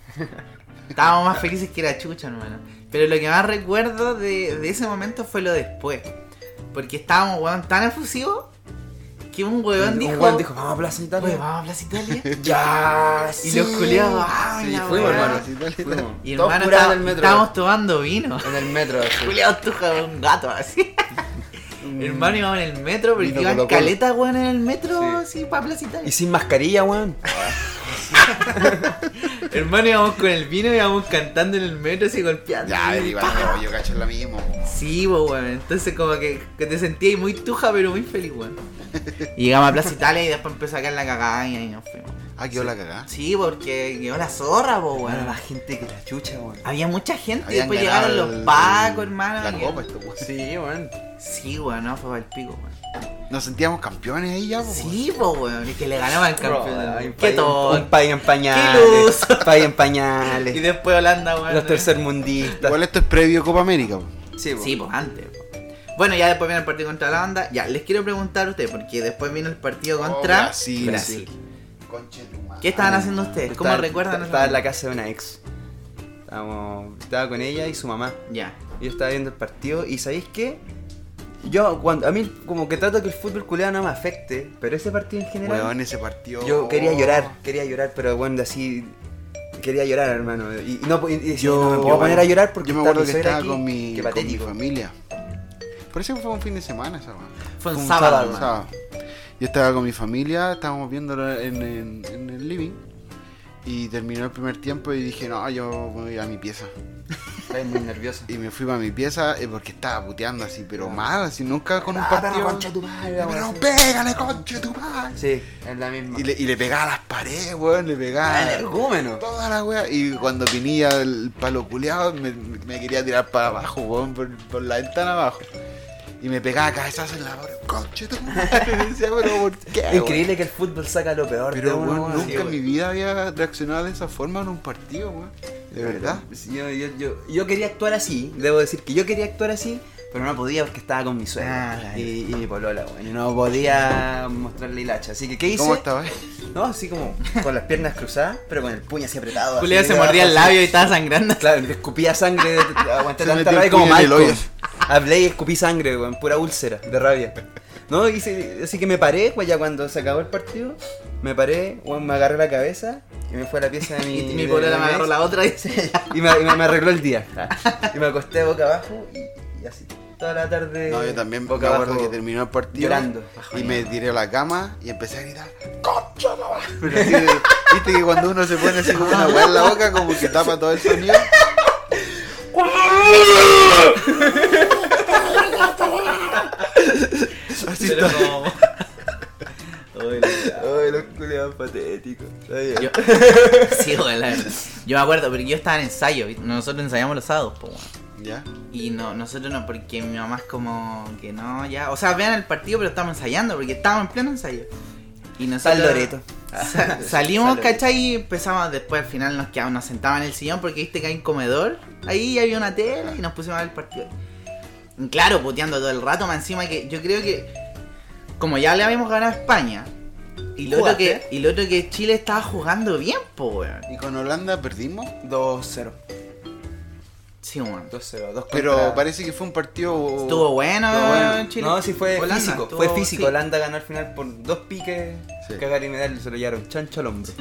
Speaker 1: Estábamos más felices que la chucha, hermano. Pero lo que más recuerdo de, de ese momento fue lo después. Porque estábamos, weón, tan efusivos que un weón dijo.
Speaker 3: Un weón dijo, vamos a Plaza Italia.
Speaker 1: "Oye, vamos a Plaza Italia.
Speaker 3: [LAUGHS] Ya,
Speaker 1: Y
Speaker 3: sí.
Speaker 1: los culiados, ay,
Speaker 3: Sí,
Speaker 1: la
Speaker 3: fuimos,
Speaker 1: weá.
Speaker 3: hermano. sí, fuimos.
Speaker 1: Y
Speaker 3: Todos
Speaker 1: hermano,
Speaker 3: curados
Speaker 1: estaba-
Speaker 3: en el metro.
Speaker 1: estábamos tomando vino. [LAUGHS]
Speaker 3: En el metro, así. [LAUGHS]
Speaker 1: Juliado tuja un gato así. Hermano íbamos en el metro, pero
Speaker 3: Mm. Vino
Speaker 1: iban
Speaker 3: Colo Colo.
Speaker 1: caletas, weón, en el metro,
Speaker 3: Sí.
Speaker 1: así, para Plaza
Speaker 3: [LAUGHS]
Speaker 1: Italia.
Speaker 3: Y sin mascarilla, weón.
Speaker 1: Hermano íbamos con el vino, íbamos cantando en el metro, así golpeando.
Speaker 2: Ya, a
Speaker 1: así,
Speaker 2: ver, igual,
Speaker 1: ¡pah!
Speaker 2: yo, yo cacho en la misma. po.
Speaker 1: Sí, po, weón. Entonces como que, que te sentías muy tuja, pero muy feliz, weón. Y llegamos a Plaza Italia y después empezó a caer la cagada y ahí nos fuimos.
Speaker 2: Ah, quedó la cagada.
Speaker 1: Sí, porque quedó la zorra, po,
Speaker 3: Bueno,
Speaker 1: weón.
Speaker 3: la gente que la chucha, weón.
Speaker 1: Había mucha gente,
Speaker 2: Habían
Speaker 1: después
Speaker 2: ganado
Speaker 1: llegaron los
Speaker 2: el-
Speaker 1: pacos, hermano.
Speaker 2: La
Speaker 1: que-
Speaker 2: copa, esto, po.
Speaker 3: Sí, weón.
Speaker 1: Sí, weón, no, fue para el pico, weón.
Speaker 2: Nos sentíamos campeones ahí ya, po.
Speaker 1: Sí, po, weón, es que le ganaba el
Speaker 3: Ay,
Speaker 1: campeón.
Speaker 3: un
Speaker 1: Qué
Speaker 3: país- Un
Speaker 1: todo.
Speaker 3: país en
Speaker 1: Qué
Speaker 3: pañales.
Speaker 1: luz.
Speaker 3: Un país en [LAUGHS]
Speaker 1: Y
Speaker 3: pañales.
Speaker 1: después Holanda, weón.
Speaker 3: Los tercermundistas.
Speaker 2: Igual esto es previo a Copa América. po.
Speaker 3: po.
Speaker 1: Sí, pues antes. po. Bueno, ya después viene el partido contra la banda. Ya, les quiero preguntar a ustedes, porque después vino el partido
Speaker 2: Oh,
Speaker 1: contra
Speaker 2: Brasil. Ah.
Speaker 1: Brasil.
Speaker 2: Conche tu madre.
Speaker 1: ¿Qué estaban haciendo ustedes? ¿Cómo
Speaker 3: Estaba-
Speaker 1: recuerdan? esa-
Speaker 3: esta- Estaba en la casa de una ex. Estábamos- estaba con ella y su mamá.
Speaker 1: Ya.
Speaker 3: Yo estaba viendo el partido y ¿sabéis qué? Yo, cuando a mí como que trato que el fútbol culeado no me afecte, pero ese partido en general...
Speaker 2: Weón, ese partido.
Speaker 3: Yo quería llorar, quería llorar, pero bueno, así... Quería llorar, hermano. Y, y no, po- y- y decía, no me puedo poner a llorar porque
Speaker 2: yo me
Speaker 3: está
Speaker 2: acuerdo
Speaker 3: mi
Speaker 2: que
Speaker 3: suegra
Speaker 2: estaba
Speaker 3: aquí.
Speaker 2: con mi,
Speaker 3: Qué
Speaker 2: con mi
Speaker 3: patético.
Speaker 2: familia. Por eso fue un fin de semana esa weón.
Speaker 1: Fue
Speaker 3: Fue
Speaker 1: un
Speaker 3: un
Speaker 1: sábado,
Speaker 3: sábado,
Speaker 1: hermano.
Speaker 2: Sábado. Yo estaba con mi familia, estábamos viéndolo en, en- en el living. Y terminó el primer tiempo y dije, no, yo voy a mi pieza.
Speaker 3: Estaba muy nerviosa.
Speaker 2: Y me fui para mi pieza eh, porque estaba puteando así, pero mal, así nunca con
Speaker 3: [LAUGHS]
Speaker 2: un
Speaker 3: Ah,
Speaker 2: partido.
Speaker 3: perro, concha tu madre, la
Speaker 2: Pero
Speaker 3: weá.
Speaker 2: pégale, concha tu madre.
Speaker 3: Sí, es la misma.
Speaker 2: Y le, y le pegaba a las paredes, weón, le
Speaker 3: Ah,
Speaker 2: pegaba.
Speaker 3: el ergúmeno.
Speaker 2: Toda la wea. Y cuando vinía el palo culeado, me, me quería tirar para abajo, weón, por, por la ventana abajo. Y me pegaba cabezazos en la pared. Conche tu madre. [LAUGHS] Y decía, pero ¿por qué? weón?
Speaker 3: Increíble que el fútbol saca lo peor de
Speaker 2: Pero,
Speaker 3: uno,
Speaker 2: weón,
Speaker 3: weón.
Speaker 2: nunca
Speaker 3: Sí,
Speaker 2: en mi vida había reaccionado de esa forma en un partido, weón. De verdad.
Speaker 3: Sí, Yo, yo, yo, yo quería actuar así, debo decir que yo quería actuar así, pero no podía porque estaba con mi suegra
Speaker 1: Ah,
Speaker 3: y, y mi polola, weón, y no podía mostrarle el hacha. Así que, ¿qué hice?
Speaker 2: ¿Cómo estaba?
Speaker 3: No, así como con las piernas cruzadas, pero con el puño así apretado.
Speaker 1: Julián
Speaker 3: así,
Speaker 1: se
Speaker 3: abajo,
Speaker 1: mordía el
Speaker 3: así.
Speaker 1: labio y estaba sangrando.
Speaker 3: Claro, escupía sangre, de- de- aguanté
Speaker 2: Se
Speaker 3: tanta
Speaker 2: metió el
Speaker 3: rabia como
Speaker 2: puño en el
Speaker 3: Malcolm.
Speaker 2: hoyo.
Speaker 3: Hablé y escupí sangre, weón, pura úlcera, de rabia. No, hice, así que me paré, weón, ya cuando se acabó el partido, me paré, weón, me agarré la cabeza y me fue a la pieza
Speaker 2: [LAUGHS]
Speaker 3: de mi...
Speaker 1: Y mi
Speaker 3: de-
Speaker 1: polola
Speaker 3: de
Speaker 1: me
Speaker 3: mi
Speaker 1: agarró
Speaker 3: ex.
Speaker 1: la otra y dice,
Speaker 3: Y me, y me- me arregló el
Speaker 2: [LAUGHS]
Speaker 3: día. Y me acosté boca abajo y, y así. Toda la tarde.
Speaker 2: No, yo también me
Speaker 3: boca
Speaker 2: acuerdo
Speaker 3: abajo,
Speaker 2: que terminó el partido.
Speaker 3: llorando.
Speaker 2: Y me tiré a la cama y empecé a gritar, ¡Concha la madre". [LAUGHS] Pero así de- Viste que cuando uno se pone así como una weá en la boca, como que tapa todo el sonido.
Speaker 3: Así
Speaker 1: pero
Speaker 3: está.
Speaker 1: como...
Speaker 3: Ay, la- ay, los culiados patéticos. Está bien.
Speaker 1: Yo... [LAUGHS] Sí, weón, la verdad. Yo me acuerdo, porque yo estaba en ensayo, ¿viste? nosotros ensayamos los sábados, po, weón.
Speaker 2: Ya.
Speaker 1: Y no, nosotros no, porque mi mamá es como que no, ya. O sea, vean el partido, pero estamos ensayando, porque estábamos en pleno ensayo. Y nosotros.
Speaker 3: San Loreto.
Speaker 1: sa-
Speaker 3: [LAUGHS]
Speaker 1: salimos,
Speaker 3: San Loreto.
Speaker 1: ¿cachai? Y empezamos, después al final nos quedamos, nos sentaban en el sillón porque viste que hay un comedor. Ahí había una tele y nos pusimos a ver el partido. Y Claro, puteando todo el rato, más encima que yo creo que. Como ya le habíamos ganado a España. Y lo, otro que,
Speaker 3: ¿Jugaste?
Speaker 1: y lo otro que Chile estaba jugando bien, po, weón.
Speaker 2: Y con Holanda perdimos.
Speaker 3: 2-0.
Speaker 1: Sí, weón.
Speaker 3: 2-0. 2
Speaker 2: Pero
Speaker 3: contra-
Speaker 2: parece que fue un partido.
Speaker 1: Estuvo bueno,
Speaker 2: Estuvo bueno.
Speaker 1: Chile.
Speaker 3: No, sí fue
Speaker 1: Holanda,
Speaker 3: físico.
Speaker 1: estuvo-
Speaker 3: Fue físico.
Speaker 1: sí.
Speaker 3: Holanda ganó al final por dos piques.
Speaker 2: Sí.
Speaker 3: Cagar y medal se lo llevaron chancho al hombro.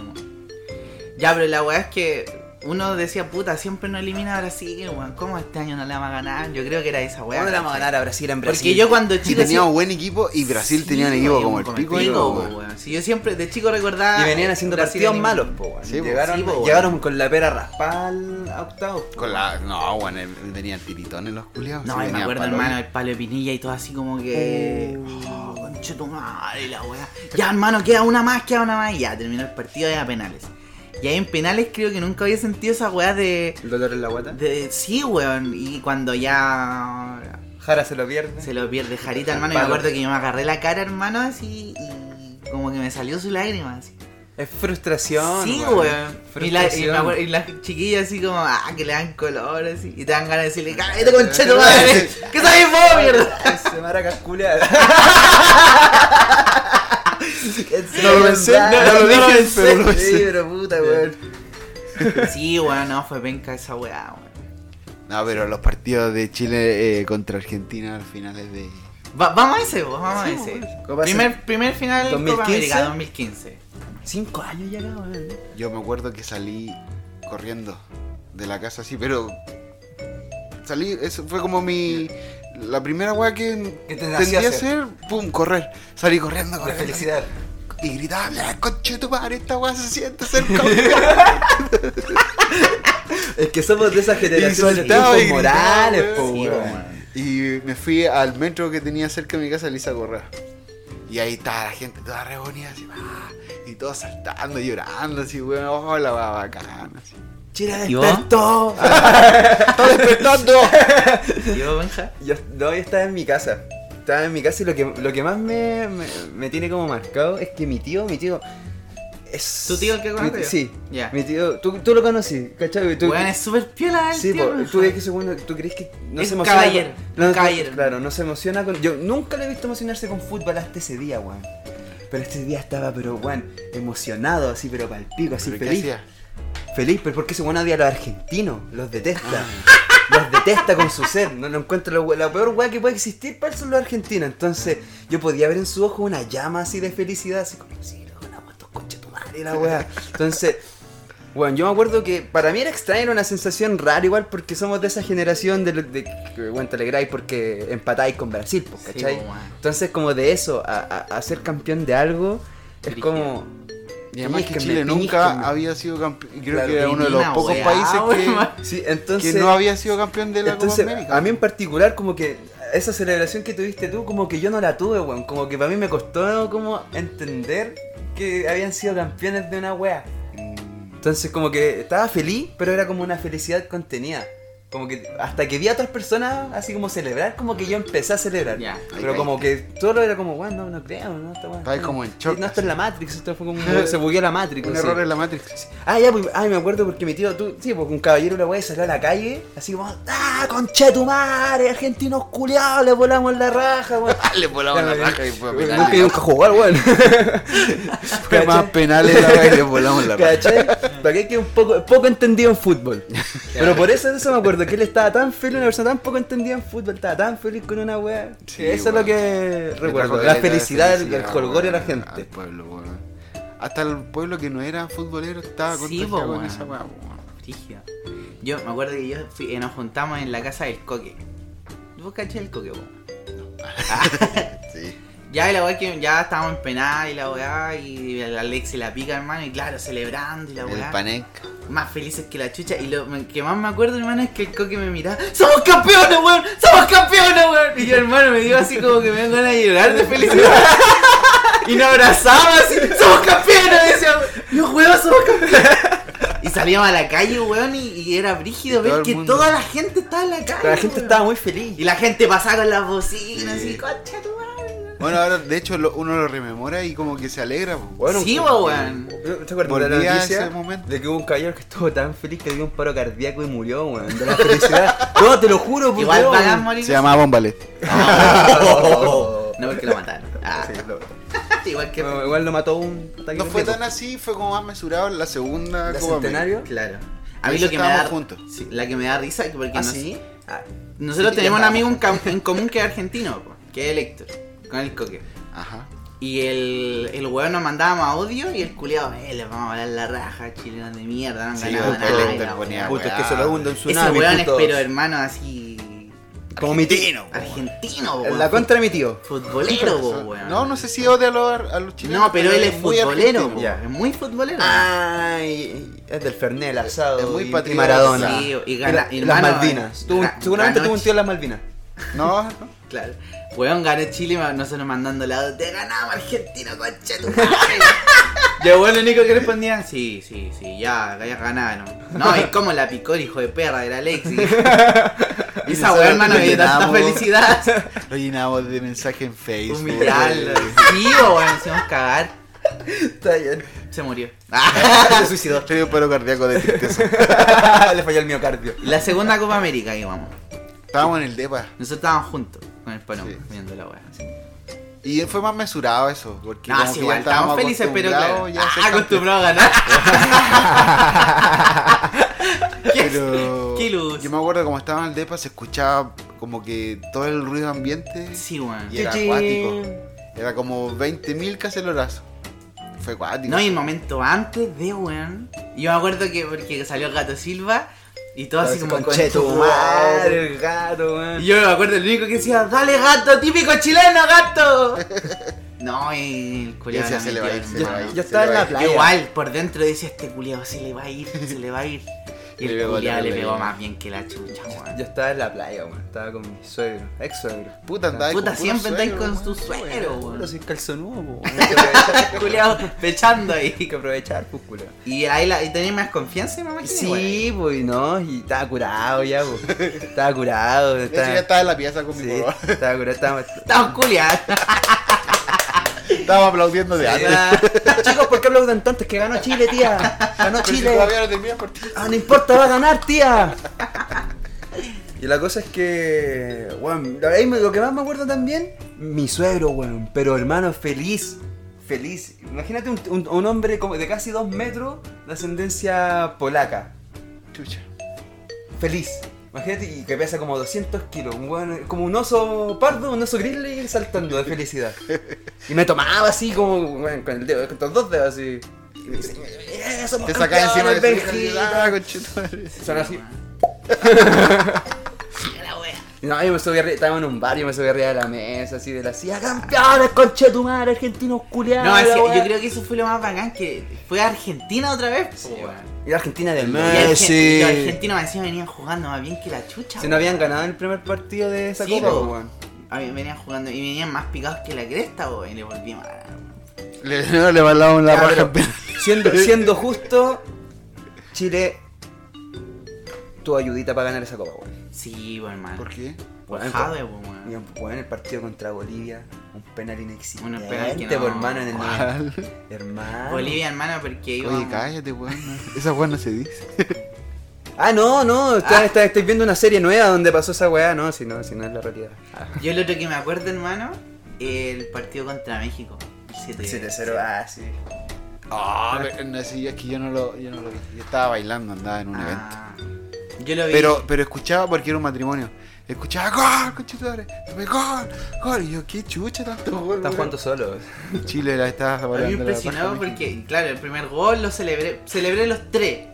Speaker 1: Ya, pero la weá es que uno decía, puta, siempre no elimina a Brasil, weón. ¿Cómo este año no le vamos a ganar? Yo creo que era esa weá.
Speaker 3: ¿Cómo le vamos a
Speaker 1: ¿cachai?
Speaker 3: ganar a Brasil en Brasil?
Speaker 1: Porque yo cuando
Speaker 2: Y
Speaker 1: chico.
Speaker 2: teníamos buen equipo y Brasil tenía un equipo como el pico. y todo, weón.
Speaker 1: Si yo siempre de chico recordaba.
Speaker 3: Y venían haciendo
Speaker 1: Brasil
Speaker 3: partidos
Speaker 1: eliminó.
Speaker 3: malos, po, weón.
Speaker 2: Sí, po.
Speaker 3: llegaron,
Speaker 1: Sí, po, weón.
Speaker 3: llegaron con la pera raspada al- a octavos. po,
Speaker 2: Con la. No, bueno, venían tiritones los culiados.
Speaker 1: No, y
Speaker 2: sí,
Speaker 1: me
Speaker 2: venían
Speaker 1: acuerdo,
Speaker 2: palones.
Speaker 1: hermano, el palo de pinilla y todo así como que. Oh, conche tu madre, la weá. Ya, hermano, queda una más, queda una más. Y ya, terminó el partido y a penales. Y ahí en penales creo que nunca había sentido esa weá de.
Speaker 3: El dolor en la guata.
Speaker 1: de sí, weón. Y cuando ya.
Speaker 3: Jara se lo pierde.
Speaker 1: Se lo pierde Jarita, hermano. Y me
Speaker 3: Palo.
Speaker 1: acuerdo que yo me agarré la cara, hermano, así. Y como que me salió su lágrima, así.
Speaker 3: Es frustración.
Speaker 1: Sí,
Speaker 3: weón.
Speaker 1: weón. Y, la- y me acuerdo-
Speaker 3: [LAUGHS]
Speaker 1: y las chiquillas así como, ah, que le dan color, así. Y te dan ganas de decirle, cállate concheto,
Speaker 3: [LAUGHS]
Speaker 1: madre. ¿Qué sabes
Speaker 3: ¡Oh,
Speaker 1: vos, mierda?
Speaker 3: Ese maracas [LAUGHS] culiado.
Speaker 2: No lo pensé, no lo dije, pero lo pensé.
Speaker 3: Sí, pero puta, weón.
Speaker 1: Sí, weón, no, fue penca esa weá, weón.
Speaker 2: No, pero los partidos de Chile eh, contra Argentina a finales de,
Speaker 1: Va- vamos a ese, vos, vamos a ese.
Speaker 3: Copa
Speaker 1: Primer, primer final Copa
Speaker 3: 2015.
Speaker 1: América 2015.
Speaker 3: Cinco años ya, weón.
Speaker 2: Yo me acuerdo que salí corriendo de la casa así, pero salí, eso fue como mi la primera weá que
Speaker 6: Que te
Speaker 2: tendí
Speaker 6: hacía
Speaker 2: a
Speaker 6: hacer.
Speaker 2: hacer, pum, correr. Salí corriendo,
Speaker 6: De
Speaker 2: corriendo.
Speaker 6: felicidad.
Speaker 2: Y gritaba, la concha de tu madre, esta weá se siente cerca.
Speaker 3: Es que somos de esa generación de
Speaker 2: soltaba
Speaker 3: tiempos
Speaker 2: y
Speaker 3: morales,
Speaker 2: gritaba,
Speaker 3: po,
Speaker 1: Sí,
Speaker 3: weón.
Speaker 1: weón.
Speaker 2: y me fui al metro que tenía cerca de mi casa, le hice a correr. Y ahí estaba la gente toda re bonita, así, ¡ah! y todos saltando, llorando, así, weón, oh, la weá bacana, así.
Speaker 3: Chile
Speaker 1: ¿Y vos?
Speaker 3: despertó. Ah.
Speaker 2: ¡Está despertando!
Speaker 1: ¿Y vos, Benja?
Speaker 3: Yo, no, yo estaba en mi casa. Estaba en mi casa y lo que, lo que más me, me, me tiene como marcado es que mi tío, mi tío. Es,
Speaker 1: ¿Tu tío el que
Speaker 3: mi-
Speaker 1: conoces?
Speaker 3: Sí.
Speaker 1: Ya.
Speaker 3: Mi tío. Tú, tú lo conocí, ¿cachai? Tú-
Speaker 1: Weón, es súper piola el
Speaker 3: Sí,
Speaker 1: tío,
Speaker 3: po,
Speaker 1: Benja.
Speaker 3: tú ves que ese weón- tú crees que no
Speaker 1: Es
Speaker 3: se emociona. con-
Speaker 1: caballero,
Speaker 3: no, no,
Speaker 1: caballero.
Speaker 3: Claro, no se emociona con. Yo nunca lo he visto emocionarse con fútbol hasta ese día, weón. Pero este día estaba, pero weón, emocionado, así, pero palpico, así,
Speaker 2: ¿Pero qué
Speaker 3: feliz.
Speaker 2: hacía?
Speaker 3: Feliz, pero porque ese weón odia a los argentinos, los detesta. Los detesta con su ser. No, no encuentro lo- la peor weá que puede existir para él son los argentinos. Entonces, yo podía ver en su ojo una llama así de felicidad, así como, sí, lo ganamos estos conches tu madre, la weá. Entonces, bueno, yo me acuerdo que para mí era extraño, era una sensación rara igual, porque somos de esa generación de, lo- de que, bueno, te alegráis porque empatáis con Brasil, po,
Speaker 1: Sí,
Speaker 3: ¿cachai?
Speaker 2: pues,
Speaker 1: po, weón.
Speaker 3: Entonces, como de eso, a, a- a ser campeón de algo, es
Speaker 1: Brígido.
Speaker 3: como.
Speaker 2: Y además que
Speaker 3: pellizquenme,
Speaker 2: Chile nunca
Speaker 3: pellizquenme.
Speaker 2: había sido campeón. Creo
Speaker 3: Claro,
Speaker 2: que era uno de los
Speaker 1: divina
Speaker 2: pocos
Speaker 1: weá,
Speaker 2: países
Speaker 1: weón.
Speaker 2: que-
Speaker 3: Sí,
Speaker 2: que,
Speaker 3: entonces.
Speaker 2: no había sido campeón de la
Speaker 3: Entonces,
Speaker 2: Copa América.
Speaker 3: a mí en particular, como que esa celebración que tuviste tú, como que yo no la tuve, weón. Como que para mí me costó como entender que habían sido campeones de una wea. Entonces, como que estaba feliz, pero era como una felicidad contenida. Como que hasta que vi a otras personas así como celebrar, como que yo empecé a celebrar.
Speaker 1: Ya.
Speaker 3: Pero como que todo era como, weón, no, no creo, no, esta weá.
Speaker 2: Estaba ahí como en shock,
Speaker 3: No, esto es la Matrix, esto fue como.
Speaker 2: [LAUGHS]
Speaker 3: se bugueó la Matrix.
Speaker 2: Un
Speaker 3: así.
Speaker 2: error en la Matrix.
Speaker 3: Ah, ya, pues, ay, me acuerdo porque mi tío, tú, sí, porque un caballero la weá salió a la calle, así como, ¡ah, conche tu madre! Argentinos culiados, le volamos la raja, weón.
Speaker 2: [LAUGHS] Le volamos la raja y fue a penales.
Speaker 3: Nunca nunca jugar, weón.
Speaker 2: [LAUGHS] Fue más
Speaker 3: ¿Cachai?
Speaker 2: penales la raja y le
Speaker 3: [LAUGHS]
Speaker 2: volamos la raja.
Speaker 3: ¿Cachai? Para que quede un poco, poco entendido en fútbol. Pero por eso de eso me acuerdo, que él estaba tan feliz, una persona tan poco entendida en fútbol, estaba tan feliz con una weá.
Speaker 2: Sí,
Speaker 3: eso es
Speaker 2: weón.
Speaker 3: lo que recuerdo, la felicidad, el, el jolgorio de la gente.
Speaker 2: Al pueblo, weón. Hasta el pueblo que no era futbolero
Speaker 3: Ah,
Speaker 2: estaba
Speaker 1: Sí,
Speaker 2: contagiado
Speaker 1: po,
Speaker 2: con
Speaker 1: weón.
Speaker 2: esa weá, weón.
Speaker 1: Brígido. Yo me acuerdo que yo fui- eh, nos juntamos en la casa del coque. ¿Vos caché el coque, vos?
Speaker 2: Sí.
Speaker 1: Ya, y la weá que ya estábamos en penal y la weá, y el Alex se la pica, hermano, y claro, celebrando y la
Speaker 2: El
Speaker 1: weá.
Speaker 2: Panek.
Speaker 1: Más felices que la chucha, y lo me- que más me acuerdo, hermano, es que el coque me mira, ¡Somos campeones, weón! ¡Somos campeones, weón! Y yo, hermano, me dio así como que me dan ganas de llorar de felicidad. [LAUGHS] Y nos abrazaba así, ¡Somos campeones! Y decíamos, ¡No, weón, somos campeones! Y salíamos a la calle, weón, y, y era brígido
Speaker 2: Y todo
Speaker 1: ver
Speaker 2: el
Speaker 1: que
Speaker 2: mundo.
Speaker 1: toda la gente estaba en la calle.
Speaker 3: La gente
Speaker 1: weón.
Speaker 3: estaba muy feliz.
Speaker 1: Y la gente pasaba con las bocinas,
Speaker 2: Sí.
Speaker 1: y concha tu madre.
Speaker 2: Bueno, ahora de hecho lo- uno lo rememora y como que se alegra, po.
Speaker 1: sí, weón.
Speaker 3: eh, ¿Te acuerdas de la
Speaker 2: Volví a
Speaker 3: noticia
Speaker 2: ese momento.
Speaker 3: de que hubo un caballero que estuvo tan feliz que dio un paro cardíaco y murió, weón? De la felicidad. [LAUGHS] no, te lo juro, por
Speaker 1: Igual
Speaker 3: Dios,
Speaker 1: pagan
Speaker 3: weón.
Speaker 1: morir.
Speaker 2: Se llamaba Bombalet.
Speaker 1: No, porque lo mataron. Ah,
Speaker 3: Sí, lo-
Speaker 1: igual que.
Speaker 3: no, igual lo mató un ataque
Speaker 2: No fue
Speaker 3: cardíaco.
Speaker 2: tan así, fue como más mesurado en la segunda
Speaker 3: ¿La
Speaker 2: Copa América.
Speaker 3: centenario?
Speaker 1: Claro. A mí
Speaker 2: Eso
Speaker 1: lo que me da.
Speaker 2: estábamos juntos.
Speaker 1: sí, la que me da risa es porque
Speaker 3: ¿Ah,
Speaker 1: nos-
Speaker 3: sí? Ah,
Speaker 1: nosotros
Speaker 3: Sí,
Speaker 1: tenemos un
Speaker 3: estábamos
Speaker 1: amigo en, cam- en común que es argentino, po, que es el Héctor, con el coque.
Speaker 2: Ajá.
Speaker 1: Y el, el weón nos mandaba más audio y el culiado, eh, les vamos a hablar la raja, chilenos de mierda, no han
Speaker 2: Sí,
Speaker 1: ganado
Speaker 2: el
Speaker 1: nada.
Speaker 2: Héctor
Speaker 1: y la
Speaker 2: ponía-
Speaker 1: weá.
Speaker 3: puto, es que se lo hunde un
Speaker 1: Ese
Speaker 3: tsunami.
Speaker 1: weón es,
Speaker 3: puto.
Speaker 1: pero hermano, así.
Speaker 3: Como mi tío.
Speaker 1: Argentino, po,
Speaker 3: En la contra de mi tío.
Speaker 1: Futbolero, po, weón.
Speaker 2: No, no sé si odia a los, a los chilenos.
Speaker 1: No, pero él es
Speaker 2: muy
Speaker 1: futbolero,
Speaker 2: argentino.
Speaker 1: po,
Speaker 3: Ya.
Speaker 1: es muy futbolero.
Speaker 3: Ah. Ay, es del Fernet, el asado.
Speaker 2: Es muy
Speaker 3: y- y
Speaker 2: patriota.
Speaker 3: Maradona.
Speaker 1: Sí, y gana-
Speaker 3: la-
Speaker 1: y hermano,
Speaker 3: las
Speaker 1: eh,
Speaker 3: Malvinas. Tuvo un-
Speaker 1: ga-
Speaker 3: seguramente
Speaker 1: ganó
Speaker 3: tuvo un tío en las Malvinas.
Speaker 2: No, no.
Speaker 1: Claro. Weón ganó Chile, ma- nosotros mandando lado. Te ganamos Argentina, concha tu madre. Y el weón lo único que respondía, sí, sí, sí, ya, ya ganaron. No, y cómo la picó el hijo de perra del Alexis. Y esa weón, hermano, me dio tanta
Speaker 2: Ganamos.
Speaker 1: felicidad.
Speaker 2: [LAUGHS] Lo llenamos de mensaje en Facebook.
Speaker 1: Humillarlo. [LAUGHS] Sí, weón, hicimos cagar.
Speaker 3: Está bien.
Speaker 1: Se murió. [LAUGHS] Ah,
Speaker 3: Se suicidó.
Speaker 2: Tengo paro cardíaco de tristeza.
Speaker 3: [LAUGHS] Le falló el miocardio.
Speaker 1: La segunda Copa América que íbamos.
Speaker 2: Estábamos en el depa.
Speaker 1: Nosotros estábamos juntos con el palomo
Speaker 2: Sí.
Speaker 1: viendo la weá.
Speaker 2: Y fue más mesurado eso. Porque
Speaker 1: No,
Speaker 2: como
Speaker 1: Ah, sí,
Speaker 2: que ya
Speaker 1: igual estábamos felices, pero claro.
Speaker 2: acostumbrados ya a ser
Speaker 1: [LAUGHS] Ah, acostumbrado a ganar.
Speaker 2: [LAUGHS] campeones. Pero-
Speaker 1: Tranquilos.
Speaker 2: Yo me acuerdo como estaba en el depa, se escuchaba como que todo el ruido ambiente
Speaker 1: Sí, weón.
Speaker 2: y era
Speaker 3: Chichín.
Speaker 2: acuático. Era como 20.000 cacelorazos. Fue acuático.
Speaker 1: No, y el momento antes de, weón. Yo me acuerdo que porque salió el gato Silva y todo así como
Speaker 3: Conche tu madre, el gato,
Speaker 1: Y
Speaker 3: weón.
Speaker 1: yo me acuerdo el único que decía, dale gato, típico chileno, gato. [LAUGHS] no, y el culiado.
Speaker 2: decía, "Se le va a ir, se le va a ir".
Speaker 3: Yo estaba en la playa.
Speaker 1: Igual, por dentro decía este culiado, se le va a ir, se le va a
Speaker 2: [LAUGHS]
Speaker 1: ir. Y
Speaker 2: Le
Speaker 1: el
Speaker 2: pegó,
Speaker 1: culiado
Speaker 2: le
Speaker 1: le
Speaker 2: pegó.
Speaker 1: pegó más bien que la chucha, weón.
Speaker 3: Yo estaba en la playa, weón. Estaba con mi suegro, ex suegro.
Speaker 2: Puta, andaba
Speaker 1: Puta,
Speaker 2: con puro
Speaker 1: siempre estáis
Speaker 2: suegro,
Speaker 1: con
Speaker 2: weón.
Speaker 1: tu suero, [LAUGHS]
Speaker 3: Puta,
Speaker 1: weón.
Speaker 3: soy calzonudo, po, weón. Hay que aprovechar,
Speaker 1: Culiado, pechando ahí.
Speaker 3: hay que aprovechar, pues, culo.
Speaker 1: Y ahí la, y tenéis más confianza, me imagino. weón.
Speaker 3: Sí, pues, no, y estaba curado ya, pues. Estaba curado.
Speaker 2: De hecho,
Speaker 3: Estaba,
Speaker 2: ya estaba en la pieza con mi
Speaker 3: sí,
Speaker 2: papá. [LAUGHS]
Speaker 3: estaba curado, estaba...
Speaker 1: Estamos culiados.
Speaker 2: Estaba aplaudiendo de antes.
Speaker 3: Chicos, ¿por qué aplauden tanto? Es que ganó Chile, tía. Ganó
Speaker 2: Pero si todavía no termina el partido.
Speaker 3: Ah, no importa, va a ganar, tía. Y la cosa es que, weón, la- ahí me- lo que más me acuerdo también, mi suegro, weón, pero hermano, feliz, feliz. Imagínate un, un- un hombre como de casi dos metros, de ascendencia polaca,
Speaker 2: Chucha.
Speaker 3: feliz. Imagínate, y que pesa como 200 kilos, un weón, como un oso pardo, un oso grizzly saltando de felicidad. Y me tomaba así como, weón, con el dedo, con los dos dedos así. Y me dice, "Eh, somos
Speaker 2: Te sacaba encima de
Speaker 3: campeones,
Speaker 2: su hija. y-
Speaker 3: Bélgica".
Speaker 2: Ah, conchetumare.
Speaker 3: Son así. [LAUGHS] No, yo me subí arriba, estaba en un bar, yo me subí arriba de la mesa, así de la silla, campeones, conche tu madre, argentinos culiados.
Speaker 1: No, así-
Speaker 3: la wea".
Speaker 1: yo creo que eso fue lo más bacán, que fue a Argentina otra vez. po, weón.
Speaker 3: Y la Argentina de
Speaker 1: Y Argen- y
Speaker 3: Messi.
Speaker 1: los argentinos encima venían jugando más bien que la chucha.
Speaker 3: Si
Speaker 1: weón.
Speaker 3: no habían ganado el primer partido de esa
Speaker 1: Sí,
Speaker 3: copa,
Speaker 1: po.
Speaker 3: weón.
Speaker 1: A mí venían jugando y venían más picados que la cresta, weón, y le volví mal.
Speaker 2: Le, no, le balaban la
Speaker 3: Ya,
Speaker 2: raja.
Speaker 3: pero siendo, siendo justo, Chile tuvo ayudita para ganar esa copa, weón.
Speaker 1: Sí, weón, mal.
Speaker 2: ¿Por qué?
Speaker 1: Por
Speaker 3: Weón,
Speaker 1: Jave, weón.
Speaker 3: Y, Weón, el partido contra Bolivia, un penal inexistente,
Speaker 1: Un penal que no.
Speaker 3: po, hermano, en el
Speaker 2: ¿Cuál?
Speaker 3: Hermano.
Speaker 1: Bolivia, hermano, porque iba.
Speaker 2: Oye, cállate, weón. Esa weón no se dice.
Speaker 3: Ah, no, no, está- está- estáis viendo una serie nueva donde pasó esa weá, no, si no, si no es la realidad.
Speaker 1: Yo el otro que me acuerdo, hermano, el partido contra México. El 7
Speaker 3: 7-0, ah, sí.
Speaker 2: Ah, pero no, sí, es que yo no lo, yo no lo vi. Yo estaba bailando, andaba en un evento.
Speaker 1: Ah, Yo lo vi.
Speaker 2: Pero, pero escuchaba porque era un matrimonio. Escuchaba gol, conchetumare. Tomé gol, gol. Y yo, qué chucha tanto gol.
Speaker 3: Estás
Speaker 2: weón?
Speaker 3: jugando solo.
Speaker 2: Chile la estaba
Speaker 1: A mí me
Speaker 2: bailando.
Speaker 1: impresionaba porque, claro, el primer gol lo celebré, celebré los tres.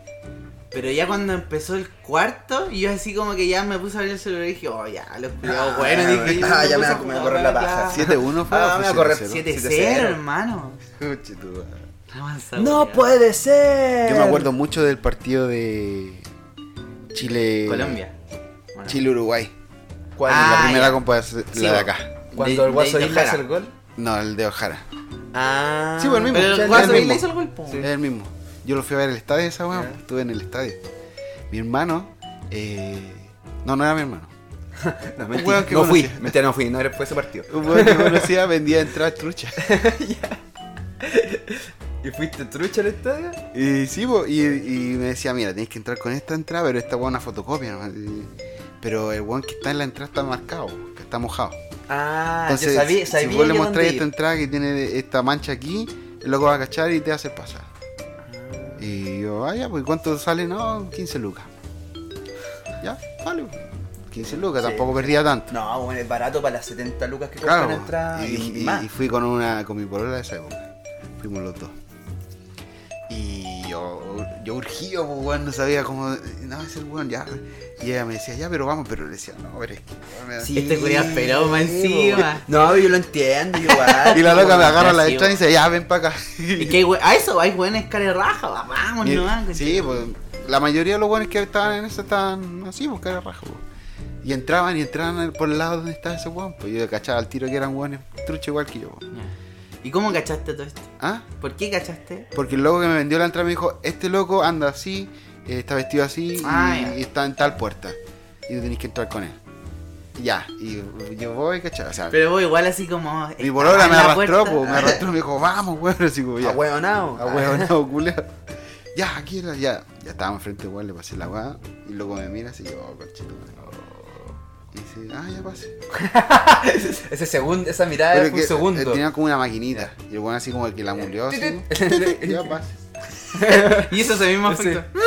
Speaker 1: Pero ya cuando empezó el cuarto, yo así como que ya me puse a abrir el celular y dije, oh, ya, los cuidados bueno,
Speaker 3: ah,
Speaker 1: dije,
Speaker 3: ah, ya me
Speaker 1: puse
Speaker 3: va- me va a correr la
Speaker 1: jugar,
Speaker 3: paja.
Speaker 1: ya.
Speaker 2: 7-1 fue.
Speaker 3: Ah,
Speaker 2: o
Speaker 3: me
Speaker 2: fue
Speaker 3: voy a correr
Speaker 2: 7-0?
Speaker 1: 7-0,
Speaker 3: 7-0.
Speaker 1: hermano.
Speaker 2: Conchetumare.
Speaker 1: Avanza,
Speaker 3: ¡No
Speaker 1: weón.
Speaker 3: puede ser!
Speaker 2: Yo me acuerdo mucho del partido de Chile.
Speaker 1: Colombia. Bueno.
Speaker 2: Chile-Uruguay.
Speaker 3: ¿Cuál?
Speaker 1: Ah,
Speaker 2: la primera
Speaker 1: ya.
Speaker 2: comparación,
Speaker 1: Sí,
Speaker 2: la de
Speaker 1: bo.
Speaker 2: acá.
Speaker 3: Cuando
Speaker 1: de-
Speaker 3: el Guaso
Speaker 1: de
Speaker 3: Isla
Speaker 1: Jara.
Speaker 3: hace el gol.
Speaker 2: No, el de Ojara.
Speaker 3: Ah.
Speaker 2: Sí, bueno, el mismo.
Speaker 1: Pero
Speaker 2: ya
Speaker 1: el
Speaker 2: es
Speaker 1: Guaso
Speaker 2: mismo.
Speaker 1: le hizo el gol, po.
Speaker 2: Es el mismo. Yo lo fui a ver al estadio esa weá,
Speaker 3: Ya.
Speaker 2: estuve en el estadio. Mi hermano, eh... no, no era mi hermano.
Speaker 3: No,
Speaker 2: mentí,
Speaker 3: mentira,
Speaker 2: no
Speaker 3: no
Speaker 2: fui.
Speaker 3: fui. Mentira, no fui, no era- fue ese partido.
Speaker 2: Un weón que conocía vendía entradas truchas.
Speaker 3: ¿Y fuiste trucha al estadio?
Speaker 2: Y sí, po, y, y me decía, mira, tenés que entrar con esta entrada, pero esta weá es una fotocopia. ¿no? Y- Pero el weón que está en la entrada está marcado, que está mojado.
Speaker 3: Ah,
Speaker 2: Entonces,
Speaker 3: yo sabía,
Speaker 2: si-
Speaker 3: sabía
Speaker 2: si vos le
Speaker 3: yo
Speaker 2: mostrás
Speaker 3: dónde
Speaker 2: esta
Speaker 3: ir.
Speaker 2: entrada que tiene esta mancha aquí, el loco va a cachar y te hace pasar. Y yo, ah, ya, pues ¿cuánto sale? No, 15 lucas. Ya, vale. 15 lucas,
Speaker 3: Sí.
Speaker 2: tampoco perdía tanto.
Speaker 3: No, bueno, es barato para las 70 lucas que cuesta
Speaker 2: Claro,
Speaker 3: la entrada.
Speaker 2: y, y-
Speaker 3: más.
Speaker 2: y fui con una con mi polola de esa época. Fuimos los dos. Y yo, yo urgido, pues, weón, no sabía cómo. No, es el weón, ya. Y ella me decía, ya, pero vamos, pero le decía, no, pero es que. weón, me da-
Speaker 3: Sí,
Speaker 1: Este culiao es pelado más
Speaker 3: sí,
Speaker 1: encima.
Speaker 3: bo. No, yo lo entiendo, [LAUGHS] yo igual.
Speaker 2: [LAUGHS] Y la loca me agarra la
Speaker 1: Sí,
Speaker 2: entrada y dice, ya, ven para acá.
Speaker 1: Y que hay we- a eso, hay buenas cara raja, va, vamos,
Speaker 2: Mi-
Speaker 1: no ah, van.
Speaker 2: sí, pues la mayoría de los buenos que estaban en eso estaban así, pues cara raja, pues. Y entraban y entraban por el lado donde estaba ese weón, pues yo cachaba al tiro que eran weones trucho igual que yo. pues.
Speaker 1: ¿Y cómo cachaste todo esto?
Speaker 2: ¿Ah?
Speaker 1: ¿Por qué cachaste?
Speaker 2: Porque el loco que me vendió la entrada me dijo, este loco anda así, eh, está vestido así y-
Speaker 1: Ah,
Speaker 2: y,
Speaker 1: ya.
Speaker 2: está en tal puerta. Y tú tenés que entrar con él. Y Ya, y yo voy, cachaba. O sea,
Speaker 1: Pero vos igual así como...
Speaker 2: mi bolola me
Speaker 1: estaba en la
Speaker 2: arrastró,
Speaker 1: puerta.
Speaker 2: pues, me arrastró, me dijo, vamos, weón, así como ya.
Speaker 3: Ahueonao.
Speaker 2: A huevo, Ah, no, culiao. Ya, aquí era, ya. Ya estábamos frente weón, le pasé la weá. Y luego me mira así, yo, oh, conchito, Y dice, ah, ya pasé.
Speaker 3: [LAUGHS] Ese segundo, esa mirada
Speaker 2: Pero
Speaker 3: fue un
Speaker 2: que, eh,
Speaker 3: segundo.
Speaker 2: Tenía como una maquinita. Y el weón así como el que la
Speaker 3: [LAUGHS]
Speaker 2: murió, así.
Speaker 3: Tit,
Speaker 2: ya pase.
Speaker 1: [LAUGHS] Y eso se mismo
Speaker 3: Sí.
Speaker 1: afectó.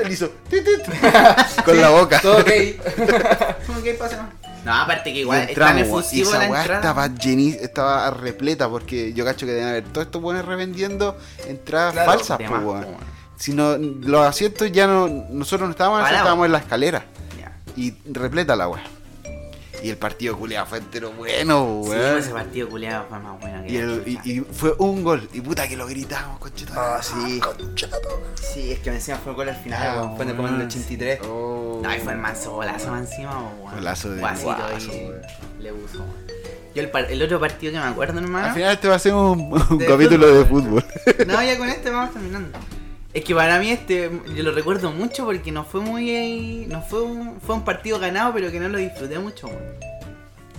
Speaker 2: El le hizo. tit, tit. [LAUGHS]
Speaker 3: Con la boca.
Speaker 6: Todo
Speaker 3: [LAUGHS]
Speaker 6: ok.
Speaker 1: Como que pasa no. No, aparte que
Speaker 2: Y
Speaker 1: igual es tan
Speaker 2: entramos, weón. Y
Speaker 1: efusivo
Speaker 2: esa
Speaker 1: la
Speaker 2: weá
Speaker 1: entrada.
Speaker 2: estaba llenísima, estaba repleta porque yo cacho que deben haber todos estos buenos revendiendo entradas
Speaker 6: Claro,
Speaker 2: falsas,
Speaker 1: de
Speaker 2: pues,
Speaker 1: más,
Speaker 2: weón.
Speaker 1: po, weón.
Speaker 2: Si no, los asientos ya no, nosotros no estábamos, en el asiento,
Speaker 1: Parado.
Speaker 2: estábamos en la escalera
Speaker 1: Ya.
Speaker 2: y repleta la weá. Y el partido culeado fue entero bueno,
Speaker 1: Sí,
Speaker 2: weón.
Speaker 1: ese partido culeado fue más bueno que
Speaker 2: y,
Speaker 1: la
Speaker 2: el-
Speaker 1: chucha.
Speaker 2: y- y fue un gol. Y puta que lo gritamos, conchito.
Speaker 3: Ah, sí.
Speaker 1: Sí, es que me encima fue el gol al final.
Speaker 3: Ah,
Speaker 1: weón.
Speaker 3: Fue en el comando 83.
Speaker 2: Oh.
Speaker 1: No, y fue el manso golazo más encima, po, weón.
Speaker 2: Golazo de
Speaker 1: Guasito
Speaker 2: guaso,
Speaker 1: ahí,
Speaker 2: weón.
Speaker 1: Le puso, weón. Yo el, par- el otro partido que me acuerdo, hermano.
Speaker 2: Al final este va a ser un, un
Speaker 1: De
Speaker 2: capítulo
Speaker 1: fútbol.
Speaker 2: de fútbol.
Speaker 1: No, ya con este vamos terminando. Es que para mí este, yo lo recuerdo mucho porque no fue muy... No fue un, fue un partido ganado, pero que no lo disfruté mucho, weón.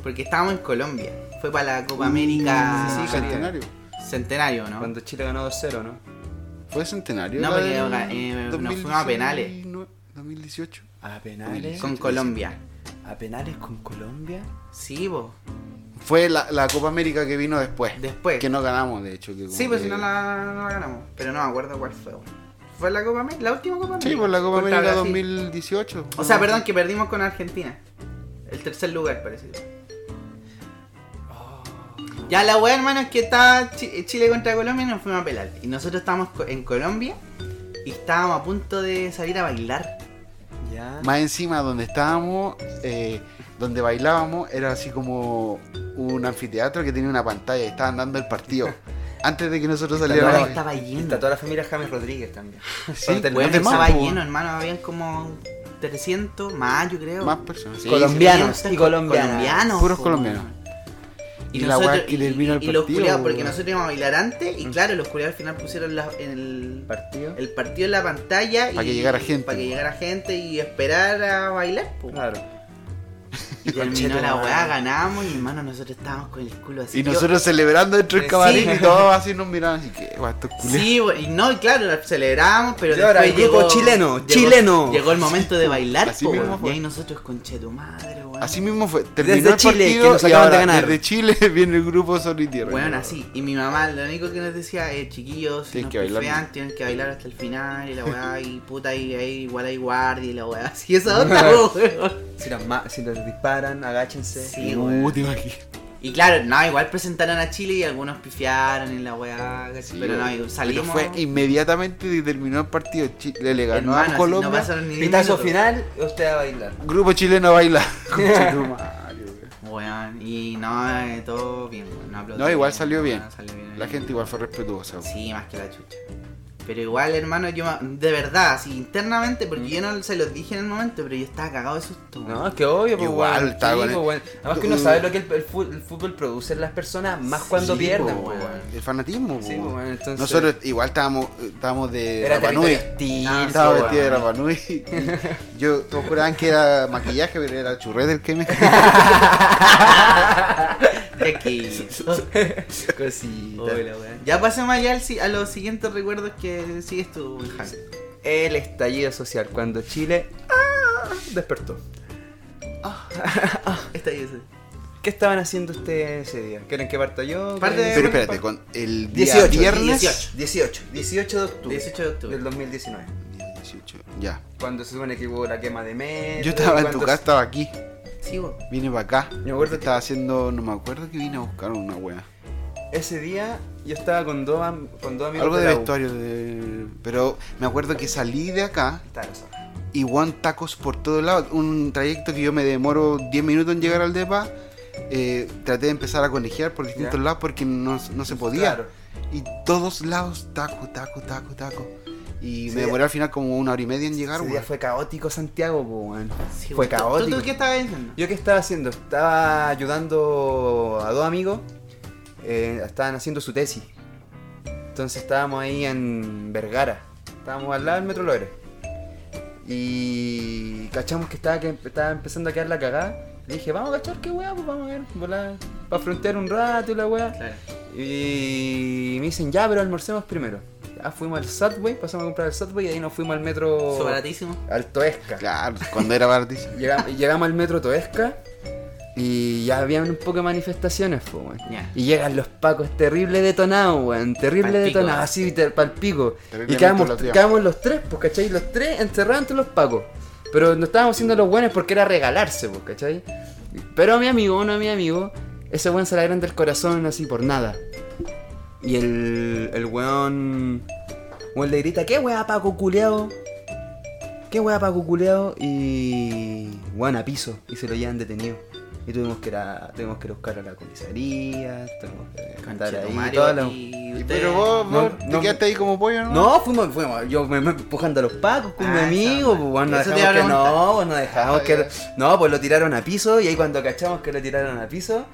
Speaker 1: Porque estábamos en Colombia. Fue para la Copa América
Speaker 2: Mm, Sí, sí, centenario.
Speaker 1: Centenario, ¿no?
Speaker 3: Cuando Chile ganó 2-0, ¿no?
Speaker 2: ¿Fue centenario?
Speaker 1: No,
Speaker 2: la
Speaker 1: porque,
Speaker 2: del
Speaker 1: oiga, eh, nos fuimos a penales.
Speaker 2: 2019, 2018.
Speaker 3: A penales.
Speaker 1: Con Colombia.
Speaker 3: A penales con Colombia.
Speaker 1: Sí, vos.
Speaker 2: Fue la, la Copa América que vino después.
Speaker 1: Después.
Speaker 2: Que no ganamos, de hecho. que como
Speaker 1: Sí, pues
Speaker 2: que-
Speaker 1: si no la, no la ganamos. Pero no me acuerdo cuál fue. weón. ¿Fue la Copa América? ¿La última Copa América?
Speaker 2: Sí, pues la Copa
Speaker 1: Contra
Speaker 2: América
Speaker 1: Brasil.
Speaker 2: 2018.
Speaker 1: O sea, perdón, que perdimos con Argentina. El tercer lugar, parecido.
Speaker 2: Oh.
Speaker 1: Ya la wea, hermano, es que estaba Chi- Chile contra Colombia y nos fuimos a pelar. Y nosotros estábamos co- en Colombia y estábamos a punto de salir a bailar.
Speaker 3: Ya.
Speaker 2: Más encima, donde estábamos, eh, donde bailábamos, era así como un anfiteatro que tenía una pantalla y estaban dando el
Speaker 1: [LAUGHS]
Speaker 2: partido. antes de que nosotros
Speaker 1: Pero
Speaker 2: saliéramos.
Speaker 1: ahí estaba
Speaker 3: Y
Speaker 1: lleno.
Speaker 3: está toda la familia James Rodríguez también.
Speaker 2: Sí,
Speaker 3: Cuando terminó
Speaker 1: Bueno,
Speaker 2: de más,
Speaker 1: estaba
Speaker 2: po.
Speaker 1: lleno, hermano. Habían como 300 más, yo creo.
Speaker 2: Más personas. sí.
Speaker 3: Colombianos y colombianas.
Speaker 1: colombianos.
Speaker 2: Puros
Speaker 1: po,
Speaker 2: colombianos.
Speaker 1: weón.
Speaker 2: Y la weá que
Speaker 1: y-
Speaker 2: termina el
Speaker 1: y los
Speaker 2: partido,
Speaker 1: culiados, porque
Speaker 2: weón. Mm.
Speaker 1: nosotros íbamos a bailar antes y claro, los culiados al final pusieron la- en el,
Speaker 3: Partido.
Speaker 1: el partido en la pantalla
Speaker 2: Pa'
Speaker 1: y-
Speaker 2: que llegara gente.
Speaker 1: Para que llegara gente y esperar a bailar, po.
Speaker 3: Claro. [LAUGHS]
Speaker 1: Y terminó
Speaker 3: Conchete,
Speaker 1: la
Speaker 3: madre.
Speaker 1: weá, ganamos y hermano, nosotros estábamos con el culo así.
Speaker 2: Y
Speaker 1: Yo-
Speaker 2: nosotros celebrando dentro del
Speaker 3: Sí.
Speaker 2: camarín y todos así
Speaker 1: [LAUGHS]
Speaker 2: nos miraban así que, guau, estos culiados.
Speaker 1: Sí, bo- y no, y claro, la celebramos, pero
Speaker 3: Y ahora
Speaker 1: después
Speaker 3: llegó chileno, chileno.
Speaker 1: Llegó el momento de bailar,
Speaker 2: Así
Speaker 1: po,
Speaker 2: mismo
Speaker 1: weón.
Speaker 2: fue.
Speaker 1: y ahí nosotros conche tu madre, weón.
Speaker 2: Así mismo fue. Terminó el
Speaker 3: Chile,
Speaker 2: partido
Speaker 3: que nos
Speaker 2: y
Speaker 3: acaban de
Speaker 2: ahora
Speaker 3: ganar.
Speaker 2: Desde Chile [LAUGHS] viene el grupo Sol y Tierra.
Speaker 1: Bueno, así. Y mi mamá, lo único que nos decía es, chiquillos, si
Speaker 2: Tienen
Speaker 1: nos
Speaker 2: que bailar,
Speaker 1: pifean, tienen que bailar hasta el final, y la weá, y puta, y ahí igual hay guardia, y la weá. [LAUGHS] Así
Speaker 2: [LAUGHS]
Speaker 1: esa onda, po, weón.
Speaker 3: Si los, ma- si los disparan, agáchense.
Speaker 1: Sí,
Speaker 2: Uh,
Speaker 1: weón.
Speaker 2: te imaginas.
Speaker 1: Y claro, no, igual presentaron a Chile y algunos pifiaron en la weá,
Speaker 2: Sí,
Speaker 1: pero no,
Speaker 2: weón.
Speaker 1: y salimos.
Speaker 2: Pero fue inmediatamente que terminó el partido. Chile le ganó
Speaker 1: hermano, así,
Speaker 2: a
Speaker 1: no
Speaker 2: Colombia.
Speaker 1: pasaron ni diez
Speaker 3: Pitazo
Speaker 1: minutos.
Speaker 3: final, usted va a bailar.
Speaker 2: grupo chileno baila. Conchetumario, weón.
Speaker 1: Weón, y no, eh, todo bien, weón, no aplaudí,
Speaker 2: No, igual
Speaker 1: weón,
Speaker 2: salió bien.
Speaker 1: salió
Speaker 2: La gente igual fue respetuosa. weón.
Speaker 1: Sí, más que la chucha. Pero igual, hermano, yo ma- de verdad, así internamente, porque yo
Speaker 2: Mm.
Speaker 1: no se los dije en el momento, pero yo estaba cagado de susto.
Speaker 3: No,
Speaker 1: weón.
Speaker 3: es que obvio, pues,
Speaker 2: Igual,
Speaker 3: weón.
Speaker 2: está
Speaker 3: Sí,
Speaker 2: con el-
Speaker 3: pues, weón. Además que uno sabe lo que el, el fu- el fútbol produce en las personas, más cuando
Speaker 1: Sí,
Speaker 3: pierden,
Speaker 1: po,
Speaker 3: pues,
Speaker 1: weón.
Speaker 3: weón.
Speaker 2: El fanatismo.
Speaker 3: Sí,
Speaker 2: weón.
Speaker 3: pues, weón, entonces-
Speaker 2: Nosotros igual estábamos, estábamos de
Speaker 3: Era
Speaker 2: Rapa Nui.
Speaker 3: territorio hostil,
Speaker 1: Ah,
Speaker 3: pues,
Speaker 2: Estaba
Speaker 1: Sí,
Speaker 2: vestida de
Speaker 1: weón.
Speaker 2: Rapa Nui. Yo, todos juraban que era maquillaje, pero era churrete el que me.
Speaker 1: Ya que-
Speaker 2: [LAUGHS]
Speaker 3: [LAUGHS] Cosita.
Speaker 1: Uy, la weá. Ya pasemos allá al si- a los siguientes recuerdos que sigues tú, Jaime.
Speaker 3: El estallido social, cuando Chile ah, despertó.
Speaker 1: Esta y esa.
Speaker 3: ¿Qué estaban haciendo ustedes ese día? ¿Quieren que parta yo?
Speaker 1: Parte
Speaker 3: ¿Quieren-
Speaker 1: de-
Speaker 2: Pero espérate, con el día
Speaker 3: 18,
Speaker 2: viernes.
Speaker 1: 18.
Speaker 3: 18, 18 de octubre.
Speaker 1: 18 de octubre.
Speaker 3: Del 2019.
Speaker 2: 18, Ya.
Speaker 3: Cuando se supone que hubo la quema de metro.
Speaker 2: Yo estaba en tu
Speaker 3: cuando-
Speaker 2: casa, estaba aquí.
Speaker 1: Sí, vos.
Speaker 2: Vine para acá.
Speaker 3: Me acuerdo que-
Speaker 2: estaba haciendo. No me acuerdo que vine a buscar una wea.
Speaker 3: Ese día yo estaba con dos, am- con dos amigos
Speaker 2: Algo de
Speaker 3: la U.
Speaker 2: vestuario. de- Pero me acuerdo que salí de acá
Speaker 3: Estaba la zorra.
Speaker 2: y guan tacos por todos lados. Un trayecto que yo me demoro 10 minutos en llegar al depa. eh, traté de empezar a conejear por distintos
Speaker 3: Ya.
Speaker 2: lados porque no, no se podía.
Speaker 3: Claro.
Speaker 2: Y todos lados, taco, taco, taco, taco. Y
Speaker 3: Sí,
Speaker 2: me demoré al final como una hora y media en llegar,
Speaker 3: Ese
Speaker 2: weón.
Speaker 3: día fue caótico Santiago, po, weón.
Speaker 1: Sí,
Speaker 3: fue
Speaker 1: vos. ¿Tú-
Speaker 3: caótico.
Speaker 1: ¿Tú, tú qué estabas diciendo?
Speaker 3: Yo qué estaba haciendo, estaba ayudando a dos amigos, eh, estaban haciendo su tesis. Entonces estábamos ahí en Vergara, estábamos al lado del Metro Logres. Y cachamos que estaba, que estaba empezando a quedar la cagada. Le dije, vamos a cachar qué weá, pues vamos a ver, volar, para frontear un rato y la weá.
Speaker 1: Claro.
Speaker 3: Y me dicen, ya, pero almorcemos primero. Ah, fuimos al Subway, pasamos a comprar el Subway y ahí nos fuimos al
Speaker 2: Oh.
Speaker 3: metro
Speaker 1: Sobaratísimo.
Speaker 3: Altoesca. [LAUGHS]
Speaker 2: Claro, cuando era Bardis.
Speaker 3: Llegam- Llegamos, al metro Toesca Y ya habían un poco de manifestaciones, pues, weón.
Speaker 1: Ya.
Speaker 3: Y llegan los pacos terrible detonados, weón. Terrible
Speaker 1: Palpico.
Speaker 3: detonados, así te- palpico.
Speaker 2: Terrible
Speaker 3: Y quedamos,
Speaker 2: idolatría.
Speaker 3: quedamos los tres, pues, ¿cachai? Los tres encerrados entre los pacos. Pero no estábamos siendo los buenos porque era regalarse, pues, ¿cachai? Pero a mi amigo, uno a mi amigo, ese weón se la grande el corazón así por nada. Y el, el weón. Weón le grita, ¿qué weá Paco culeado? ¿Qué weá Paco culeado? Y. Weón a piso. Y se lo llevan detenido. Y tuvimos que, ir a- tuvimos que ir a buscar a la comisaría, tuvimos que andar ahí.
Speaker 1: Conchetumario,
Speaker 3: toda la-
Speaker 1: y
Speaker 2: Y
Speaker 1: usted-
Speaker 2: Pero vos,
Speaker 1: [LAUGHS]
Speaker 3: No,
Speaker 2: vos te
Speaker 3: no.
Speaker 2: quedaste ahí como pollo, ¿no?
Speaker 3: No, fuimos, fuimos, yo me, me empujando a los pacos con
Speaker 1: Ah,
Speaker 3: mi
Speaker 1: esa
Speaker 3: amigo,
Speaker 1: onda.
Speaker 3: pues bueno, no
Speaker 1: Eso te
Speaker 3: dejamos
Speaker 1: iba
Speaker 3: que
Speaker 1: a
Speaker 3: no, pues no dejamos
Speaker 2: Ah,
Speaker 3: que...
Speaker 2: ya.
Speaker 3: No, pues lo tiraron a piso y ahí cuando cachamos que lo tiraron a piso...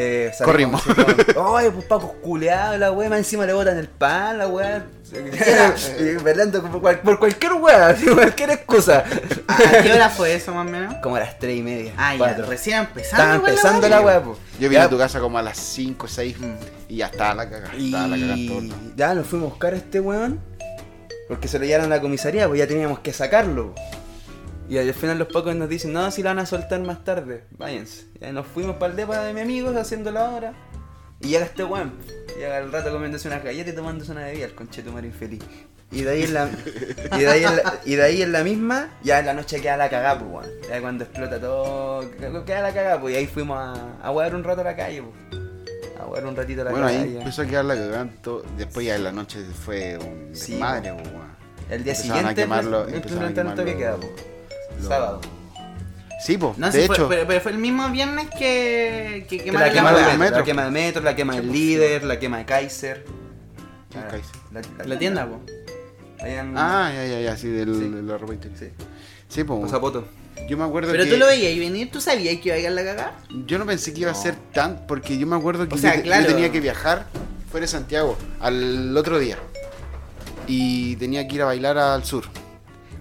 Speaker 3: Eh, salimos
Speaker 2: Corrimos.
Speaker 3: así como, Ay, pues pacos culeados, la wea, más encima le botan el pan,
Speaker 1: [LAUGHS]
Speaker 3: la wea. [LAUGHS] Y velando por, cual- por cualquier wea, así, cualquier excusa.
Speaker 1: ¿A qué hora fue eso más o menos?
Speaker 3: Como a las tres y media.
Speaker 1: Ah, ya,
Speaker 3: cuatro.
Speaker 1: recién empezando.
Speaker 3: Estaba
Speaker 1: igual
Speaker 3: empezando
Speaker 1: weá.
Speaker 3: la wea, pues.
Speaker 2: Yo vine
Speaker 3: Ya, Mm.
Speaker 2: a tu casa como a las 5, 6 y ya estaba la cagada. Estaba la cagada en todo.
Speaker 3: Y ya nos fuimos a buscar a este weón. Porque se lo llevaron a la comisaría, pues ya teníamos que sacarlo. po. Y al final los pocos nos dicen, no, si lo van a soltar más tarde, váyanse. Y ahí nos fuimos para el depa de mi amigo haciendo la hora. Y llega este weón. Llega al rato comiéndose unas galletas y tomándose una bebida, el conchetumare infeliz. Y de ahí en la. y, de ahí en la y de ahí en la misma, ya en la noche queda la cagá, pues weón. Ya cuando explota todo, queda la cagá, pues. Y ahí fuimos a, a huear un rato a la calle, pues. A huear un ratito a la
Speaker 2: Bueno,
Speaker 3: calle.
Speaker 2: ahí pues, empezó a quedar la cagada. en todo. Después ya en la noche fue un
Speaker 3: Sí,
Speaker 2: desmadre, po, weón.
Speaker 3: El día
Speaker 2: Empezaban
Speaker 3: siguiente pues,
Speaker 2: a quemarlo,
Speaker 3: el- el
Speaker 2: empezaban a
Speaker 3: plantel toque queda,
Speaker 2: quemarlo.
Speaker 3: po.
Speaker 2: Lo-
Speaker 3: Sábado.
Speaker 2: Sí, pues,
Speaker 1: No,
Speaker 2: de
Speaker 1: sí, fue-
Speaker 2: hecho.
Speaker 1: pero, pero fue el mismo viernes que, que
Speaker 3: Que
Speaker 1: quemaron
Speaker 3: la
Speaker 1: la
Speaker 3: quema de
Speaker 1: weá.
Speaker 2: del
Speaker 3: metro,
Speaker 2: metro.
Speaker 3: la quema de metro, la quema del líder, la quema de Kaiser.
Speaker 2: ¿Qué es
Speaker 3: Ah,
Speaker 2: Kaiser?
Speaker 3: La,
Speaker 1: La tienda, po.
Speaker 3: Allá en
Speaker 2: Ah, ya, ya, ya, sí, del,
Speaker 3: Sí.
Speaker 2: de la ropa interior.
Speaker 3: Sí.
Speaker 2: Sí, pues.
Speaker 3: Zapoto.
Speaker 2: Yo me acuerdo
Speaker 1: Pero
Speaker 2: que.
Speaker 1: tú lo veías y venir, ¿tú sabías que iba a llegar la cagada?
Speaker 2: Yo no pensé que iba a ser tan. Porque yo me acuerdo que
Speaker 1: O sea,
Speaker 2: yo, te- yo
Speaker 1: claro.
Speaker 2: tenía que viajar fuera de Santiago al otro día. Y tenía que ir a bailar al sur.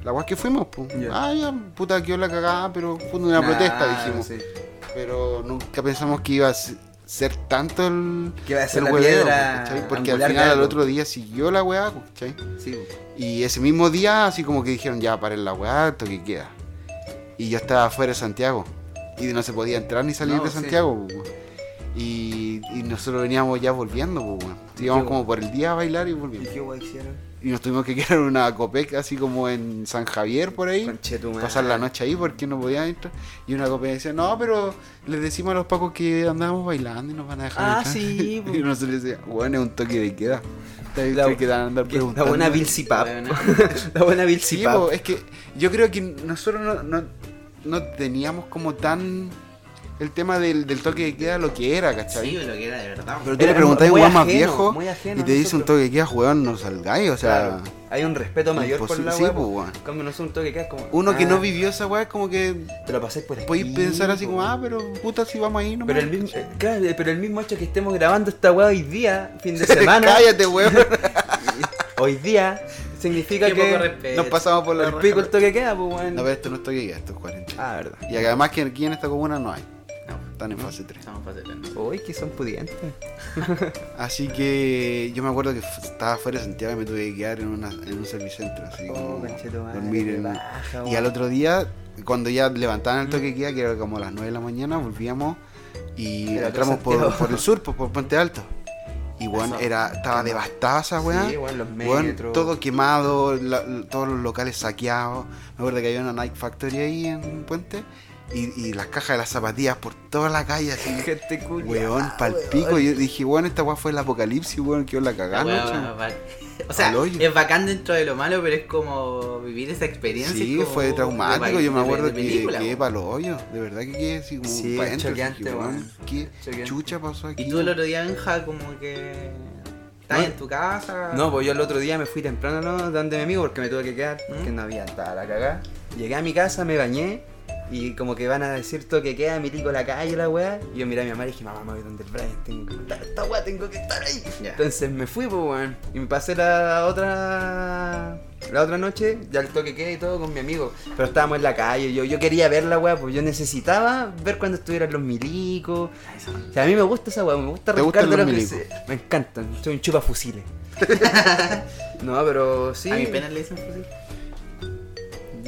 Speaker 2: La guas que fuimos, pues.
Speaker 3: Ya.
Speaker 2: Ah, ya, puta, quedó la cagada, pero fue una
Speaker 3: Nah,
Speaker 2: protesta, dijimos.
Speaker 3: Ah, sí.
Speaker 2: Pero nunca pensamos que iba a se- ser tanto el.
Speaker 3: Que iba a ser
Speaker 2: el
Speaker 3: la
Speaker 2: hueveo,
Speaker 3: piedra
Speaker 2: ¿cachai? Porque al
Speaker 3: angular de
Speaker 2: final, al
Speaker 3: algo.
Speaker 2: otro día siguió la weá, ¿cachai?
Speaker 3: Sí, po.
Speaker 2: Y ese mismo día, así como que dijeron, ya paren la weá, esto que queda. Y yo estaba fuera de Santiago. Y no se podía entrar ni salir
Speaker 3: No,
Speaker 2: de
Speaker 3: sí.
Speaker 2: Santiago. po, weón. Y, y nosotros veníamos ya volviendo, po, weón. Íbamos
Speaker 3: qué
Speaker 2: como por el día a bailar y
Speaker 3: ¿Y
Speaker 2: volvíamos.
Speaker 3: qué guay hicieron?
Speaker 2: Y nos tuvimos que quedar en una copec así como en San Javier por ahí.
Speaker 3: Conchetumare.
Speaker 2: Pasar la noche ahí porque no podía entrar. Y una copec decía, no, pero les decimos a los pacos que andábamos bailando y nos van a dejar
Speaker 3: Ah,
Speaker 2: entrar". [LAUGHS]
Speaker 3: sí, po.
Speaker 2: y nosotros les decíamos, bueno, es un toque de queda. Te,
Speaker 3: La-
Speaker 2: te quedan a andar
Speaker 3: La
Speaker 2: preguntando.
Speaker 3: buena Bill Cipap.
Speaker 1: Weón,
Speaker 3: [LAUGHS] La buena Bill
Speaker 2: Sí,
Speaker 3: Cipap.
Speaker 2: po, es que yo creo que nosotros no, no- no teníamos como tan el tema del, del toque de queda lo que era, ¿cachai?
Speaker 1: Sí, lo que era de verdad.
Speaker 2: Pero tú
Speaker 3: Era
Speaker 2: le preguntás a un
Speaker 3: muy
Speaker 2: weón más
Speaker 3: ajeno,
Speaker 2: viejo
Speaker 3: muy ajeno
Speaker 2: y
Speaker 3: a
Speaker 2: te dice un
Speaker 3: nosotros.
Speaker 2: toque de queda, weón, no salgáis, o sea...
Speaker 3: Claro. Hay un respeto mayor por la
Speaker 2: imposible. Sí,
Speaker 3: wea.
Speaker 2: po,
Speaker 3: po.
Speaker 2: weón.
Speaker 3: Cambio no es un toque que es como.
Speaker 2: Uno que
Speaker 3: ah,
Speaker 2: no vivió esa weá es como que
Speaker 3: Te lo pasé por
Speaker 2: podéis
Speaker 3: aquí,
Speaker 2: pensar así
Speaker 3: po.
Speaker 2: como, ah, pero puta, si vamos ahí nomás.
Speaker 3: Pero el, mismo, eh, claro, pero el mismo hecho que estemos grabando esta weá hoy día, fin de
Speaker 2: [LAUGHS]
Speaker 3: semana,
Speaker 2: Cállate,
Speaker 3: [LAUGHS]
Speaker 2: weón.
Speaker 3: hoy día, significa
Speaker 1: Qué poco
Speaker 3: que
Speaker 1: respeto.
Speaker 2: Nos pasamos por la
Speaker 3: el pico el
Speaker 2: raja.
Speaker 3: toque queda, pues weón.
Speaker 2: No, pero esto no es toque de queda, esto es cuarentena.
Speaker 3: Ah, verdad.
Speaker 2: Y además que aquí en esta comuna no hay.
Speaker 1: No,
Speaker 2: Están en fase 3.
Speaker 1: pues, estamos paseando.
Speaker 3: Uy, que son pudientes.
Speaker 2: Así que yo me acuerdo que f- estaba fuera de Santiago y me tuve que quedar en, una, en un servicentro, así
Speaker 3: Oh,
Speaker 2: como
Speaker 3: conchetumare,
Speaker 2: dormir
Speaker 3: qué Mm.
Speaker 2: en-
Speaker 3: baja,
Speaker 2: Y al
Speaker 3: weón.
Speaker 2: otro día, cuando ya levantaban el toque de queda, que era como a las 9 de la mañana, volvíamos y
Speaker 3: Era otro
Speaker 2: entramos por,
Speaker 3: Santiago.
Speaker 2: por el sur, por, por Puente Alto. Y bueno,
Speaker 1: Eso.
Speaker 2: era, estaba devastada esa weá.
Speaker 3: Sí, weón, los
Speaker 2: Weón,
Speaker 3: metros.
Speaker 2: todo quemado, la- todos los locales saqueados. Me acuerdo que había una Nike Factory ahí en Puente. Y, y las cajas de las zapatillas por toda la calle, así.
Speaker 3: Gente culia.
Speaker 2: Weón, pal pico. Yo dije, weón, esta weá fue el apocalipsis, weón, quedó la cagada, noche. [LAUGHS]
Speaker 1: O sea,
Speaker 2: Al hoyo.
Speaker 1: es bacán dentro de lo malo, pero es como vivir esa experiencia.
Speaker 2: Sí,
Speaker 1: es como-
Speaker 2: fue traumático.
Speaker 1: de-
Speaker 2: Yo me
Speaker 1: de-
Speaker 2: acuerdo
Speaker 1: de
Speaker 2: que
Speaker 1: película, pues.
Speaker 2: quedé
Speaker 1: po.
Speaker 2: para los hoyos. De verdad que quedé así como
Speaker 3: Sí,
Speaker 2: para adentro.
Speaker 3: choqueante,
Speaker 2: dije, weón,
Speaker 3: weón.
Speaker 2: ¿Qué
Speaker 3: Choqueante.
Speaker 2: chucha pasó aquí?
Speaker 1: Y tú el otro día, Benja, como que. Estás
Speaker 3: No.
Speaker 1: en tu casa.
Speaker 3: No, pues yo el otro día me fui temprano ¿no? donde mi amigo porque me tuve que quedar, que no había estaba la cagada. Llegué a mi casa, me bañé y como que van a decir todo que queda, mi tico la calle, la weá. Y yo miré a mi mamá y dije, mamá, me voy donde el Brian, tengo que estar, esta weá, tengo que estar ahí.
Speaker 1: Ya.
Speaker 3: Entonces me fui, pues weón. Y me pasé la otra. La otra noche, ya el toque queda y todo con mi amigo. Pero estábamos en la calle, yo, yo quería ver la weá, pues yo necesitaba ver cuando estuvieran los milicos. O sea, a mí me gusta esa weá, me gusta
Speaker 2: ¿Te
Speaker 3: arrancar
Speaker 2: gustan
Speaker 3: de
Speaker 2: los
Speaker 3: lo que
Speaker 2: milicos?
Speaker 3: se- Me encantan, soy un chupa
Speaker 2: [LAUGHS]
Speaker 3: fusiles. No, pero sí.
Speaker 1: A mi pena le dicen fusil.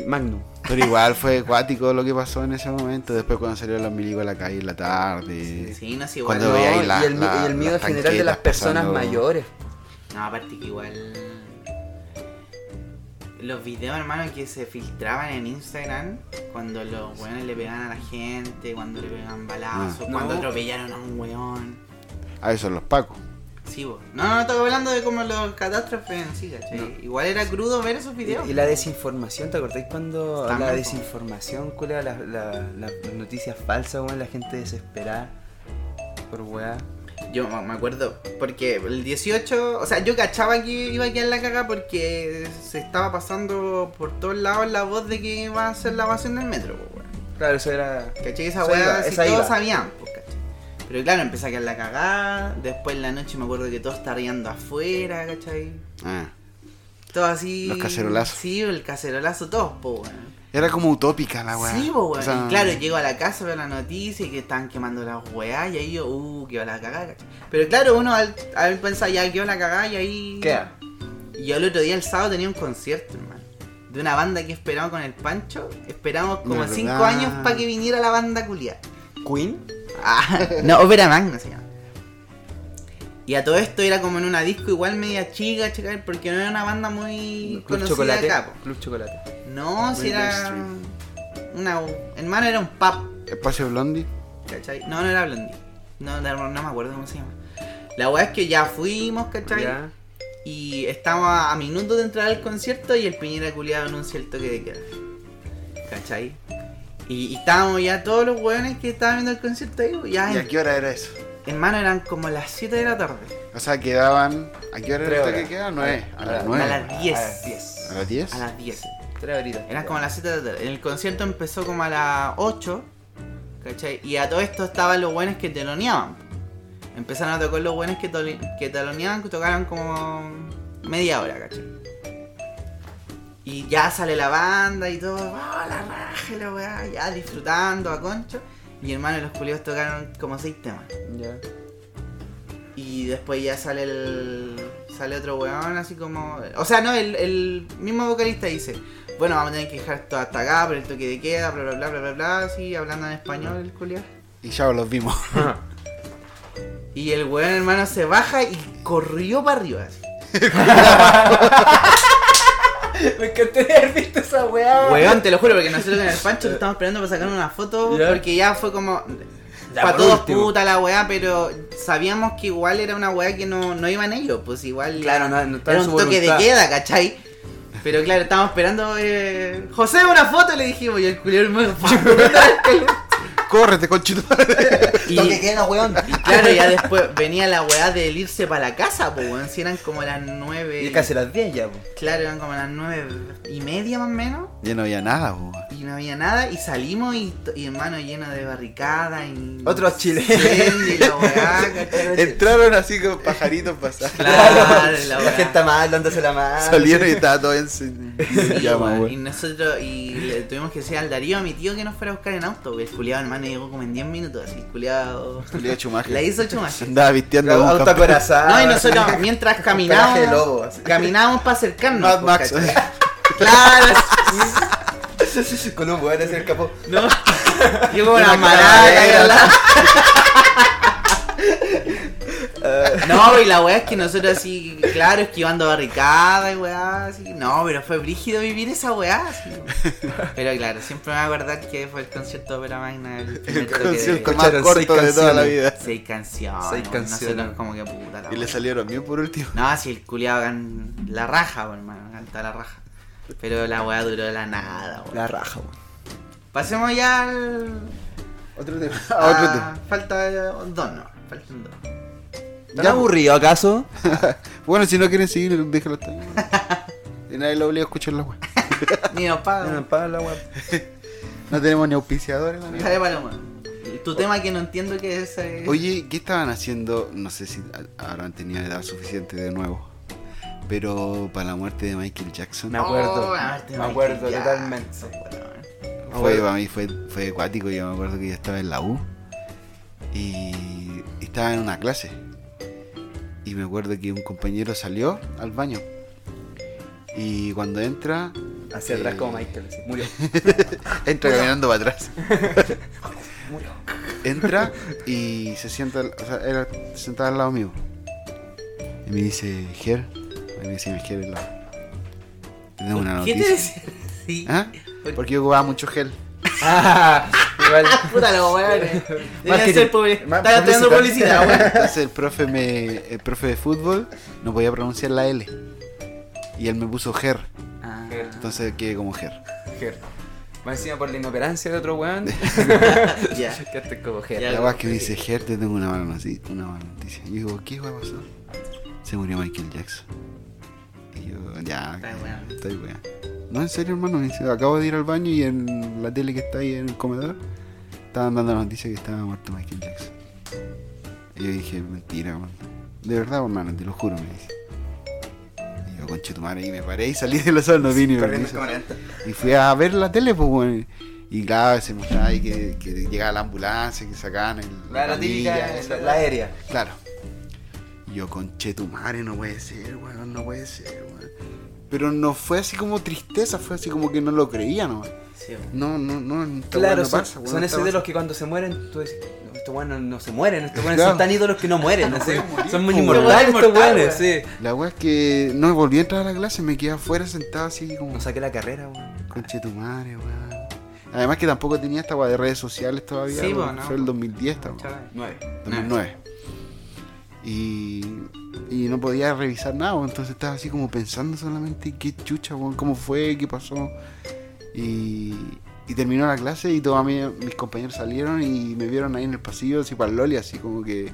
Speaker 3: Magnum.
Speaker 2: Pero igual fue acuático lo que pasó en ese momento. Después cuando salieron los milicos a la calle en la tarde.
Speaker 1: Sí, no es igual.
Speaker 2: Cuando
Speaker 1: No,
Speaker 3: No,
Speaker 2: veía ahí la-
Speaker 3: y, el, mi-
Speaker 2: la-
Speaker 3: y el miedo
Speaker 2: las
Speaker 3: general de las
Speaker 2: tanquetas
Speaker 3: personas
Speaker 2: pasando.
Speaker 3: mayores.
Speaker 1: No, aparte que igual. Los videos, hermano, que se filtraban en Instagram cuando los weones le pegaban a la gente, cuando le pegaban balazos,
Speaker 3: No.
Speaker 1: cuando
Speaker 3: Ah. No.
Speaker 1: atropellaron a un weón.
Speaker 2: Ah, eso son los pacos.
Speaker 1: Sí, vos. No, no, estaba hablando de como los catástrofes en sí, ¿cachai? Igual era crudo ver esos
Speaker 3: Y,
Speaker 1: videos.
Speaker 3: y la desinformación, ¿te acordáis cuando
Speaker 1: También,
Speaker 3: la
Speaker 1: po.
Speaker 3: desinformación, cuál las la, las noticias falsas, weón? La gente desesperada por weá.
Speaker 1: Yo me me acuerdo, porque el 18, o sea, yo cachaba que iba a quedar la caga porque se estaba pasando por todos lados la voz de que iba a ser la evasión del metro, pues, weón.
Speaker 3: Claro, eso era.
Speaker 1: ¿Cachai? Esa
Speaker 3: Esa iba,
Speaker 1: weá, si
Speaker 3: esa iba.
Speaker 1: todos sabían, pues, ¿cachai? Pero claro, empecé a quedar la cagada, después en la noche me acuerdo que todos estarían afuera, ¿cachai?
Speaker 2: Ah.
Speaker 1: Todo así...
Speaker 2: Los cacerolazos.
Speaker 1: Sí, el cacerolazo, todos, pues, weón.
Speaker 2: Era como utópica la Ah, weá.
Speaker 1: Sí, pues, weón.
Speaker 2: O sea,
Speaker 1: Y claro, llego a la casa, veo la noticia y que están quemando las weas y ahí yo, uh, que va la cagada, ¿cachai? Pero claro, uno al, al pensar ya que va la cagada y ahí.
Speaker 3: Queda.
Speaker 1: Y yo el otro día, el sábado, tenía un concierto, hermano. De una banda que esperaba con el Pancho. Esperamos como
Speaker 2: ¿Verdad?
Speaker 1: 5 años para que viniera la banda
Speaker 2: [LAUGHS]
Speaker 1: culia.
Speaker 3: Queen.
Speaker 1: Ah, no, Opera Magna se llama. Y a todo esto era como en una disco igual media chica, chica, porque no era una banda muy
Speaker 3: Club
Speaker 1: conocida de
Speaker 3: Chocolate.
Speaker 1: acá, po.
Speaker 3: Club Chocolate.
Speaker 1: No, si era.
Speaker 2: mainstream.
Speaker 1: Una. Hermano, era un pub.
Speaker 2: Espacio Blondie.
Speaker 1: ¿Cachai? No, no era Blondie. No, no, no me acuerdo cómo se llama. La weá es que ya fuimos, ¿cachai?
Speaker 3: Ya.
Speaker 1: Y estaba a minutos de entrar al concierto y el Piñera culiado anunció el toque de queda. ¿Cachai? Y, y estábamos ya todos los weones que estaban viendo el concierto ahí, ya
Speaker 2: ¿Y a
Speaker 1: en,
Speaker 2: qué hora era eso?
Speaker 1: hermano eran como las 7 de la tarde.
Speaker 2: O sea, quedaban. ¿A qué hora
Speaker 3: Tres
Speaker 2: era el toque
Speaker 3: horas.
Speaker 2: que quedaba? Nueve. A las
Speaker 3: A
Speaker 1: A
Speaker 2: nueve.
Speaker 1: las 10.
Speaker 3: A las 10.
Speaker 2: A las diez.
Speaker 1: A las 10.
Speaker 3: Tres horitas.
Speaker 1: Eran como las 7 de la tarde. El concierto empezó como a las 8. ¿Cachai? Y a todo esto estaban los buenos que teloneaban. Empezaron a tocar los buenos que, toli- que teloneaban, que tocaron como media hora, ¿cachai? Y ya sale la banda y todo, ¡ah, la raja, la weá! Ya disfrutando a concho. Y hermano, los culiados tocaron como seis temas.
Speaker 2: [LAUGHS]
Speaker 3: Ya. [LAUGHS]
Speaker 1: Y después ya sale el. sale otro weón así como. O sea, no, el, el mismo vocalista dice, bueno, vamos a tener que dejar esto hasta acá, por el toque de queda, bla bla bla bla bla bla, así hablando en español el culiao.
Speaker 2: Y ya los vimos. [LAUGHS]
Speaker 1: Y el weón hermano se baja y corrió para arriba así.
Speaker 3: Me encanté de haber visto esa weá.
Speaker 1: Weón, te lo juro, porque nosotros con el Pancho lo estamos esperando para sacar una foto,
Speaker 3: Ya.
Speaker 1: porque ya fue como.
Speaker 3: Ya,
Speaker 1: para
Speaker 3: por
Speaker 1: todos
Speaker 3: último.
Speaker 1: puta la weá, pero sabíamos que igual era una weá que no, no iban ellos, pues igual.
Speaker 3: Claro, no, no estaba
Speaker 1: Era
Speaker 3: en
Speaker 1: un
Speaker 3: su
Speaker 1: toque de
Speaker 3: voluntad.
Speaker 1: queda, ¿cachai? Pero claro, estábamos esperando. Eh... José, una foto le dijimos. Y el culero hermano.
Speaker 3: [LAUGHS]
Speaker 2: ¡Córrete, conchito!
Speaker 1: y,
Speaker 3: [LAUGHS] Toque queda, weón.
Speaker 1: y claro, ya después venía la weá del irse para la casa, pues weón. Si eran como las nueve.
Speaker 3: Y casi las 10 ya, po.
Speaker 1: Claro, eran como las nueve y media más o menos.
Speaker 2: ya no había nada, po.
Speaker 1: Y no había nada. Y salimos y, to- y hermano lleno de barricadas. Y...
Speaker 3: Otros chilenos. Eh,
Speaker 1: incendio y la weá,
Speaker 3: [LAUGHS]
Speaker 1: ¿cachai?
Speaker 2: Entraron así con pajaritos
Speaker 1: [LAUGHS]
Speaker 2: pasados.
Speaker 1: Claro, la
Speaker 3: Ah, La
Speaker 1: weá.
Speaker 3: gente está mal, dándose la mano.
Speaker 2: Salieron y estaba todo encendido.
Speaker 1: Ah, Sí,
Speaker 2: Ya,
Speaker 1: weón,
Speaker 2: weón.
Speaker 1: y nosotros y le tuvimos que decir al Darío a mi tío que nos fuera a buscar en auto, porque el culiado hermano llegó como en 10 minutos, así el culiado
Speaker 2: Julio Schumacher.
Speaker 1: la hizo chumache.
Speaker 2: Andaba vistiendo como un
Speaker 3: Auto
Speaker 2: campeón.
Speaker 3: acorazado.
Speaker 1: No, y nosotros mientras
Speaker 3: Pelaje de lobo,
Speaker 1: caminábamos,
Speaker 3: así.
Speaker 1: caminábamos para acercarnos.
Speaker 2: Mad
Speaker 1: po,
Speaker 2: Max.
Speaker 1: ¿cachai? Claro,
Speaker 3: [LAUGHS] Con un weón así el capó.
Speaker 1: no. Yo como la
Speaker 3: Una
Speaker 1: maraca ahí
Speaker 3: calavera.
Speaker 1: al lado. No, y la weá es que nosotros así, claro, esquivando barricadas y weá, así. No, pero fue brígido vivir esa weá. así. Pero claro, siempre me voy a acordar que fue el concierto de Opera Magna. El, primer
Speaker 2: El
Speaker 1: toque de
Speaker 2: concierto
Speaker 1: queda.
Speaker 2: más
Speaker 3: Escucharon seis
Speaker 2: corto de toda la
Speaker 3: canciones.
Speaker 2: vida.
Speaker 1: Seis canciones.
Speaker 3: Seis
Speaker 1: weón,
Speaker 3: canciones.
Speaker 1: Nosotros como que puta la
Speaker 2: Y le
Speaker 1: weá.
Speaker 2: salieron bien por último.
Speaker 1: No, si el culiado can... la raja, weón, hermano, canta la raja. Pero la weá duró la nada, weón.
Speaker 3: La raja, weón.
Speaker 1: Pasemos ya al.
Speaker 2: [LAUGHS] Otro tema. A otro
Speaker 1: a-
Speaker 2: tema.
Speaker 1: Falta eh, dos, no. Faltan dos.
Speaker 3: ¿Tan aburrido acaso?
Speaker 2: Bueno, si no quieren seguir, déjalo estar.
Speaker 1: [LAUGHS]
Speaker 2: Y nadie lo obliga a escuchar la weá.
Speaker 1: Ni nos
Speaker 3: Ah,
Speaker 1: pagan.
Speaker 2: No tenemos ni auspiciadores, amigo.
Speaker 1: Dale, Paloma. Tu tema que no entiendo que es. eh,
Speaker 2: Oye, ¿qué estaban haciendo? No sé si a- habrán tenido edad suficiente de nuevo. Pero para la muerte de Michael Jackson.
Speaker 3: Me acuerdo.
Speaker 1: oh, la muerte de
Speaker 3: me
Speaker 1: Michael
Speaker 3: acuerdo
Speaker 1: Jackson,
Speaker 3: totalmente.
Speaker 1: weón.
Speaker 2: Fue, para mí fue, fue acuático, yo me acuerdo que yo estaba en la U y estaba en una clase. Y me acuerdo que un compañero salió al baño. Y cuando entra,
Speaker 3: Hacia atrás como Michael, así, [LAUGHS] murió.
Speaker 2: Entra caminando para
Speaker 1: [LAUGHS]
Speaker 2: atrás. Entra y se sienta, al- o sea, era sentada al lado mío. Y me dice, Ger, y me dice, Ger, al lado. Tenemos una
Speaker 1: ¿Qué
Speaker 2: noticia.
Speaker 1: te decía? [LAUGHS] Sí.
Speaker 2: ¿Ah? Porque yo ocupaba mucho gel. [LAUGHS]
Speaker 3: Ah, igual.
Speaker 1: Puta los weones. Deben
Speaker 3: Marketing.
Speaker 1: eh. ser pobres.
Speaker 3: Ma-
Speaker 1: Estaba estudiando publicidad, weón.
Speaker 2: Ah, [LAUGHS] Entonces el profe, me, el profe de fútbol no podía pronunciar la L. Y él me puso Ger.
Speaker 3: Ah,
Speaker 2: Entonces quedé como Ger.
Speaker 3: Ger. Más encima por la inoperancia de otro [LAUGHS] weón.
Speaker 1: Ya.
Speaker 3: que este como Ger.
Speaker 1: Ya.
Speaker 2: La verdad que me dice Ger, te tengo una mala noticia. Una mala noticia. Y digo, ¿qué va a pasar? Se murió Michael Jackson. Y yo, ya.
Speaker 1: Está weón.
Speaker 2: Estoy weón. No, en serio, hermano. me dice, Acabo de ir al baño y en la tele que está ahí en el comedor estaban dando la noticia que estaba muerto Michael Jackson. Y yo dije, mentira, weón. De verdad, hermano, te lo juro, me dice. Y yo, conche tu madre, y me paré y salí de la sala, no vi ni
Speaker 3: Corriendo
Speaker 2: vergüenza.
Speaker 3: como lento.
Speaker 2: Y fui a ver la tele, pues, weón. Y claro, se mostraba ahí que, que llegaba la ambulancia, que sacaban el,
Speaker 3: La, la típica,
Speaker 2: camilla,
Speaker 3: la, la aérea.
Speaker 2: Claro. Y Yo, conche tu madre, no puede ser, weón, no puede ser, weón. Pero no fue así como tristeza, fue así como que no lo creía, no.
Speaker 1: Sí, weón.
Speaker 2: No, no, no, esta weá
Speaker 3: Claro,
Speaker 2: no
Speaker 3: son,
Speaker 2: pasa, weón,
Speaker 3: son
Speaker 2: no
Speaker 3: esos
Speaker 2: está
Speaker 3: de los que cuando se mueren, tú dices, no, estos weones no, no se mueren, estos weones
Speaker 2: Claro.
Speaker 3: son tan ídolos que no mueren, así. son muy
Speaker 2: po,
Speaker 3: inmortales
Speaker 1: weón.
Speaker 3: estos weones, sí.
Speaker 2: pasando. La weá es que no volví a entrar a la clase, me quedé afuera sentado así como,
Speaker 3: No saqué la carrera, weón.
Speaker 2: conche tu madre, weón. Además que tampoco tenía esta weá de redes sociales todavía,
Speaker 1: Sí,
Speaker 2: weón.
Speaker 3: pues,
Speaker 1: po, no,
Speaker 2: fue el 2010 esta weá.
Speaker 1: Chaval.
Speaker 3: Nueve.
Speaker 2: 2009. Y, y no podía revisar nada, weón, entonces estaba así como pensando solamente qué chucha, weón, cómo fue, qué pasó. Y, y terminó la clase y todos mi- mis compañeros salieron y me vieron ahí en el pasillo, así para el loli, así como que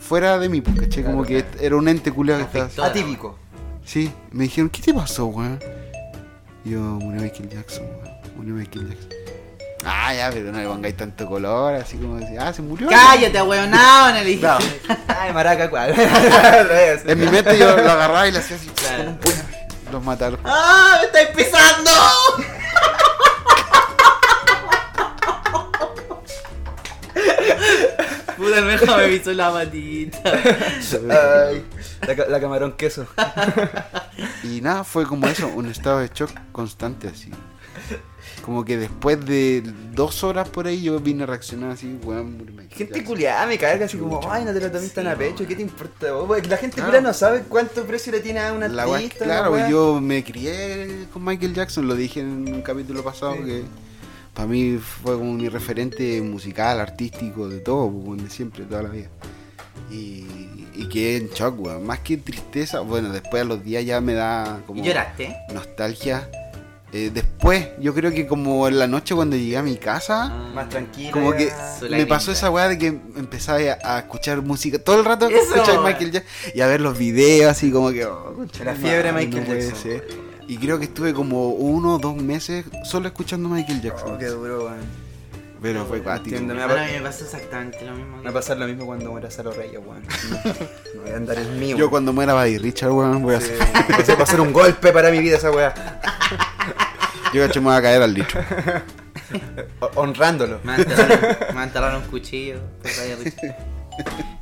Speaker 2: fuera de mí, porque caché, como que era un ente culiado que estaba así.
Speaker 1: Afectó.
Speaker 3: Atípico.
Speaker 2: Sí, me dijeron, ¿qué te pasó, weón? Y Yo, murió Michael Jackson, weón, murió Michael Jackson. Ah, ya, pero no le pongáis tanto color, así como decir, ah, se murió.
Speaker 1: Cállate, weón. No, no le dije.
Speaker 3: Ay, maraca,
Speaker 2: [LAUGHS]
Speaker 3: cuál. Al revés.
Speaker 2: En mi mente yo lo agarraba y le hacía así.
Speaker 3: [LAUGHS]
Speaker 1: Claro.
Speaker 2: con un puño. Los mataron.
Speaker 1: ¡Ah! ¡Me estáis pisando! Puta almeja me pisó la patita.
Speaker 3: Ay, la, ca- la camarón queso.
Speaker 2: Y nada, fue como eso, un estado de shock constante así. Como que después de dos horas por ahí yo vine a reaccionar así, weón, murió Michael
Speaker 3: Gente
Speaker 2: Jackson.
Speaker 3: culiada me carga así como,
Speaker 2: Chucha.
Speaker 3: ay, no te lo tomes tan a pecho, ¿qué te importa? vos? Pues La gente
Speaker 2: Claro.
Speaker 3: culiada no sabe cuánto precio le tiene a un
Speaker 2: Ah. La
Speaker 3: artista.
Speaker 2: weá es
Speaker 3: una
Speaker 2: claro,
Speaker 3: weá.
Speaker 2: yo me crié con Michael Jackson, lo dije en un capítulo pasado
Speaker 3: Sí.
Speaker 2: que para mí fue como mi referente musical, artístico, de todo, pues, weón, de siempre, toda la vida. Y, y quedé en shock, weón. Más que tristeza, bueno, después a los días ya me da como
Speaker 1: ¿Y lloraste?
Speaker 2: nostalgia. Eh, después, yo creo que como en la noche cuando llegué a mi casa,
Speaker 1: Ah.
Speaker 3: Más tranquilo.
Speaker 2: como que
Speaker 1: su
Speaker 2: me pasó
Speaker 1: lagrimita.
Speaker 2: esa weá de que empezaba a, a escuchar música todo el rato,
Speaker 1: Eso,
Speaker 2: escuchar
Speaker 1: weón.
Speaker 2: Michael Jackson y a ver los videos así como que... oh, concha
Speaker 3: La
Speaker 2: tu
Speaker 3: fiebre
Speaker 2: madre,
Speaker 3: Michael
Speaker 2: no puede
Speaker 3: Jackson.
Speaker 2: ser. Y creo que estuve como uno o dos meses solo escuchando Michael Jackson.
Speaker 3: Oh, qué duro, weón.
Speaker 2: Pero fue cuático.
Speaker 3: Entiendo, me
Speaker 1: A
Speaker 3: va, a
Speaker 1: mí
Speaker 3: pa-
Speaker 1: me pasó exactamente lo mismo.
Speaker 3: me
Speaker 1: que-
Speaker 3: va a pasar lo mismo cuando muera Salo Reyes, [LAUGHS] weón. No, voy a andar en mío.
Speaker 2: Yo cuando muera Buddy Richard, weón, voy a hacer... [LAUGHS]
Speaker 3: Va a ser un golpe para mi vida esa weá.
Speaker 2: Yo cacho me voy a caer al dicho.
Speaker 3: O- Honrándolo.
Speaker 1: Me enterraron, me enterraron un cuchillo. por ahí arriba.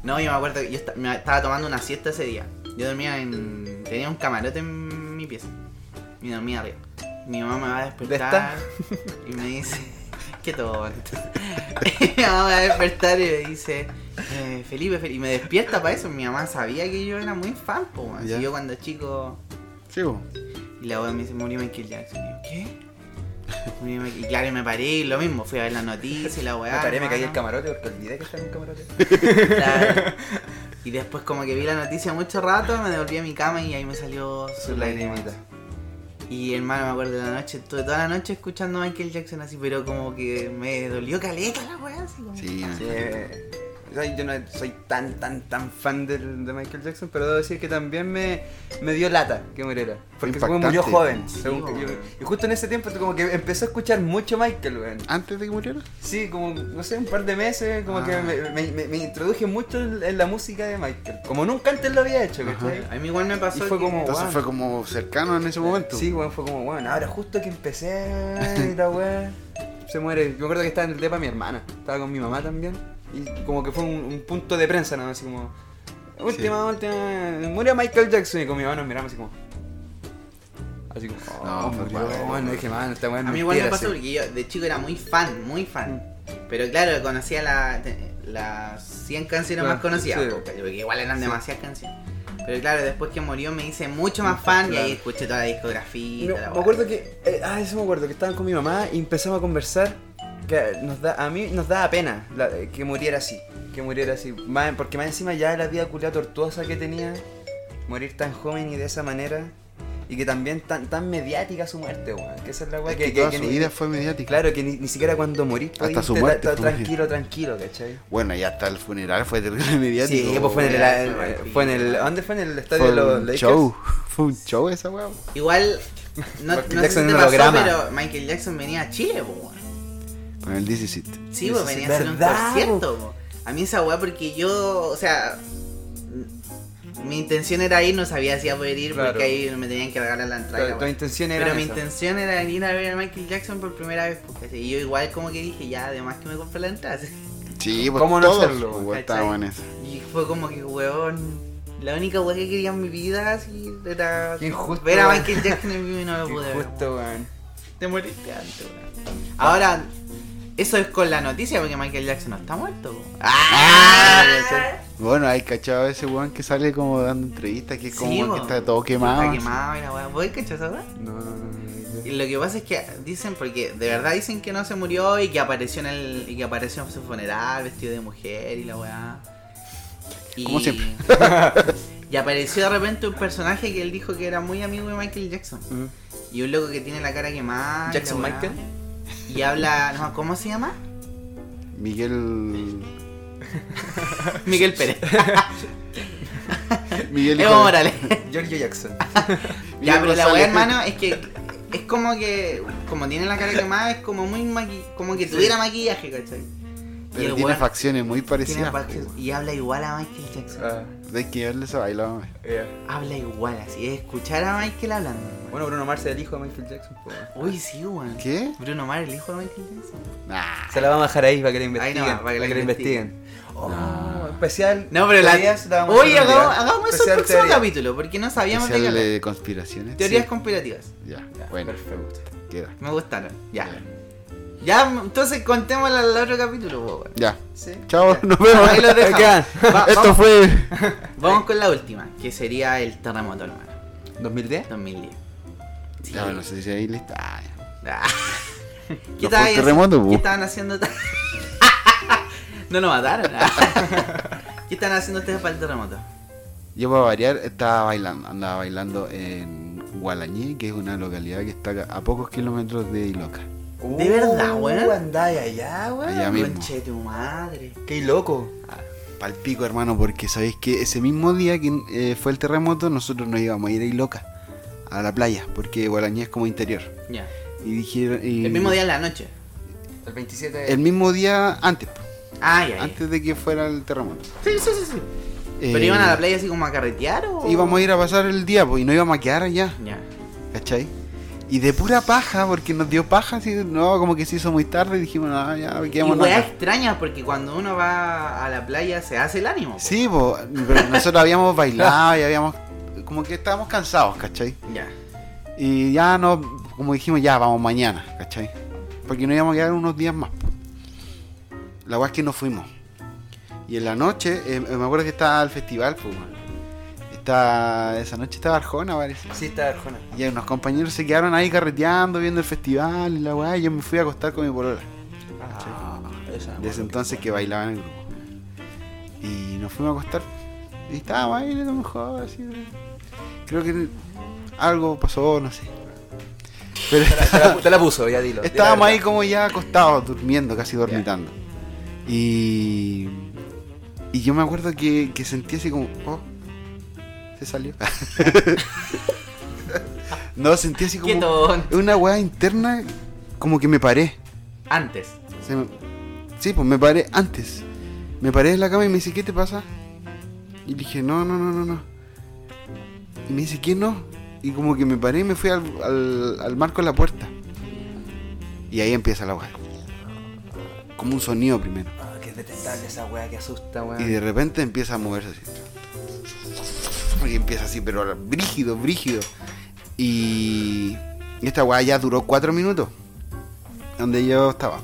Speaker 1: No, yo me acuerdo que yo esta- me estaba tomando una siesta ese día. Yo dormía en. Tenía un camarote en mi pieza. Y dormía arriba. Mi mamá me va a despertar. Y me dice. Qué tonto. Y [LAUGHS] mi mamá me va a despertar y me dice. eh, Felipe, Felipe. Y me despierta para eso. Mi mamá sabía que yo era muy fan, po, weón. Si
Speaker 2: Ya.
Speaker 1: yo cuando chico.
Speaker 2: Sí, weón.
Speaker 1: Y la weá me dice, murió Michael Jackson. Y yo, [LAUGHS] ¿qué? Murió Michael- Y claro, y me paré y lo mismo, fui a ver la noticia y la
Speaker 3: Me
Speaker 1: weá.
Speaker 3: paré, me caí el
Speaker 1: hermano.
Speaker 3: camarote porque olvidé que estaba en un
Speaker 1: [LAUGHS]
Speaker 3: camarote.
Speaker 1: Claro. Y después como que vi la noticia mucho rato, me devolví a mi cama y ahí me salió
Speaker 3: Su
Speaker 1: su
Speaker 3: lagrimita.
Speaker 1: lagrimita. Y hermano, me acuerdo de la noche, estuve toda la noche escuchando a Michael Jackson así, pero como que me dolió caleta la weá, así como...
Speaker 2: Sí,
Speaker 3: [LAUGHS] Sí, eh, o sea, yo no soy tan, tan, tan fan del- de Michael Jackson, pero debo decir que también me, me dio lata que muriera. Porque como murió
Speaker 2: Impactante.
Speaker 3: joven. según que
Speaker 1: Sí,
Speaker 3: yo-
Speaker 1: weón.
Speaker 3: y justo en ese tiempo como que empezó a escuchar mucho Michael, weón.
Speaker 2: Antes de que muriera.
Speaker 3: Sí, como, no sé, un par de meses, como
Speaker 2: Ah.
Speaker 3: que me, me- me- me introduje mucho en en la música de Michael. Como nunca antes lo había hecho, ¿cachai?
Speaker 1: Ah. A mí igual me pasó
Speaker 3: Y fue
Speaker 1: que-
Speaker 3: como-
Speaker 2: Entonces
Speaker 3: Weón.
Speaker 2: fue como cercano en ese momento.
Speaker 3: Sí, weón, fue como, weón, ahora justo que empecé y la weón se muere. Yo me acuerdo que estaba en el depa mi hermana, estaba con mi mamá también. Y como que fue un, un punto de prensa, ¿no? Así como, última, última, murió Michael Jackson y con mi mamá nos miramos así como... Así como, oh,
Speaker 2: No, fue
Speaker 3: murió,
Speaker 2: padre.
Speaker 3: bueno, dije, man, esta weá
Speaker 1: A mí igual me pasó porque yo de chico era muy fan, muy fan.
Speaker 3: Mm.
Speaker 1: Pero claro, conocía la- te- las 100 canciones
Speaker 3: Claro,
Speaker 1: más conocidas,
Speaker 3: sí.
Speaker 1: po, cacho, porque igual eran demasiadas canciones. Pero claro, después que murió me hice mucho más fan y ahí
Speaker 3: Mm, Claro.
Speaker 1: escuché toda la discografía. y
Speaker 3: Me,
Speaker 1: toda la
Speaker 3: me
Speaker 1: weá.
Speaker 3: acuerdo que. eh, ah, eso me acuerdo, que estaban con mi mamá y empezamos a conversar. Que nos da, a mí nos daba pena la- eh, que muriera así. Que muriera así. Más- porque más encima ya la vida culia tortuosa que tenía. Morir tan joven y de esa manera. Y que también tan, tan mediática su muerte, weón. Que esa es la weá
Speaker 2: Es que,
Speaker 3: que, que-
Speaker 2: toda
Speaker 3: que
Speaker 2: su
Speaker 3: ni-
Speaker 2: vida fue mediática.
Speaker 3: Claro, que ni, ni siquiera cuando morís
Speaker 2: Hasta
Speaker 3: podís
Speaker 2: su
Speaker 3: te-
Speaker 2: muerte
Speaker 3: ta- ta-
Speaker 2: fue
Speaker 3: tranquilo, tranquilo, ¿cachai?
Speaker 2: Bueno, y hasta el funeral fue terrible [LAUGHS]
Speaker 3: Sí,
Speaker 2: mediático.
Speaker 3: pues fue en el,
Speaker 1: weá,
Speaker 3: el-
Speaker 1: fue
Speaker 3: fue en el- ¿Dónde fue? En el estadio
Speaker 2: Fue
Speaker 3: de los
Speaker 2: un
Speaker 3: Lakers.
Speaker 2: show. [LAUGHS] Fue un show esa weá.
Speaker 1: Igual, no, no
Speaker 3: Michael
Speaker 1: sé
Speaker 3: Jackson
Speaker 1: si te
Speaker 3: en
Speaker 1: pasó,
Speaker 3: holograma.
Speaker 1: pero Michael Jackson venía a Chile, po, weón.
Speaker 2: Con el 17.
Speaker 1: Sí,
Speaker 3: Eso
Speaker 1: pues
Speaker 3: sí,
Speaker 1: venía a hacer un
Speaker 3: ¿verdad,
Speaker 1: concierto. po. A mí esa weá porque yo, o sea, m- mi intención era ir, no sabía si iba a poder ir
Speaker 3: Claro.
Speaker 1: porque ahí me tenían que regalar la entrada. y la
Speaker 3: Tu, tu
Speaker 1: weá.
Speaker 3: intención era.
Speaker 1: Pero mi
Speaker 3: esa.
Speaker 1: intención era ir a ver a Michael Jackson por primera vez. Porque así, y yo igual como que dije, ya, además que me compré la entrada. así.
Speaker 2: Sí, pues
Speaker 3: ¿Cómo no
Speaker 2: todos,
Speaker 3: hacerlo,
Speaker 2: pues,
Speaker 1: cachai?
Speaker 2: estábamos en eso.
Speaker 1: Y fue como que, weón, la única weá que quería en mi vida así era
Speaker 3: Qué injusto,
Speaker 1: ver a
Speaker 3: weón.
Speaker 1: Michael Jackson en vivo y no lo pude ver.
Speaker 3: Justo, weón.
Speaker 1: Te moriste antes, weón. Ahora, eso es con la noticia porque Michael Jackson no está muerto. po. ¡Ah!
Speaker 2: Bueno, hay cachado ese weón que sale como dando entrevistas, que es como
Speaker 1: Sí,
Speaker 2: weón que
Speaker 1: po.
Speaker 2: está todo quemado.
Speaker 3: Ah.
Speaker 1: Está quemado y la weá. ¿Voy cachas ahora?
Speaker 3: No, no, no, no.
Speaker 1: Y lo que pasa es que dicen, porque de verdad dicen que no se murió y que apareció en el. y que apareció en su funeral vestido de mujer y la weá. Y-
Speaker 2: Como siempre.
Speaker 1: [LAUGHS] y apareció de repente un personaje que él dijo que era muy amigo de Michael Jackson. Y un loco que tiene la cara quemada. y la
Speaker 3: Jackson
Speaker 1: weá.
Speaker 3: Michael.
Speaker 1: Y habla. No, ¿cómo se llama? [LAUGHS]
Speaker 2: Miguel.
Speaker 1: Miguel [LAUGHS] Pérez.
Speaker 2: Miguel hijo
Speaker 1: Evo
Speaker 2: de-
Speaker 1: Morales.
Speaker 3: Giorgio Jackson.
Speaker 2: Miguel
Speaker 1: Eh, ya, pero la weá,
Speaker 2: González.
Speaker 1: hermano, es que es como que, como tiene la cara quemada, es como muy maqui como que tuviera maquillaje, ¿cachai? y
Speaker 2: Pero
Speaker 1: el
Speaker 2: tiene
Speaker 1: weón
Speaker 2: facciones muy
Speaker 1: tiene
Speaker 2: parecidas.
Speaker 1: facciones y habla igual a Michael Jackson.
Speaker 3: [LAUGHS] Ah,
Speaker 2: po. Hay que verle esa baila, mamá.
Speaker 3: yeah.
Speaker 1: Habla igual, así es escuchar a Michael hablando. weón.
Speaker 3: Bueno, Bruno Mars es el hijo de Michael Jackson. pues. po, weón.
Speaker 1: Uy, sí, weón.
Speaker 2: ¿Qué? Ah,
Speaker 1: Bruno Mars, el hijo de Michael Jackson.
Speaker 2: Nah.
Speaker 3: Se la vamos a dejar ahí para que la
Speaker 1: Ahí
Speaker 3: investiguen.
Speaker 1: nomás,
Speaker 3: para que la, investiguen. Oh, especial.
Speaker 1: No, pero la.
Speaker 3: teorías la vamos a
Speaker 1: Ah. Oye,
Speaker 3: hacer un día.
Speaker 1: hagamos, hagamos eso el
Speaker 3: Especial
Speaker 1: próximo
Speaker 3: teoría.
Speaker 1: capítulo, porque no sabíamos de qué
Speaker 2: Especial
Speaker 1: hablar.
Speaker 2: de conspiraciones.
Speaker 1: Teorías
Speaker 2: Sí.
Speaker 1: conspirativas.
Speaker 2: Ya,
Speaker 3: Ya,
Speaker 2: bueno,
Speaker 3: perfecto.
Speaker 2: queda.
Speaker 1: Me gustaron. Ya.
Speaker 2: Ya.
Speaker 1: Ya, entonces contémosla al otro capítulo, po, weón.
Speaker 2: Ya.
Speaker 3: Sí.
Speaker 2: Chao, nos vemos.
Speaker 1: Oh, Ahí lo dejamos.
Speaker 3: Oigan,
Speaker 1: Va-
Speaker 2: [LAUGHS] Esto
Speaker 1: vamos-
Speaker 2: fue.
Speaker 1: Vamos con la última, que sería el terremoto, hermano.
Speaker 3: 2010.
Speaker 1: 2010. [LAUGHS] Sí.
Speaker 2: Ya, bueno, no sé si ahí listo. Ah, ya.
Speaker 1: Ah.
Speaker 2: [LAUGHS]
Speaker 1: ¿Qué,
Speaker 2: No fue un
Speaker 1: estaban
Speaker 2: terremoto,
Speaker 1: haciendo,
Speaker 2: bu.
Speaker 1: ¿Qué estaban haciendo?
Speaker 2: [LAUGHS]
Speaker 1: no nos mataron. [LAUGHS] ah. ¿Qué estaban haciendo ustedes para el terremoto?
Speaker 2: Yo para variar estaba bailando, andaba bailando en Gualañí, que es una localidad que está a pocos kilómetros de Iloca.
Speaker 1: ¿De verdad, weón? Ah,
Speaker 3: Andáis Uh, allá, weón.
Speaker 2: Allá Uh, mismo.
Speaker 1: Conche tu madre.
Speaker 3: Qué loco.
Speaker 2: Palpico, hermano, porque sabéis que ese mismo día que eh, fue el terremoto, nosotros nos íbamos a ir a Iloca, a la playa, porque Gualañí es como interior.
Speaker 1: Ya.
Speaker 2: Y dijeron. y-
Speaker 1: El mismo día en la noche.
Speaker 3: El 27
Speaker 2: El mismo día antes, po,
Speaker 1: Ah, ya. ya.
Speaker 2: antes de que fuera el terremoto.
Speaker 1: Sí, sí, sí, sí. ¿Pero
Speaker 2: Eh,
Speaker 1: iban a la playa así como a carretear o...?
Speaker 2: Íbamos a ir a pasar el día, pues, y no íbamos a quedar allá.
Speaker 1: Ya.
Speaker 2: ¿cachai? Y de pura paja, porque nos dio paja, así, no, como que se hizo muy tarde y dijimos, no, ya,
Speaker 1: Y
Speaker 2: quedémonos
Speaker 1: weá
Speaker 2: acá.
Speaker 1: extraña porque cuando uno va a la playa se hace el ánimo. po.
Speaker 2: Sí, po, pero nosotros habíamos bailado y habíamos, como que estábamos cansados, ¿cachai?
Speaker 1: Ya.
Speaker 2: Y ya no, como dijimos, ya, vamos mañana, ¿cachai? Porque nos íbamos a quedar unos días más. La verdad es que nos fuimos. Y en la noche, eh, me acuerdo que estaba el festival, pues, weón. Está- esa noche estaba Arjona, parece.
Speaker 3: Sí, está Arjona.
Speaker 2: Y unos compañeros se quedaron ahí carreteando, viendo el festival y la weá, y yo me fui a acostar con mi polola.
Speaker 3: Ah, esa.
Speaker 2: Desde entonces que bailaba en el grupo. Y nos fuimos a acostar. Y estábamos ahí, a lo mejor, así. de- Creo que algo pasó, no sé. Pero
Speaker 3: Te la- Te la, te la puso, ya dilo. di la
Speaker 2: estábamos ahí
Speaker 3: verdad.
Speaker 2: como ya acostados, durmiendo, casi dormitando. Y. Y yo me acuerdo que, que sentí así como. Oh, se
Speaker 3: [LAUGHS]
Speaker 2: salió. no, sentí así como.
Speaker 1: Quieto.
Speaker 2: Una weá interna, como que me paré.
Speaker 1: Antes.
Speaker 2: Se me- Sí, pues me paré antes. Me paré en la cama y me dice, ¿qué te pasa? Y dije, no, no, no, no, no. Y me dice, ¿qué no? Y como que me paré y me fui al, al, al marco de la puerta. Y ahí empieza la weá. Como un sonido primero.
Speaker 3: Ah, qué detestable esa weá que asusta,
Speaker 2: Y
Speaker 3: weón.
Speaker 2: de repente empieza a moverse así. Y empieza así, pero brígido, brígido. Y Y esta weá ya duró cuatro minutos. Donde yo estaba.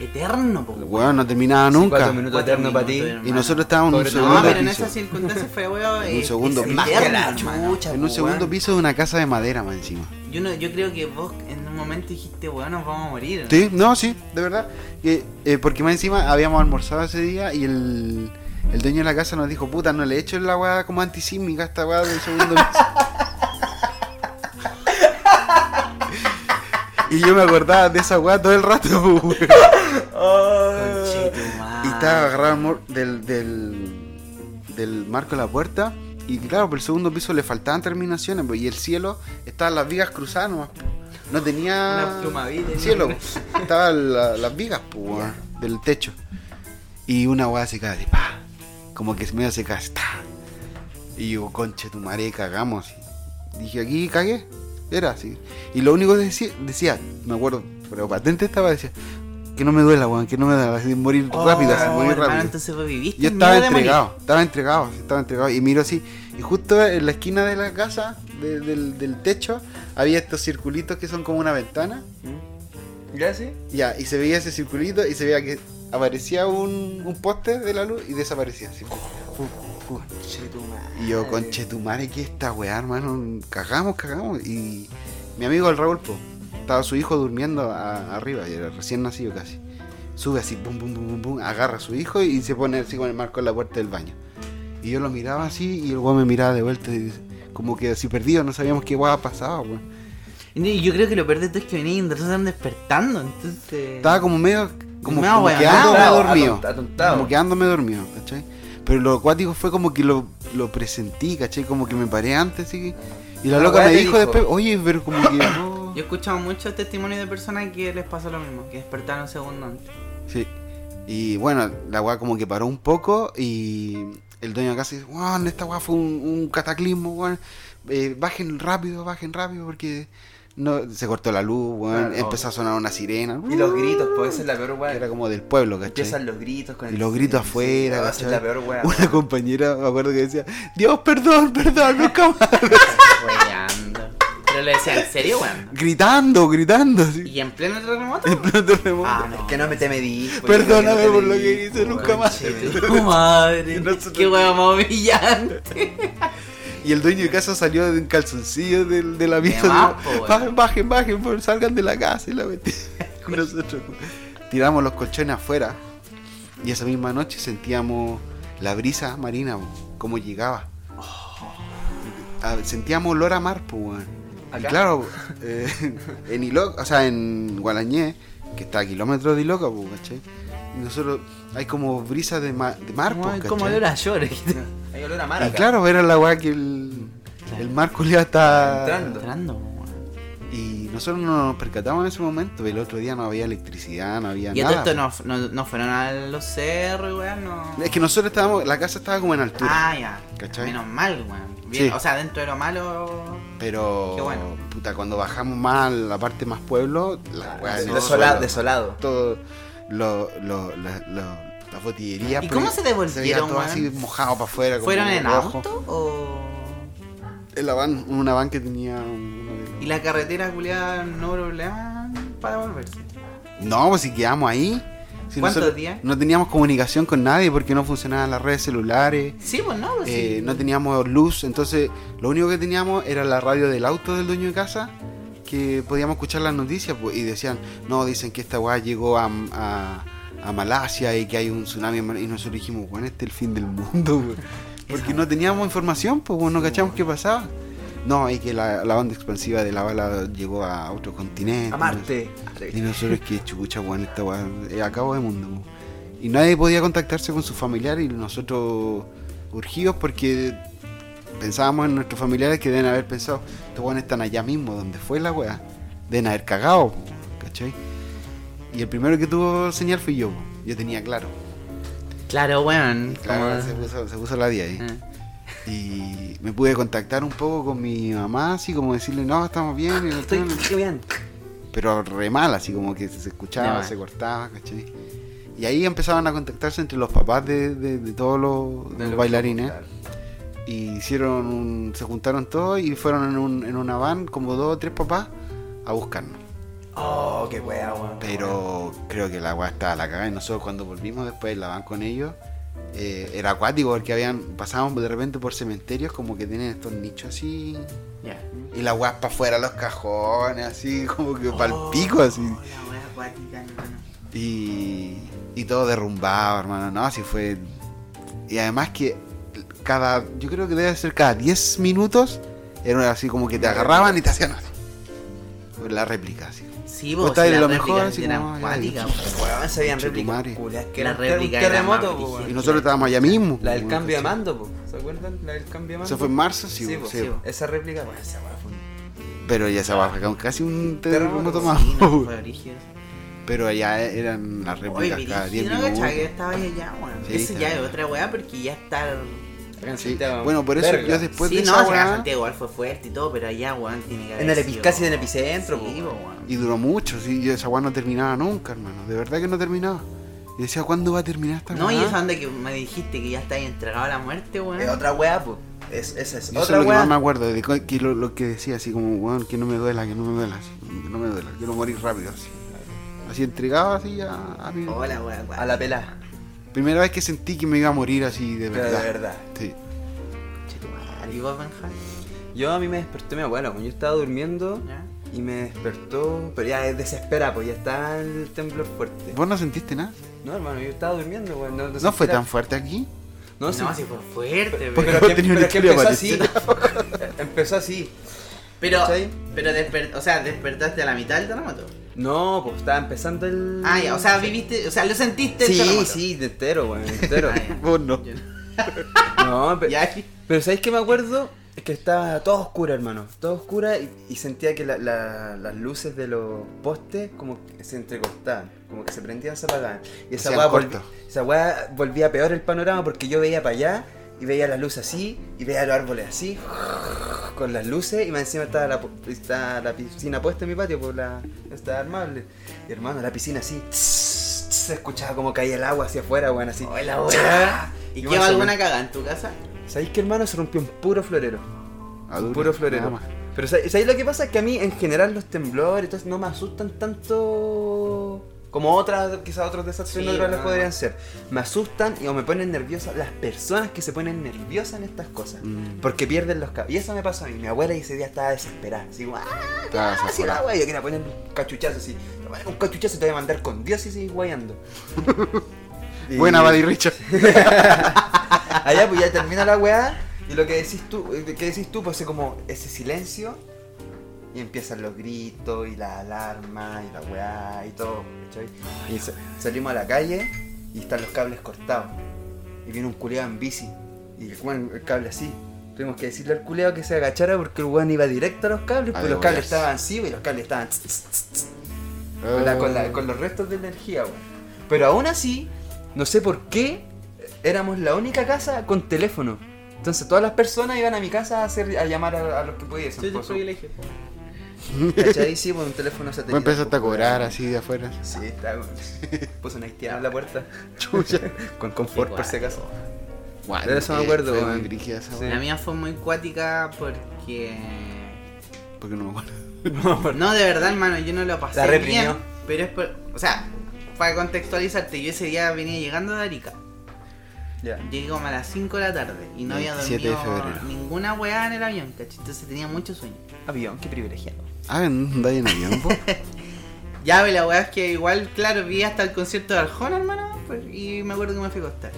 Speaker 1: Eterno, po.
Speaker 2: El weón no terminaba
Speaker 3: Sí, Cuatro
Speaker 2: nunca.
Speaker 3: minutos
Speaker 1: Cuatro
Speaker 3: eterno para ti.
Speaker 1: minutos eterno.
Speaker 2: Y nosotros estábamos en un
Speaker 3: Pobre
Speaker 1: No,
Speaker 2: segundo
Speaker 1: ah, pero en esas
Speaker 2: piso.
Speaker 1: circunstancias fue, weón. eh,
Speaker 2: En [LAUGHS] un
Speaker 1: es-
Speaker 2: segundo
Speaker 1: es
Speaker 2: piso.
Speaker 3: Más que la
Speaker 1: eterno, hermano.
Speaker 3: chucha,
Speaker 2: En
Speaker 3: po,
Speaker 2: un segundo
Speaker 3: weón.
Speaker 2: piso de una casa de madera más encima.
Speaker 1: Yo, no- yo creo que vos en un momento dijiste, weón, nos vamos a morir.
Speaker 2: Sí, no, sí, de verdad. Que, eh, porque más encima habíamos almorzado ese día y el, el dueño de la casa nos dijo, puta, no le he hecho la weá como antisísmica a esta weá del segundo piso. [LAUGHS] y yo me acordaba de esa weá todo el rato, [LAUGHS] po, weón.
Speaker 1: Conchetumare.
Speaker 2: Y estaba agarrado al mor- del, del, del marco de la puerta. Y claro, por el segundo piso le faltaban terminaciones, pues, y el cielo estaban las vigas cruzadas nomás. pues. No tenía
Speaker 1: Una plumavita,
Speaker 2: cielo,
Speaker 1: ¿no?
Speaker 2: pues. estaban la- las vigas pues, weón, del techo. Y una weá se cae, así, pa, como que medio se cae, así, ta. Y yo, conche tu madre, cagamos. así. Dije, aquí cagué. Era así. Y lo único que decía, decía me acuerdo, pero patente estaba, decía, que no me duela, weón, que no me duela, así, morir
Speaker 1: Oh,
Speaker 2: rápido, así, morir
Speaker 1: hermano,
Speaker 2: rápido.
Speaker 1: entonces vos viviste
Speaker 2: Yo
Speaker 1: en
Speaker 2: estaba
Speaker 1: miedo de
Speaker 2: entregado, estaba entregado, sí, estaba entregado. Y miro así, y justo en la esquina de la casa, de- del, del techo, había estos circulitos que son como una ventana.
Speaker 3: ¿Ya sí?
Speaker 2: Ya, y se veía ese circulito y se veía que aparecía un, un poste de la luz y desaparecía. así, fu, fu, fu.
Speaker 1: Conchetumare.
Speaker 2: Y yo, conche tu madre, ¿qué es esta weá, hermano? Cagamos, cagamos. Y mi amigo el Raúl, po, estaba su hijo durmiendo a- arriba, y era recién nacido casi. Sube así, pum, pum, pum, pum, pum, agarra a su hijo y se pone así con el marco en la puerta del baño. Y yo lo miraba así y el weón me miraba de vuelta, y como que así perdido, no sabíamos qué weá pasaba, weón.
Speaker 1: Y Yo creo que lo peor de todo es que venía y entonces estaban despertando, entonces...
Speaker 2: Estaba como medio, como,
Speaker 1: Me
Speaker 2: como
Speaker 1: weá,
Speaker 2: quedándome
Speaker 3: atado,
Speaker 2: dormido.
Speaker 3: atont- atontado.
Speaker 2: Como quedándome dormido, ¿cachai? Pero lo acuático fue como que lo, lo presentí, ¿cachai? Como que me paré antes y, y la
Speaker 3: La
Speaker 2: loca
Speaker 3: weá
Speaker 2: me
Speaker 3: te
Speaker 2: dijo,
Speaker 3: dijo.
Speaker 2: después, oye, pero como
Speaker 3: [COUGHS]
Speaker 2: que no...
Speaker 1: Yo he escuchado muchos testimonios de personas que les pasó lo mismo, que despertaron un segundo antes.
Speaker 2: Sí. Y bueno, la weá como que paró un poco y el dueño de la casa dice, weón, esta weá fue un, un cataclismo, weón. Eh, bajen rápido, bajen rápido porque no se cortó la luz, weón.
Speaker 3: Claro,
Speaker 2: empezó a sonar una sirena.
Speaker 3: Y los gritos, pues esa es la peor
Speaker 2: que Era
Speaker 3: weá.
Speaker 2: como del pueblo, ¿cachai?
Speaker 3: Empiezan los gritos con
Speaker 2: Y los gritos
Speaker 3: sí,
Speaker 2: afuera,
Speaker 3: no, Esa es
Speaker 2: ¿cachai?
Speaker 3: la peor
Speaker 2: [LAUGHS]
Speaker 3: weá.
Speaker 2: Una compañera, me acuerdo que decía, Dios, perdón, perdón, nunca más. [LAUGHS]
Speaker 1: Weando. Pero le decía, ¿en serio, weón?
Speaker 2: gritando, gritando. así. [LAUGHS]
Speaker 1: ¿Y en pleno terremoto?
Speaker 2: En pleno terremoto.
Speaker 1: Ah,
Speaker 3: Es que no me te medí. pues,
Speaker 2: Perdóname
Speaker 3: que no te
Speaker 2: por lo
Speaker 3: medí,
Speaker 2: que hice,
Speaker 3: pues,
Speaker 2: nunca más.
Speaker 3: che.
Speaker 1: Tu [LAUGHS] madre,
Speaker 2: Nosotros-
Speaker 1: qué weón más humillante.
Speaker 2: Y el dueño de casa salió de un calzoncillo del- de la mesa.
Speaker 1: más,
Speaker 2: dijo,
Speaker 1: po,
Speaker 2: bajen, bajen, bajen, por- salgan de la casa. Y la metí. [LAUGHS] Nosotros tiramos los colchones afuera. Y esa misma noche sentíamos la brisa marina, po, como llegaba.
Speaker 1: Oh.
Speaker 2: Ah, Sentíamos olor a mar, po, weón. Y
Speaker 3: Acá.
Speaker 2: claro, eh, [LAUGHS] en Iloc, o sea, en Gualañé, que está a kilómetros de Iloca, po, ¿cachai? Y Nosotros, hay como brisa de, ma- de mar, po,
Speaker 1: Como- Como
Speaker 2: ¿cachai?
Speaker 1: de la llora.
Speaker 3: Hay olor a
Speaker 1: Ah,
Speaker 2: Y
Speaker 3: maraca.
Speaker 2: claro, era la weá que el, el Marco le está.
Speaker 3: Entrando.
Speaker 1: Entrando, weón.
Speaker 2: Y nosotros no nos percatamos en ese momento. El otro día no había electricidad, no había
Speaker 1: Y a todo
Speaker 2: nada.
Speaker 1: esto no, no, no fueron a los cerros, weón, no...
Speaker 2: Es que nosotros estábamos. La casa estaba como en altura.
Speaker 1: Ah, ya.
Speaker 2: ¿Cachai?
Speaker 1: Menos mal, weón. Bien,
Speaker 2: Sí.
Speaker 1: O sea, dentro de lo malo.
Speaker 2: pero.
Speaker 1: qué bueno.
Speaker 2: Puta, cuando bajamos más a la parte más pueblo. La weá
Speaker 3: Desola-
Speaker 2: en el
Speaker 3: Desolado.
Speaker 2: suelo,
Speaker 3: Desolado.
Speaker 2: Todo. Lo, lo, la, lo- las botillerías,
Speaker 1: ¿Y
Speaker 2: pero
Speaker 1: cómo se devolvieron,
Speaker 2: veía todo
Speaker 1: weón?
Speaker 2: así mojado para afuera. como
Speaker 1: ¿Fueron en
Speaker 2: rojo.
Speaker 1: auto o.?
Speaker 2: En la van, una van que tenía uno de los-
Speaker 1: ¿Y la carretera culiada no hubo problema para devolverse?
Speaker 2: No, pues si quedamos ahí. Si
Speaker 1: ¿Cuántos
Speaker 2: nosotros
Speaker 1: días?
Speaker 2: No teníamos comunicación con nadie porque no funcionaban las redes celulares,
Speaker 1: Sí, pues no, pues
Speaker 2: eh,
Speaker 1: sí.
Speaker 2: no teníamos luz, entonces lo único que teníamos era la radio del auto del dueño de casa que podíamos escuchar las noticias pues, y decían, no, dicen que esta weá llegó a, a- a Malasia y que hay un tsunami en Mal- y nosotros dijimos, bueno, este es el fin del mundo, [LAUGHS] weón". porque no teníamos información, pues bueno, no cachamos qué pasaba. No, y que la, la banda expansiva de la bala llegó a otro continente.
Speaker 3: A Marte.
Speaker 2: Y nosotros que chucha, weón, esta weón, acabo de mundo. weón. Y nadie podía contactarse con sus familiares y nosotros urgidos porque pensábamos en nuestros familiares que deben haber pensado, estos weones están allá mismo, donde fue la weá. Deben haber cagado, po, ¿cachai? Y el primero que tuvo señal fui yo, po. yo tenía claro.
Speaker 1: Claro, weón.
Speaker 2: Claro,
Speaker 1: como-
Speaker 2: se puso, se puso la 10 ahí.
Speaker 1: Eh.
Speaker 2: Y me pude contactar un poco con mi mamá, así como decirle, no, estamos bien. y-
Speaker 3: Estoy estoy bien.
Speaker 2: pero re mal, así como que se escuchaba,
Speaker 1: Ya.
Speaker 2: se cortaba, ¿cachai? Y ahí empezaban a contactarse entre los papás de, de- de todos los, los bailarines. Y hicieron un- se juntaron todos y fueron en, un- en una van, como dos o tres papás, a buscarnos.
Speaker 3: Oh, qué wea, weón.
Speaker 2: Pero creo que la agua estaba a la cagada y nosotros cuando volvimos después la van con ellos. eh, era acuático porque habían pasábamos de repente por cementerios como que tienen estos nichos así
Speaker 1: Ya.
Speaker 2: y la agua para afuera los cajones así como que para el pico así
Speaker 1: La wea acuática, hermano.
Speaker 2: y, y todo derrumbado hermano no así fue y además que cada yo creo que debe ser cada 10 minutos era así como que te agarraban y te hacían así la réplica así
Speaker 1: Sí,
Speaker 2: Vos
Speaker 1: vos, si
Speaker 2: estás en
Speaker 1: las
Speaker 2: lo
Speaker 1: réplicas
Speaker 2: mejor, así
Speaker 1: eran
Speaker 2: como, ya,
Speaker 1: acuáticas, weón.
Speaker 3: Weón, se habían
Speaker 2: Conche tu
Speaker 3: réplicas
Speaker 2: madre.
Speaker 3: culias que
Speaker 1: La
Speaker 3: eran- que era un
Speaker 1: réplica era más
Speaker 3: terremoto, po,
Speaker 1: brígida.
Speaker 2: y
Speaker 3: weón.
Speaker 2: nosotros estábamos allá mismo
Speaker 3: La del cambio de
Speaker 2: ¿cachai?
Speaker 3: mando, po. ¿se acuerdan? La del cambio de mando.
Speaker 2: Eso fue en marzo, sí,
Speaker 3: Sí,
Speaker 2: bo,
Speaker 3: po,
Speaker 2: sí,
Speaker 3: sí,
Speaker 2: bo.
Speaker 3: po. Esa réplica, weón, esa weá fue un-
Speaker 2: Pero ya se abajo, acá casi un
Speaker 3: Terremoto,
Speaker 2: terremoto
Speaker 3: sí,
Speaker 2: más.
Speaker 1: Sí, no, fue brígido.
Speaker 2: [LAUGHS] Pero allá eran las
Speaker 1: Oye,
Speaker 2: réplicas cada
Speaker 1: brígido,
Speaker 2: 10
Speaker 1: no
Speaker 2: minutos.
Speaker 1: cachaba que estaba allá, weón.
Speaker 2: Sí,
Speaker 1: Ese
Speaker 2: está
Speaker 1: ya es
Speaker 2: bien.
Speaker 1: otra weá porque ya está...
Speaker 2: Sí.
Speaker 3: Estaba
Speaker 2: Bueno, por eso
Speaker 3: verga.
Speaker 2: yo después
Speaker 1: sí,
Speaker 2: de
Speaker 1: no,
Speaker 2: esa
Speaker 1: o sea,
Speaker 2: weá-
Speaker 1: Santiago igual fue fuerte y todo, pero allá, weón, tiene que haber
Speaker 3: En el epi-
Speaker 1: sido-
Speaker 3: casi en el epicentro, po,
Speaker 1: Sí,
Speaker 3: weón.
Speaker 1: weón.
Speaker 2: Y duró mucho, sí, yo esa weá no terminaba nunca, hermano. De verdad que no terminaba. Y decía, ¿cuándo va a terminar esta
Speaker 1: No, y
Speaker 2: weá?
Speaker 1: esa onda que me dijiste que ya estáis entregado a la muerte,
Speaker 3: Es
Speaker 1: weón.
Speaker 3: otra wea, po. Es, esa es
Speaker 2: Yo eso es
Speaker 3: otra
Speaker 2: lo que
Speaker 3: wea.
Speaker 2: más me acuerdo, de co- que lo, lo que decía, así como, weón, que no me duela, que no me duela, así, que no me duela, quiero morir rápido, así. Así entregado, así a, a mi-
Speaker 1: Hola, weón.
Speaker 3: A la pelada.
Speaker 2: Primera vez que sentí que me iba a morir así, de
Speaker 3: Pero
Speaker 2: verdad.
Speaker 3: de verdad.
Speaker 2: Sí.
Speaker 1: ¿Y vos, Benjamín?
Speaker 3: Yo a mí me despertó mi abuela, weón. yo estaba durmiendo
Speaker 1: ¿Ya?
Speaker 3: y me despertó, pero ya es desesperada, pues ya está el temblor fuerte.
Speaker 2: ¿Vos no sentiste nada?
Speaker 3: No, hermano, yo estaba durmiendo, weón. No,
Speaker 2: ¿No fue
Speaker 3: sentía-
Speaker 2: tan fuerte aquí?
Speaker 3: No,
Speaker 1: No,
Speaker 3: sí.
Speaker 1: sí fue fuerte,
Speaker 3: Pero,
Speaker 2: [LAUGHS]
Speaker 1: weón.
Speaker 3: que-
Speaker 2: Vos tenías
Speaker 3: pero
Speaker 2: una
Speaker 3: que
Speaker 2: historia
Speaker 3: empezó así. [LAUGHS] empezó así.
Speaker 1: Pero,
Speaker 3: ¿Cachai?
Speaker 1: pero desper- o sea, despertaste a la mitad del terremoto.
Speaker 3: No, pues estaba empezando el.
Speaker 1: Ah, ya, o sea, viviste, o sea, lo sentiste el
Speaker 3: Sí,
Speaker 1: terremoto.
Speaker 3: sí, de entero, weón, de entero.
Speaker 1: Ah,
Speaker 3: [LAUGHS]
Speaker 1: ya.
Speaker 2: Vos no.
Speaker 3: No, pero,
Speaker 1: Ya, sí.
Speaker 3: pero ¿sabéis qué me acuerdo? Es que estaba todo oscura, hermano. Todo oscura y, y sentía que la- la- las luces de los postes como que se entrecortaban, como que se prendían, se apagaban. Y esa
Speaker 2: Hacían
Speaker 3: weá volvi-
Speaker 2: corto.
Speaker 3: esa weá volvía peor el panorama porque yo veía para allá y veía las luces así y veía los árboles así, con las luces y más encima estaba la, pu- estaba la piscina puesta en mi patio, por la, estaba armable. Y hermano, la piscina así, se escuchaba como caía el agua hacia afuera, weón, así.
Speaker 1: Hola, weón. Oh, ¿Y
Speaker 3: Yo
Speaker 1: qué
Speaker 3: me
Speaker 1: alguna cagada en tu casa?
Speaker 3: ¿Sabéis que hermano se rompió un puro florero?
Speaker 2: A
Speaker 3: Un
Speaker 2: duro,
Speaker 3: puro
Speaker 2: nada
Speaker 3: florero.
Speaker 2: más.
Speaker 3: Pero ¿sabéis sabéis lo que pasa? Que a mí en general los temblores entonces, no me asustan tanto como otras, quizás otros desastres
Speaker 1: Sí,
Speaker 3: naturales
Speaker 1: no.
Speaker 3: podrían ser. Me asustan y o me ponen nerviosa las personas que se ponen nerviosas en estas cosas.
Speaker 2: Mm.
Speaker 3: Porque pierden los cabos. Y eso me pasó a mí. Mi abuela ese día estaba desesperada. Así, ¡guau!
Speaker 2: Estaba
Speaker 3: Ah, sí,
Speaker 2: desaforado.
Speaker 3: la wea, yo quería poner un cachuchazo así. Te voy a dar Un cachuchazo y te voy a mandar con Dios y seguís
Speaker 2: [LAUGHS]
Speaker 3: guayando. Y-
Speaker 2: Buena, Buddy Richard.
Speaker 3: [LAUGHS] Allá pues ya termina la weá y lo que decís tú, que decís tú, pues es como ese silencio y empiezan los gritos y la alarma y la weá y todo, ¿cachai? Y sa- salimos a la calle y están los cables cortados. Y viene un culeado en bici y el, weón- el cable así. Tuvimos que decirle al culeado que se agachara porque el weón iba directo a los cables,
Speaker 2: A
Speaker 3: pues los cables
Speaker 2: devolverse.
Speaker 3: estaban así, y los cables estaban tss, tss, tss, tss, con, la- con la-
Speaker 1: Ah.
Speaker 2: Oh.
Speaker 3: con los restos de energía, weón. Pero aún así, no sé por qué eh, éramos la única casa con teléfono. Entonces todas las personas iban a mi casa a, hacer, a llamar a, a los que pudiesen. por su- ¿Cachai? Sí, por un teléfono
Speaker 2: Vos
Speaker 3: satelital. pues,
Speaker 2: empezaste a cobrar así de afuera.
Speaker 3: Sí, está bueno.
Speaker 1: [LAUGHS]
Speaker 3: Puso una haitiana en la puerta.
Speaker 2: Chucha.
Speaker 3: [LAUGHS] Con confort, por si acaso.
Speaker 2: Guau,
Speaker 3: De eso me
Speaker 2: eh,
Speaker 3: acuerdo,
Speaker 2: fue
Speaker 3: weón.
Speaker 2: muy brígida esa
Speaker 3: Sí.
Speaker 2: weá,
Speaker 1: La mía fue muy cuática porque.
Speaker 2: Porque no me acuerdo.
Speaker 3: [LAUGHS]
Speaker 1: No, de verdad, hermano, yo no lo pasé.
Speaker 3: La reprimió.
Speaker 1: bien, pero es por. O sea, para contextualizarte, yo ese día venía llegando de Arica.
Speaker 3: Ya.
Speaker 1: Llegué como a las 5 de la tarde y no había
Speaker 2: 27 de
Speaker 1: dormido
Speaker 2: febrero.
Speaker 1: ninguna weá en el avión, ¿cachai? Entonces tenía mucho sueño.
Speaker 3: Avión, qué privilegiado.
Speaker 2: Ah, andáis en avión, po.
Speaker 1: Ya, pero la weá es que igual, claro, vi hasta el concierto de Arjona, hermano, pues, y me acuerdo que me fui a acostar.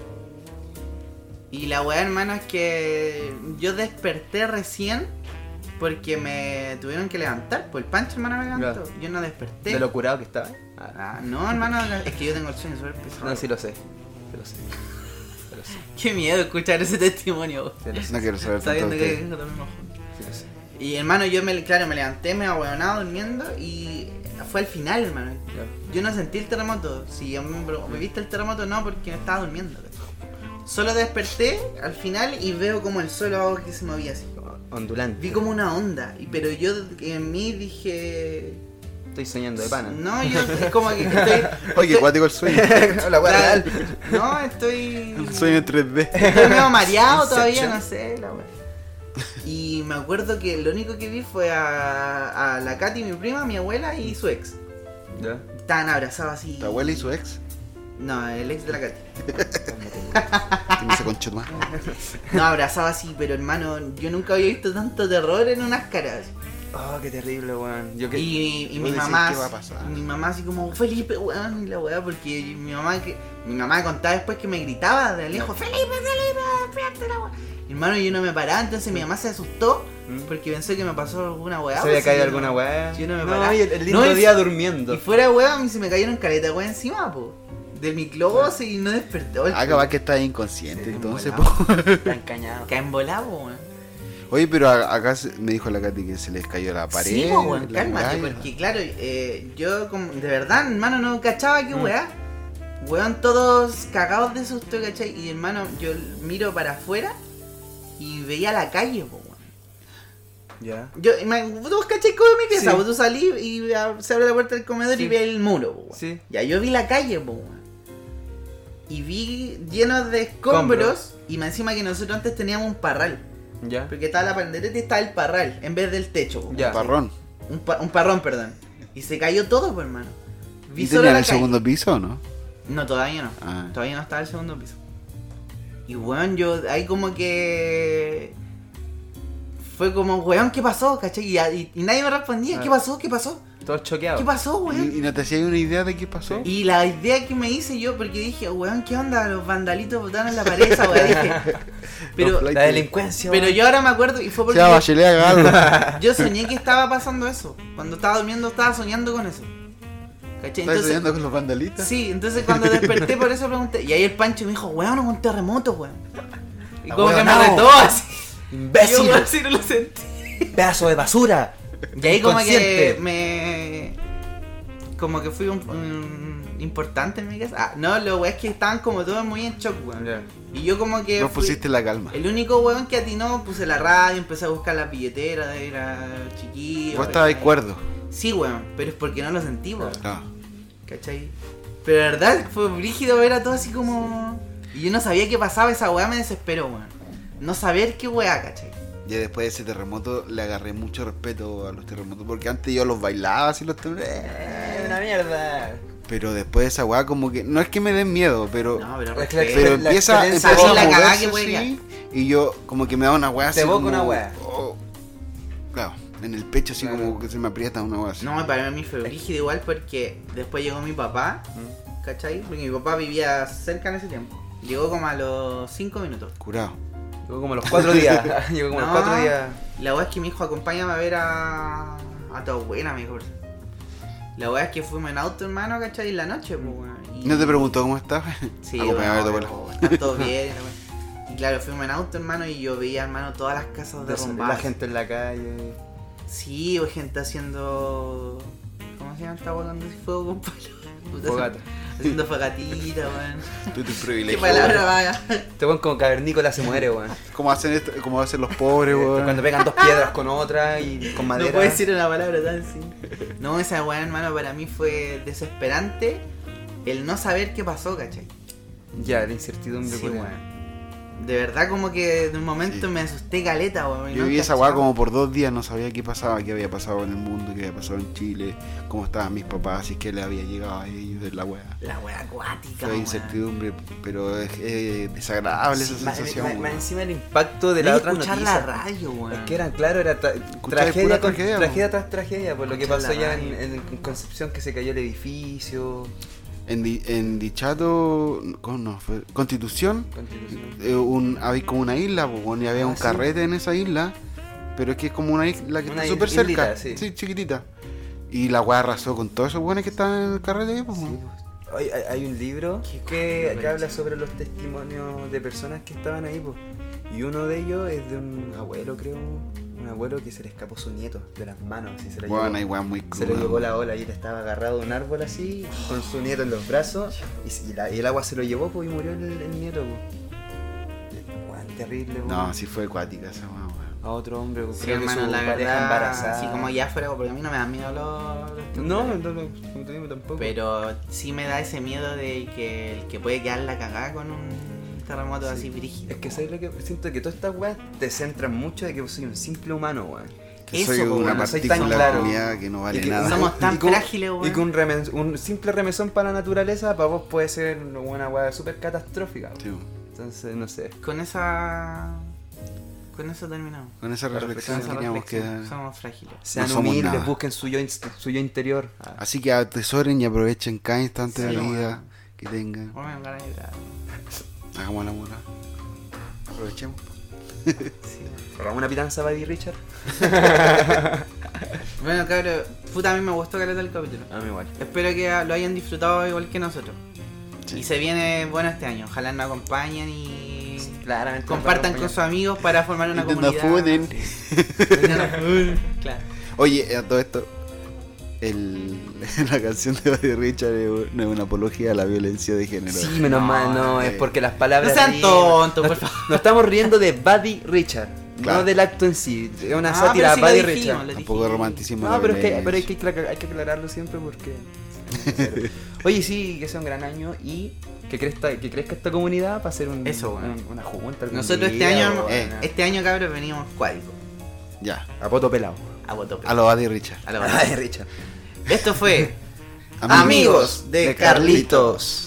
Speaker 1: Y la weá, hermano, es que yo desperté recién porque me tuvieron que levantar, pues el pancho, hermano, me levantó. Yo no desperté.
Speaker 3: De lo curado que estaba.
Speaker 1: Ah, no, hermano, es que yo tengo el sueño súper pesado.
Speaker 3: No, sí lo sé. Sí lo sé. Sí lo sé.
Speaker 1: Qué miedo escuchar ese testimonio,
Speaker 3: Sí lo sé.
Speaker 2: No quiero
Speaker 3: [LAUGHS]
Speaker 2: saber tanto
Speaker 1: sabiendo
Speaker 2: de
Speaker 1: que
Speaker 2: ustedes.
Speaker 1: dormimos juntos.
Speaker 3: Sí lo sé.
Speaker 1: Y hermano, yo me, claro, me levanté, me ahueonaba durmiendo y fue al final, hermano.
Speaker 3: Ya.
Speaker 1: Yo no sentí el terremoto. Si a mí me pre- me viste el terremoto, no, porque me estaba durmiendo. ¿cachai? Solo desperté al final y veo como el suelo que se movía así.
Speaker 3: Ondulante.
Speaker 1: Vi como una onda, y- pero yo en mí dije...
Speaker 3: Estoy soñando de pana.
Speaker 1: No, yo es como que
Speaker 3: [LAUGHS]
Speaker 1: estoy...
Speaker 2: Oye, qué cuático el sueño.
Speaker 3: la wea real.
Speaker 1: No, estoy...
Speaker 3: [LAUGHS]
Speaker 2: El sueño en 3D. [LAUGHS]
Speaker 1: Estoy medio mareado todavía, no sé, la wea. Y me acuerdo que lo único que vi fue a, a la Katy, mi prima, mi abuela y su ex.
Speaker 3: ¿Ya?
Speaker 1: Estaban abrazados así.
Speaker 2: ¿Tu abuela y su ex?
Speaker 1: No, el ex de la Katy.
Speaker 2: ¿Quién dice conchetumare?
Speaker 1: No, abrazaba así, pero hermano, yo nunca había visto tanto terror en unas caras.
Speaker 3: Oh, qué terrible, weón. Yo que...
Speaker 1: Y, y
Speaker 2: vos
Speaker 1: mi
Speaker 2: decís,
Speaker 1: mamá,
Speaker 2: ¿qué va a pasar?
Speaker 1: mi mamá así como, Felipe, weón, y la weá, porque mi mamá que, mi mamá contaba después que me gritaba de lejos, Felipe, Felipe, despierta la weá. Hermano, yo no me paraba, entonces mi mamá se asustó
Speaker 3: ¿Mm?
Speaker 1: porque pensó que me pasó alguna weá.
Speaker 3: ¿Se había
Speaker 1: pues,
Speaker 3: caído
Speaker 1: y yo
Speaker 3: alguna
Speaker 1: no-
Speaker 3: weá?
Speaker 1: si yo no me
Speaker 3: no,
Speaker 1: paraba.
Speaker 3: y el, el lindo
Speaker 1: No, y-
Speaker 3: día durmiendo.
Speaker 1: Y fuera de weá, a mí se me cayeron caleta weá encima, po. De mi closet y no despertó. el-
Speaker 2: Ah, capaz que estás inconsciente,
Speaker 1: Sí,
Speaker 2: entonces.
Speaker 1: volado.
Speaker 2: po.
Speaker 3: Está encañado.
Speaker 1: Caen volado, weón.
Speaker 2: Oye, pero a- acá se- me dijo la Katy que se les cayó la pared.
Speaker 1: Sí, po, weón,
Speaker 2: la
Speaker 1: cálmate,
Speaker 2: muralla.
Speaker 1: porque claro, eh, yo como- de verdad, hermano, no cachaba que weá. Weón, todos cagados de susto, ¿cachai? Y hermano, yo miro para afuera y veía la calle, po, weón.
Speaker 3: Ya.
Speaker 1: Yo, ima- vos cachai cómo es mi casa,
Speaker 3: Sí.
Speaker 1: vos tú salí y a- se abre la puerta del comedor y
Speaker 3: Sí.
Speaker 1: ve el muro, po, weón.
Speaker 3: Sí.
Speaker 1: Ya, yo vi la calle, po, weón. Y vi lleno de escombros y más encima que nosotros antes teníamos un parral.
Speaker 3: Ya.
Speaker 1: Porque estaba la pandereta y estaba el parral en vez del techo, po, weón.
Speaker 3: Ya.
Speaker 2: Parrón.
Speaker 1: Un, pa- un parrón, perdón. Y se cayó todo, pues, hermano. Vi
Speaker 2: ¿Y
Speaker 1: solo
Speaker 2: tenían
Speaker 1: la
Speaker 2: el
Speaker 1: calle.
Speaker 2: segundo piso o no?
Speaker 1: No, todavía no.
Speaker 2: Ah.
Speaker 1: Todavía no estaba el segundo piso. Y weón, yo ahí como que. Fue como, weón, ¿qué pasó? ¿Cachai? Y, y- y nadie me respondía, ¿qué
Speaker 3: Ah.
Speaker 1: pasó? ¿Qué pasó?
Speaker 3: Todos choqueados.
Speaker 1: ¿Qué pasó,
Speaker 2: ¿Y,
Speaker 1: weón?
Speaker 2: y no te hacías una idea de qué pasó?
Speaker 1: Y la idea que me hice yo, porque dije, weón, ¿qué onda? Los vandalitos botaron la pared, esa weón. Dije,
Speaker 2: [LAUGHS]
Speaker 1: pero,
Speaker 3: La delincuencia.
Speaker 1: pero yo ahora me acuerdo y fue
Speaker 2: Se
Speaker 1: porque.
Speaker 2: llama Bachelet
Speaker 1: [LAUGHS]
Speaker 2: haga algo.
Speaker 1: Yo soñé que estaba pasando eso. Cuando estaba durmiendo estaba soñando con eso. ¿Cachai?
Speaker 2: ¿Estás
Speaker 1: Entonces,
Speaker 2: soñando con los
Speaker 1: [LAUGHS]
Speaker 2: vandalitas?
Speaker 1: sí, entonces cuando desperté por eso pregunté. Y ahí el Pancho me dijo, weón, un terremoto, weón. Y
Speaker 2: Ah,
Speaker 1: como que me
Speaker 3: Ahueonao.
Speaker 1: retó así. [LAUGHS] Y yo
Speaker 3: ¡Imbécil!
Speaker 1: weón, así no lo sentí.
Speaker 3: ¡Pedazo de basura!
Speaker 1: Y ahí como que
Speaker 3: Inconsciente.
Speaker 1: me... Como que fui un, un- importante en mi casa. Ah, no, lo weón es que estaban como todos muy en shock, weón.
Speaker 3: Ya.
Speaker 1: Y yo como que...
Speaker 2: No
Speaker 1: fui-
Speaker 2: pusiste la calma.
Speaker 1: El único weón que atinó, puse la radio, empecé a buscar las billeteras, era chiquillo.
Speaker 2: Vos estabas de
Speaker 1: ¿cachai?
Speaker 2: cuerdo.
Speaker 1: Sí, weón, pero es porque no lo sentí, weón.
Speaker 2: Ah.
Speaker 1: ¿Cachai? Pero la verdad, fue brígido ver a todo así como. Y yo no sabía qué pasaba, esa weá me desesperó, weón. No saber qué weá, ¿cachai?
Speaker 2: Ya después de ese terremoto le agarré mucho respeto a los terremotos porque antes yo los bailaba así los temblores.
Speaker 3: una mierda!
Speaker 2: Pero después de esa weá como que no es que me den miedo, pero
Speaker 1: No, pero
Speaker 3: Es que la
Speaker 1: respeto.
Speaker 2: pero
Speaker 3: la
Speaker 2: empieza,
Speaker 3: experiencia-
Speaker 2: empieza
Speaker 1: Sabí la
Speaker 2: a
Speaker 1: cagada
Speaker 2: moverse
Speaker 1: que puede
Speaker 2: así, y yo como que me da una weá así
Speaker 3: Te evoca
Speaker 2: como-
Speaker 3: una weá.
Speaker 2: oh, claro, en el pecho así
Speaker 3: Claro.
Speaker 2: como que se me aprieta una weá así.
Speaker 1: No, para mí fue brígido igual porque después llegó mi papá,
Speaker 3: Mm.
Speaker 1: ¿cachai? Porque mi papá vivía cerca en ese tiempo. Llegó como a los 5 minutos.
Speaker 2: Curado.
Speaker 3: Llegó como los
Speaker 1: [LAUGHS]
Speaker 3: cuatro días. [LAUGHS] Llegó como
Speaker 1: No.
Speaker 3: los cuatro días.
Speaker 1: La weá es que mi hijo acompáñame a ver a. a tu abuela, mejor. La weá es que fuimos en auto, hermano, ¿cachai? En la noche, pues, weón. Y-
Speaker 2: ¿No te preguntó cómo estabas?
Speaker 1: Sí,
Speaker 2: [LAUGHS] Acompáñame
Speaker 1: bueno,
Speaker 2: a ver tu
Speaker 1: pero está
Speaker 3: [LAUGHS]
Speaker 1: todo bien. la wea. Y claro, fuimos en auto, hermano, y yo veía, hermano, todas las casas derrumbadas.
Speaker 3: La gente en la calle.
Speaker 1: Sí, o gente haciendo. ¿Cómo se llama esta wea cuando se fuego con palo? [LAUGHS] Puta,
Speaker 3: Fogata.
Speaker 1: Haciendo fogatita,
Speaker 3: [LAUGHS]
Speaker 1: weón. [LAUGHS]
Speaker 2: Tú tus
Speaker 1: Qué
Speaker 2: privilegios.
Speaker 1: palabra vaga.
Speaker 3: Este weón como cavernícola se muere, weón.
Speaker 2: ¿Cómo hacen esto? ¿Cómo hacen los pobres,
Speaker 3: Cuando
Speaker 2: weón?
Speaker 3: pegan dos piedras con otra y con madera.
Speaker 1: No puedo decir una palabra tan simple. No, esa weá, hermano, para mí fue desesperante el no saber qué pasó, ¿cachai?
Speaker 3: Ya, la incertidumbre,
Speaker 1: Sí,
Speaker 3: culiao.
Speaker 1: weón. De verdad, como que de un momento
Speaker 2: Sí.
Speaker 1: me asusté caleta, weón. y
Speaker 2: Yo
Speaker 1: no
Speaker 2: viví esa weá
Speaker 1: cachaba.
Speaker 2: como por dos días, no sabía qué pasaba, qué había pasado en el mundo, qué había pasado en Chile, cómo estaban mis papás, si es que le había llegado a ellos de la weá.
Speaker 1: La weá acuática,
Speaker 2: Fue
Speaker 1: weón.
Speaker 2: incertidumbre, pero es, es desagradable
Speaker 3: Sí,
Speaker 2: esa
Speaker 3: más,
Speaker 2: sensación.
Speaker 3: más- más
Speaker 2: weón.
Speaker 3: encima el impacto de
Speaker 1: Tenés
Speaker 3: la
Speaker 1: que
Speaker 3: otra
Speaker 1: escuchar
Speaker 3: noticia.
Speaker 1: la radio, weón.
Speaker 3: Es que eran, claro, era tra-
Speaker 2: Escuchar
Speaker 3: tragedia,
Speaker 2: pura
Speaker 3: con-
Speaker 2: tragedia,
Speaker 3: tragedia tras tragedia, por lo que
Speaker 1: Escuchar
Speaker 3: pasó
Speaker 1: la
Speaker 3: ya en,
Speaker 1: radio.
Speaker 3: en Concepción, que se cayó el edificio.
Speaker 2: En, Di- en Dichato, ¿cómo no? Fue- Constitución,
Speaker 3: Constitución.
Speaker 2: eh, un, había como una isla, po, weón, y había
Speaker 3: Ah,
Speaker 2: un
Speaker 3: sí.
Speaker 2: carrete en esa isla, pero es que es como una isla que
Speaker 3: Una
Speaker 2: está súper
Speaker 3: islita,
Speaker 2: cerca,
Speaker 3: sí.
Speaker 2: sí. chiquitita. Y la weá arrasó con todos esos weones que estaban en el carrete ahí, po, weón.
Speaker 3: Hay, hay- hay un libro
Speaker 1: Qué
Speaker 3: que,
Speaker 1: cuático,
Speaker 3: que habla
Speaker 1: Benji.
Speaker 3: sobre los testimonios de personas que estaban ahí, po. y uno de ellos es de un abuelo, creo, un abuelo que se le escapó su nieto de las manos, y se lo
Speaker 2: Weón,
Speaker 3: llevó.
Speaker 2: hay weá muy
Speaker 3: Se lo
Speaker 2: cruda,
Speaker 3: llevó
Speaker 2: weón.
Speaker 3: la ola y él estaba agarrado de un árbol así, con su nieto en los brazos, y, se- y la- y el agua se lo llevó po, y murió el, el nieto. po. Weón, terrible, po.
Speaker 2: No, sí fue acuática esa weá, weón.
Speaker 3: A otro hombre, po,
Speaker 1: Sí,
Speaker 3: creo que
Speaker 1: hermano,
Speaker 3: su
Speaker 1: la
Speaker 3: pareja
Speaker 1: verdad,
Speaker 3: embarazada.
Speaker 1: así como ya fuera, porque a mí no me da miedo los... los
Speaker 3: No, no,
Speaker 1: temblores,
Speaker 3: no, como te digo, tampoco.
Speaker 1: Pero sí me da ese miedo de que el que puede quedar la cagada con un... terremotos
Speaker 3: Sí.
Speaker 1: así brígidos.
Speaker 3: Es que ¿sabes lo que siento que todas estas weas te centran mucho de que soy un simple humano, weón.
Speaker 2: Que
Speaker 1: Eso,
Speaker 2: soy
Speaker 1: po,
Speaker 2: una
Speaker 1: weón,
Speaker 3: no soy tan
Speaker 2: partícula
Speaker 3: claro.
Speaker 2: unidad que no vale
Speaker 3: Y que
Speaker 2: nada.
Speaker 1: Somos tan
Speaker 3: Y que un-
Speaker 1: frágiles,
Speaker 3: Y que
Speaker 1: weón.
Speaker 3: un, remen- un simple remesón para la naturaleza para vos puede ser una wea súper catastrófica. weón.
Speaker 2: Sí,
Speaker 3: Entonces, no sé.
Speaker 1: Con esa. Con eso terminamos.
Speaker 2: Con esa reflexión
Speaker 1: Con esa
Speaker 2: teníamos que
Speaker 1: reflexión,
Speaker 2: dar.
Speaker 1: Somos frágiles.
Speaker 3: Sean
Speaker 2: somos
Speaker 3: humildes,
Speaker 2: nada.
Speaker 3: busquen su yo, inst- su yo interior. Ah.
Speaker 2: Así que atesoren y aprovechen cada instante de
Speaker 1: Sí,
Speaker 2: la
Speaker 1: weón.
Speaker 2: vida que tengan.
Speaker 1: Weón, me dan ganas de llorar.
Speaker 2: Hagamos la mula. Aprovechemos.
Speaker 1: Sí.
Speaker 3: Hagamos una pitanza, Buddy Richard.
Speaker 1: Bueno, cabrón, puta, a mí me gustó que el capítulo.
Speaker 3: A mí igual.
Speaker 1: Espero que lo hayan disfrutado igual que nosotros.
Speaker 2: Sí.
Speaker 1: Y se viene bueno este año. Ojalá nos acompañen y
Speaker 3: Claramente.
Speaker 1: compartan con sus amigos para formar una
Speaker 2: Y que nos
Speaker 1: comunidad.
Speaker 2: funen.
Speaker 1: Sí. No nos funen, claro.
Speaker 2: Oye, eh, a todo esto. el- [LAUGHS] la canción de Buddy Richard es un- es una apología a la violencia de género.
Speaker 3: Sí, menos
Speaker 1: No,
Speaker 3: mal, no,
Speaker 2: eh.
Speaker 3: es porque las
Speaker 1: No
Speaker 3: palabras.
Speaker 1: sean
Speaker 3: riman.
Speaker 1: tontos, por
Speaker 3: Nos-
Speaker 1: favor.
Speaker 3: Nos estamos riendo de Buddy Richard,
Speaker 2: Claro.
Speaker 3: no del acto en sí. Es una
Speaker 1: Ah,
Speaker 3: sátira
Speaker 1: pero
Speaker 3: a
Speaker 1: sí lo
Speaker 3: Buddy
Speaker 1: dijimos,
Speaker 3: Richard.
Speaker 1: lo
Speaker 2: Tampoco
Speaker 1: dijimos.
Speaker 2: romanticismo.
Speaker 3: No,
Speaker 2: la
Speaker 3: Ah, pero, es que,
Speaker 2: violencia.
Speaker 3: pero hay, que, acla- hay que aclararlo siempre [LAUGHS] porque. Oye, sí, que sea un gran año y que crezca, que crezca esta comunidad para ser un,
Speaker 1: Eso, weón.
Speaker 3: un- una junta. algún
Speaker 1: Nosotros este
Speaker 3: día,
Speaker 1: año,
Speaker 3: weón.
Speaker 2: eh,
Speaker 1: este año, cabrón, venimos cuádricos.
Speaker 2: Ya,
Speaker 3: A poto pelado.
Speaker 1: A botope.
Speaker 2: a lo Buddy Richard.
Speaker 3: [LAUGHS]
Speaker 1: A la
Speaker 3: Buddy Richard.
Speaker 1: Esto fue
Speaker 2: Amigos.
Speaker 1: Amigos de Carlitos.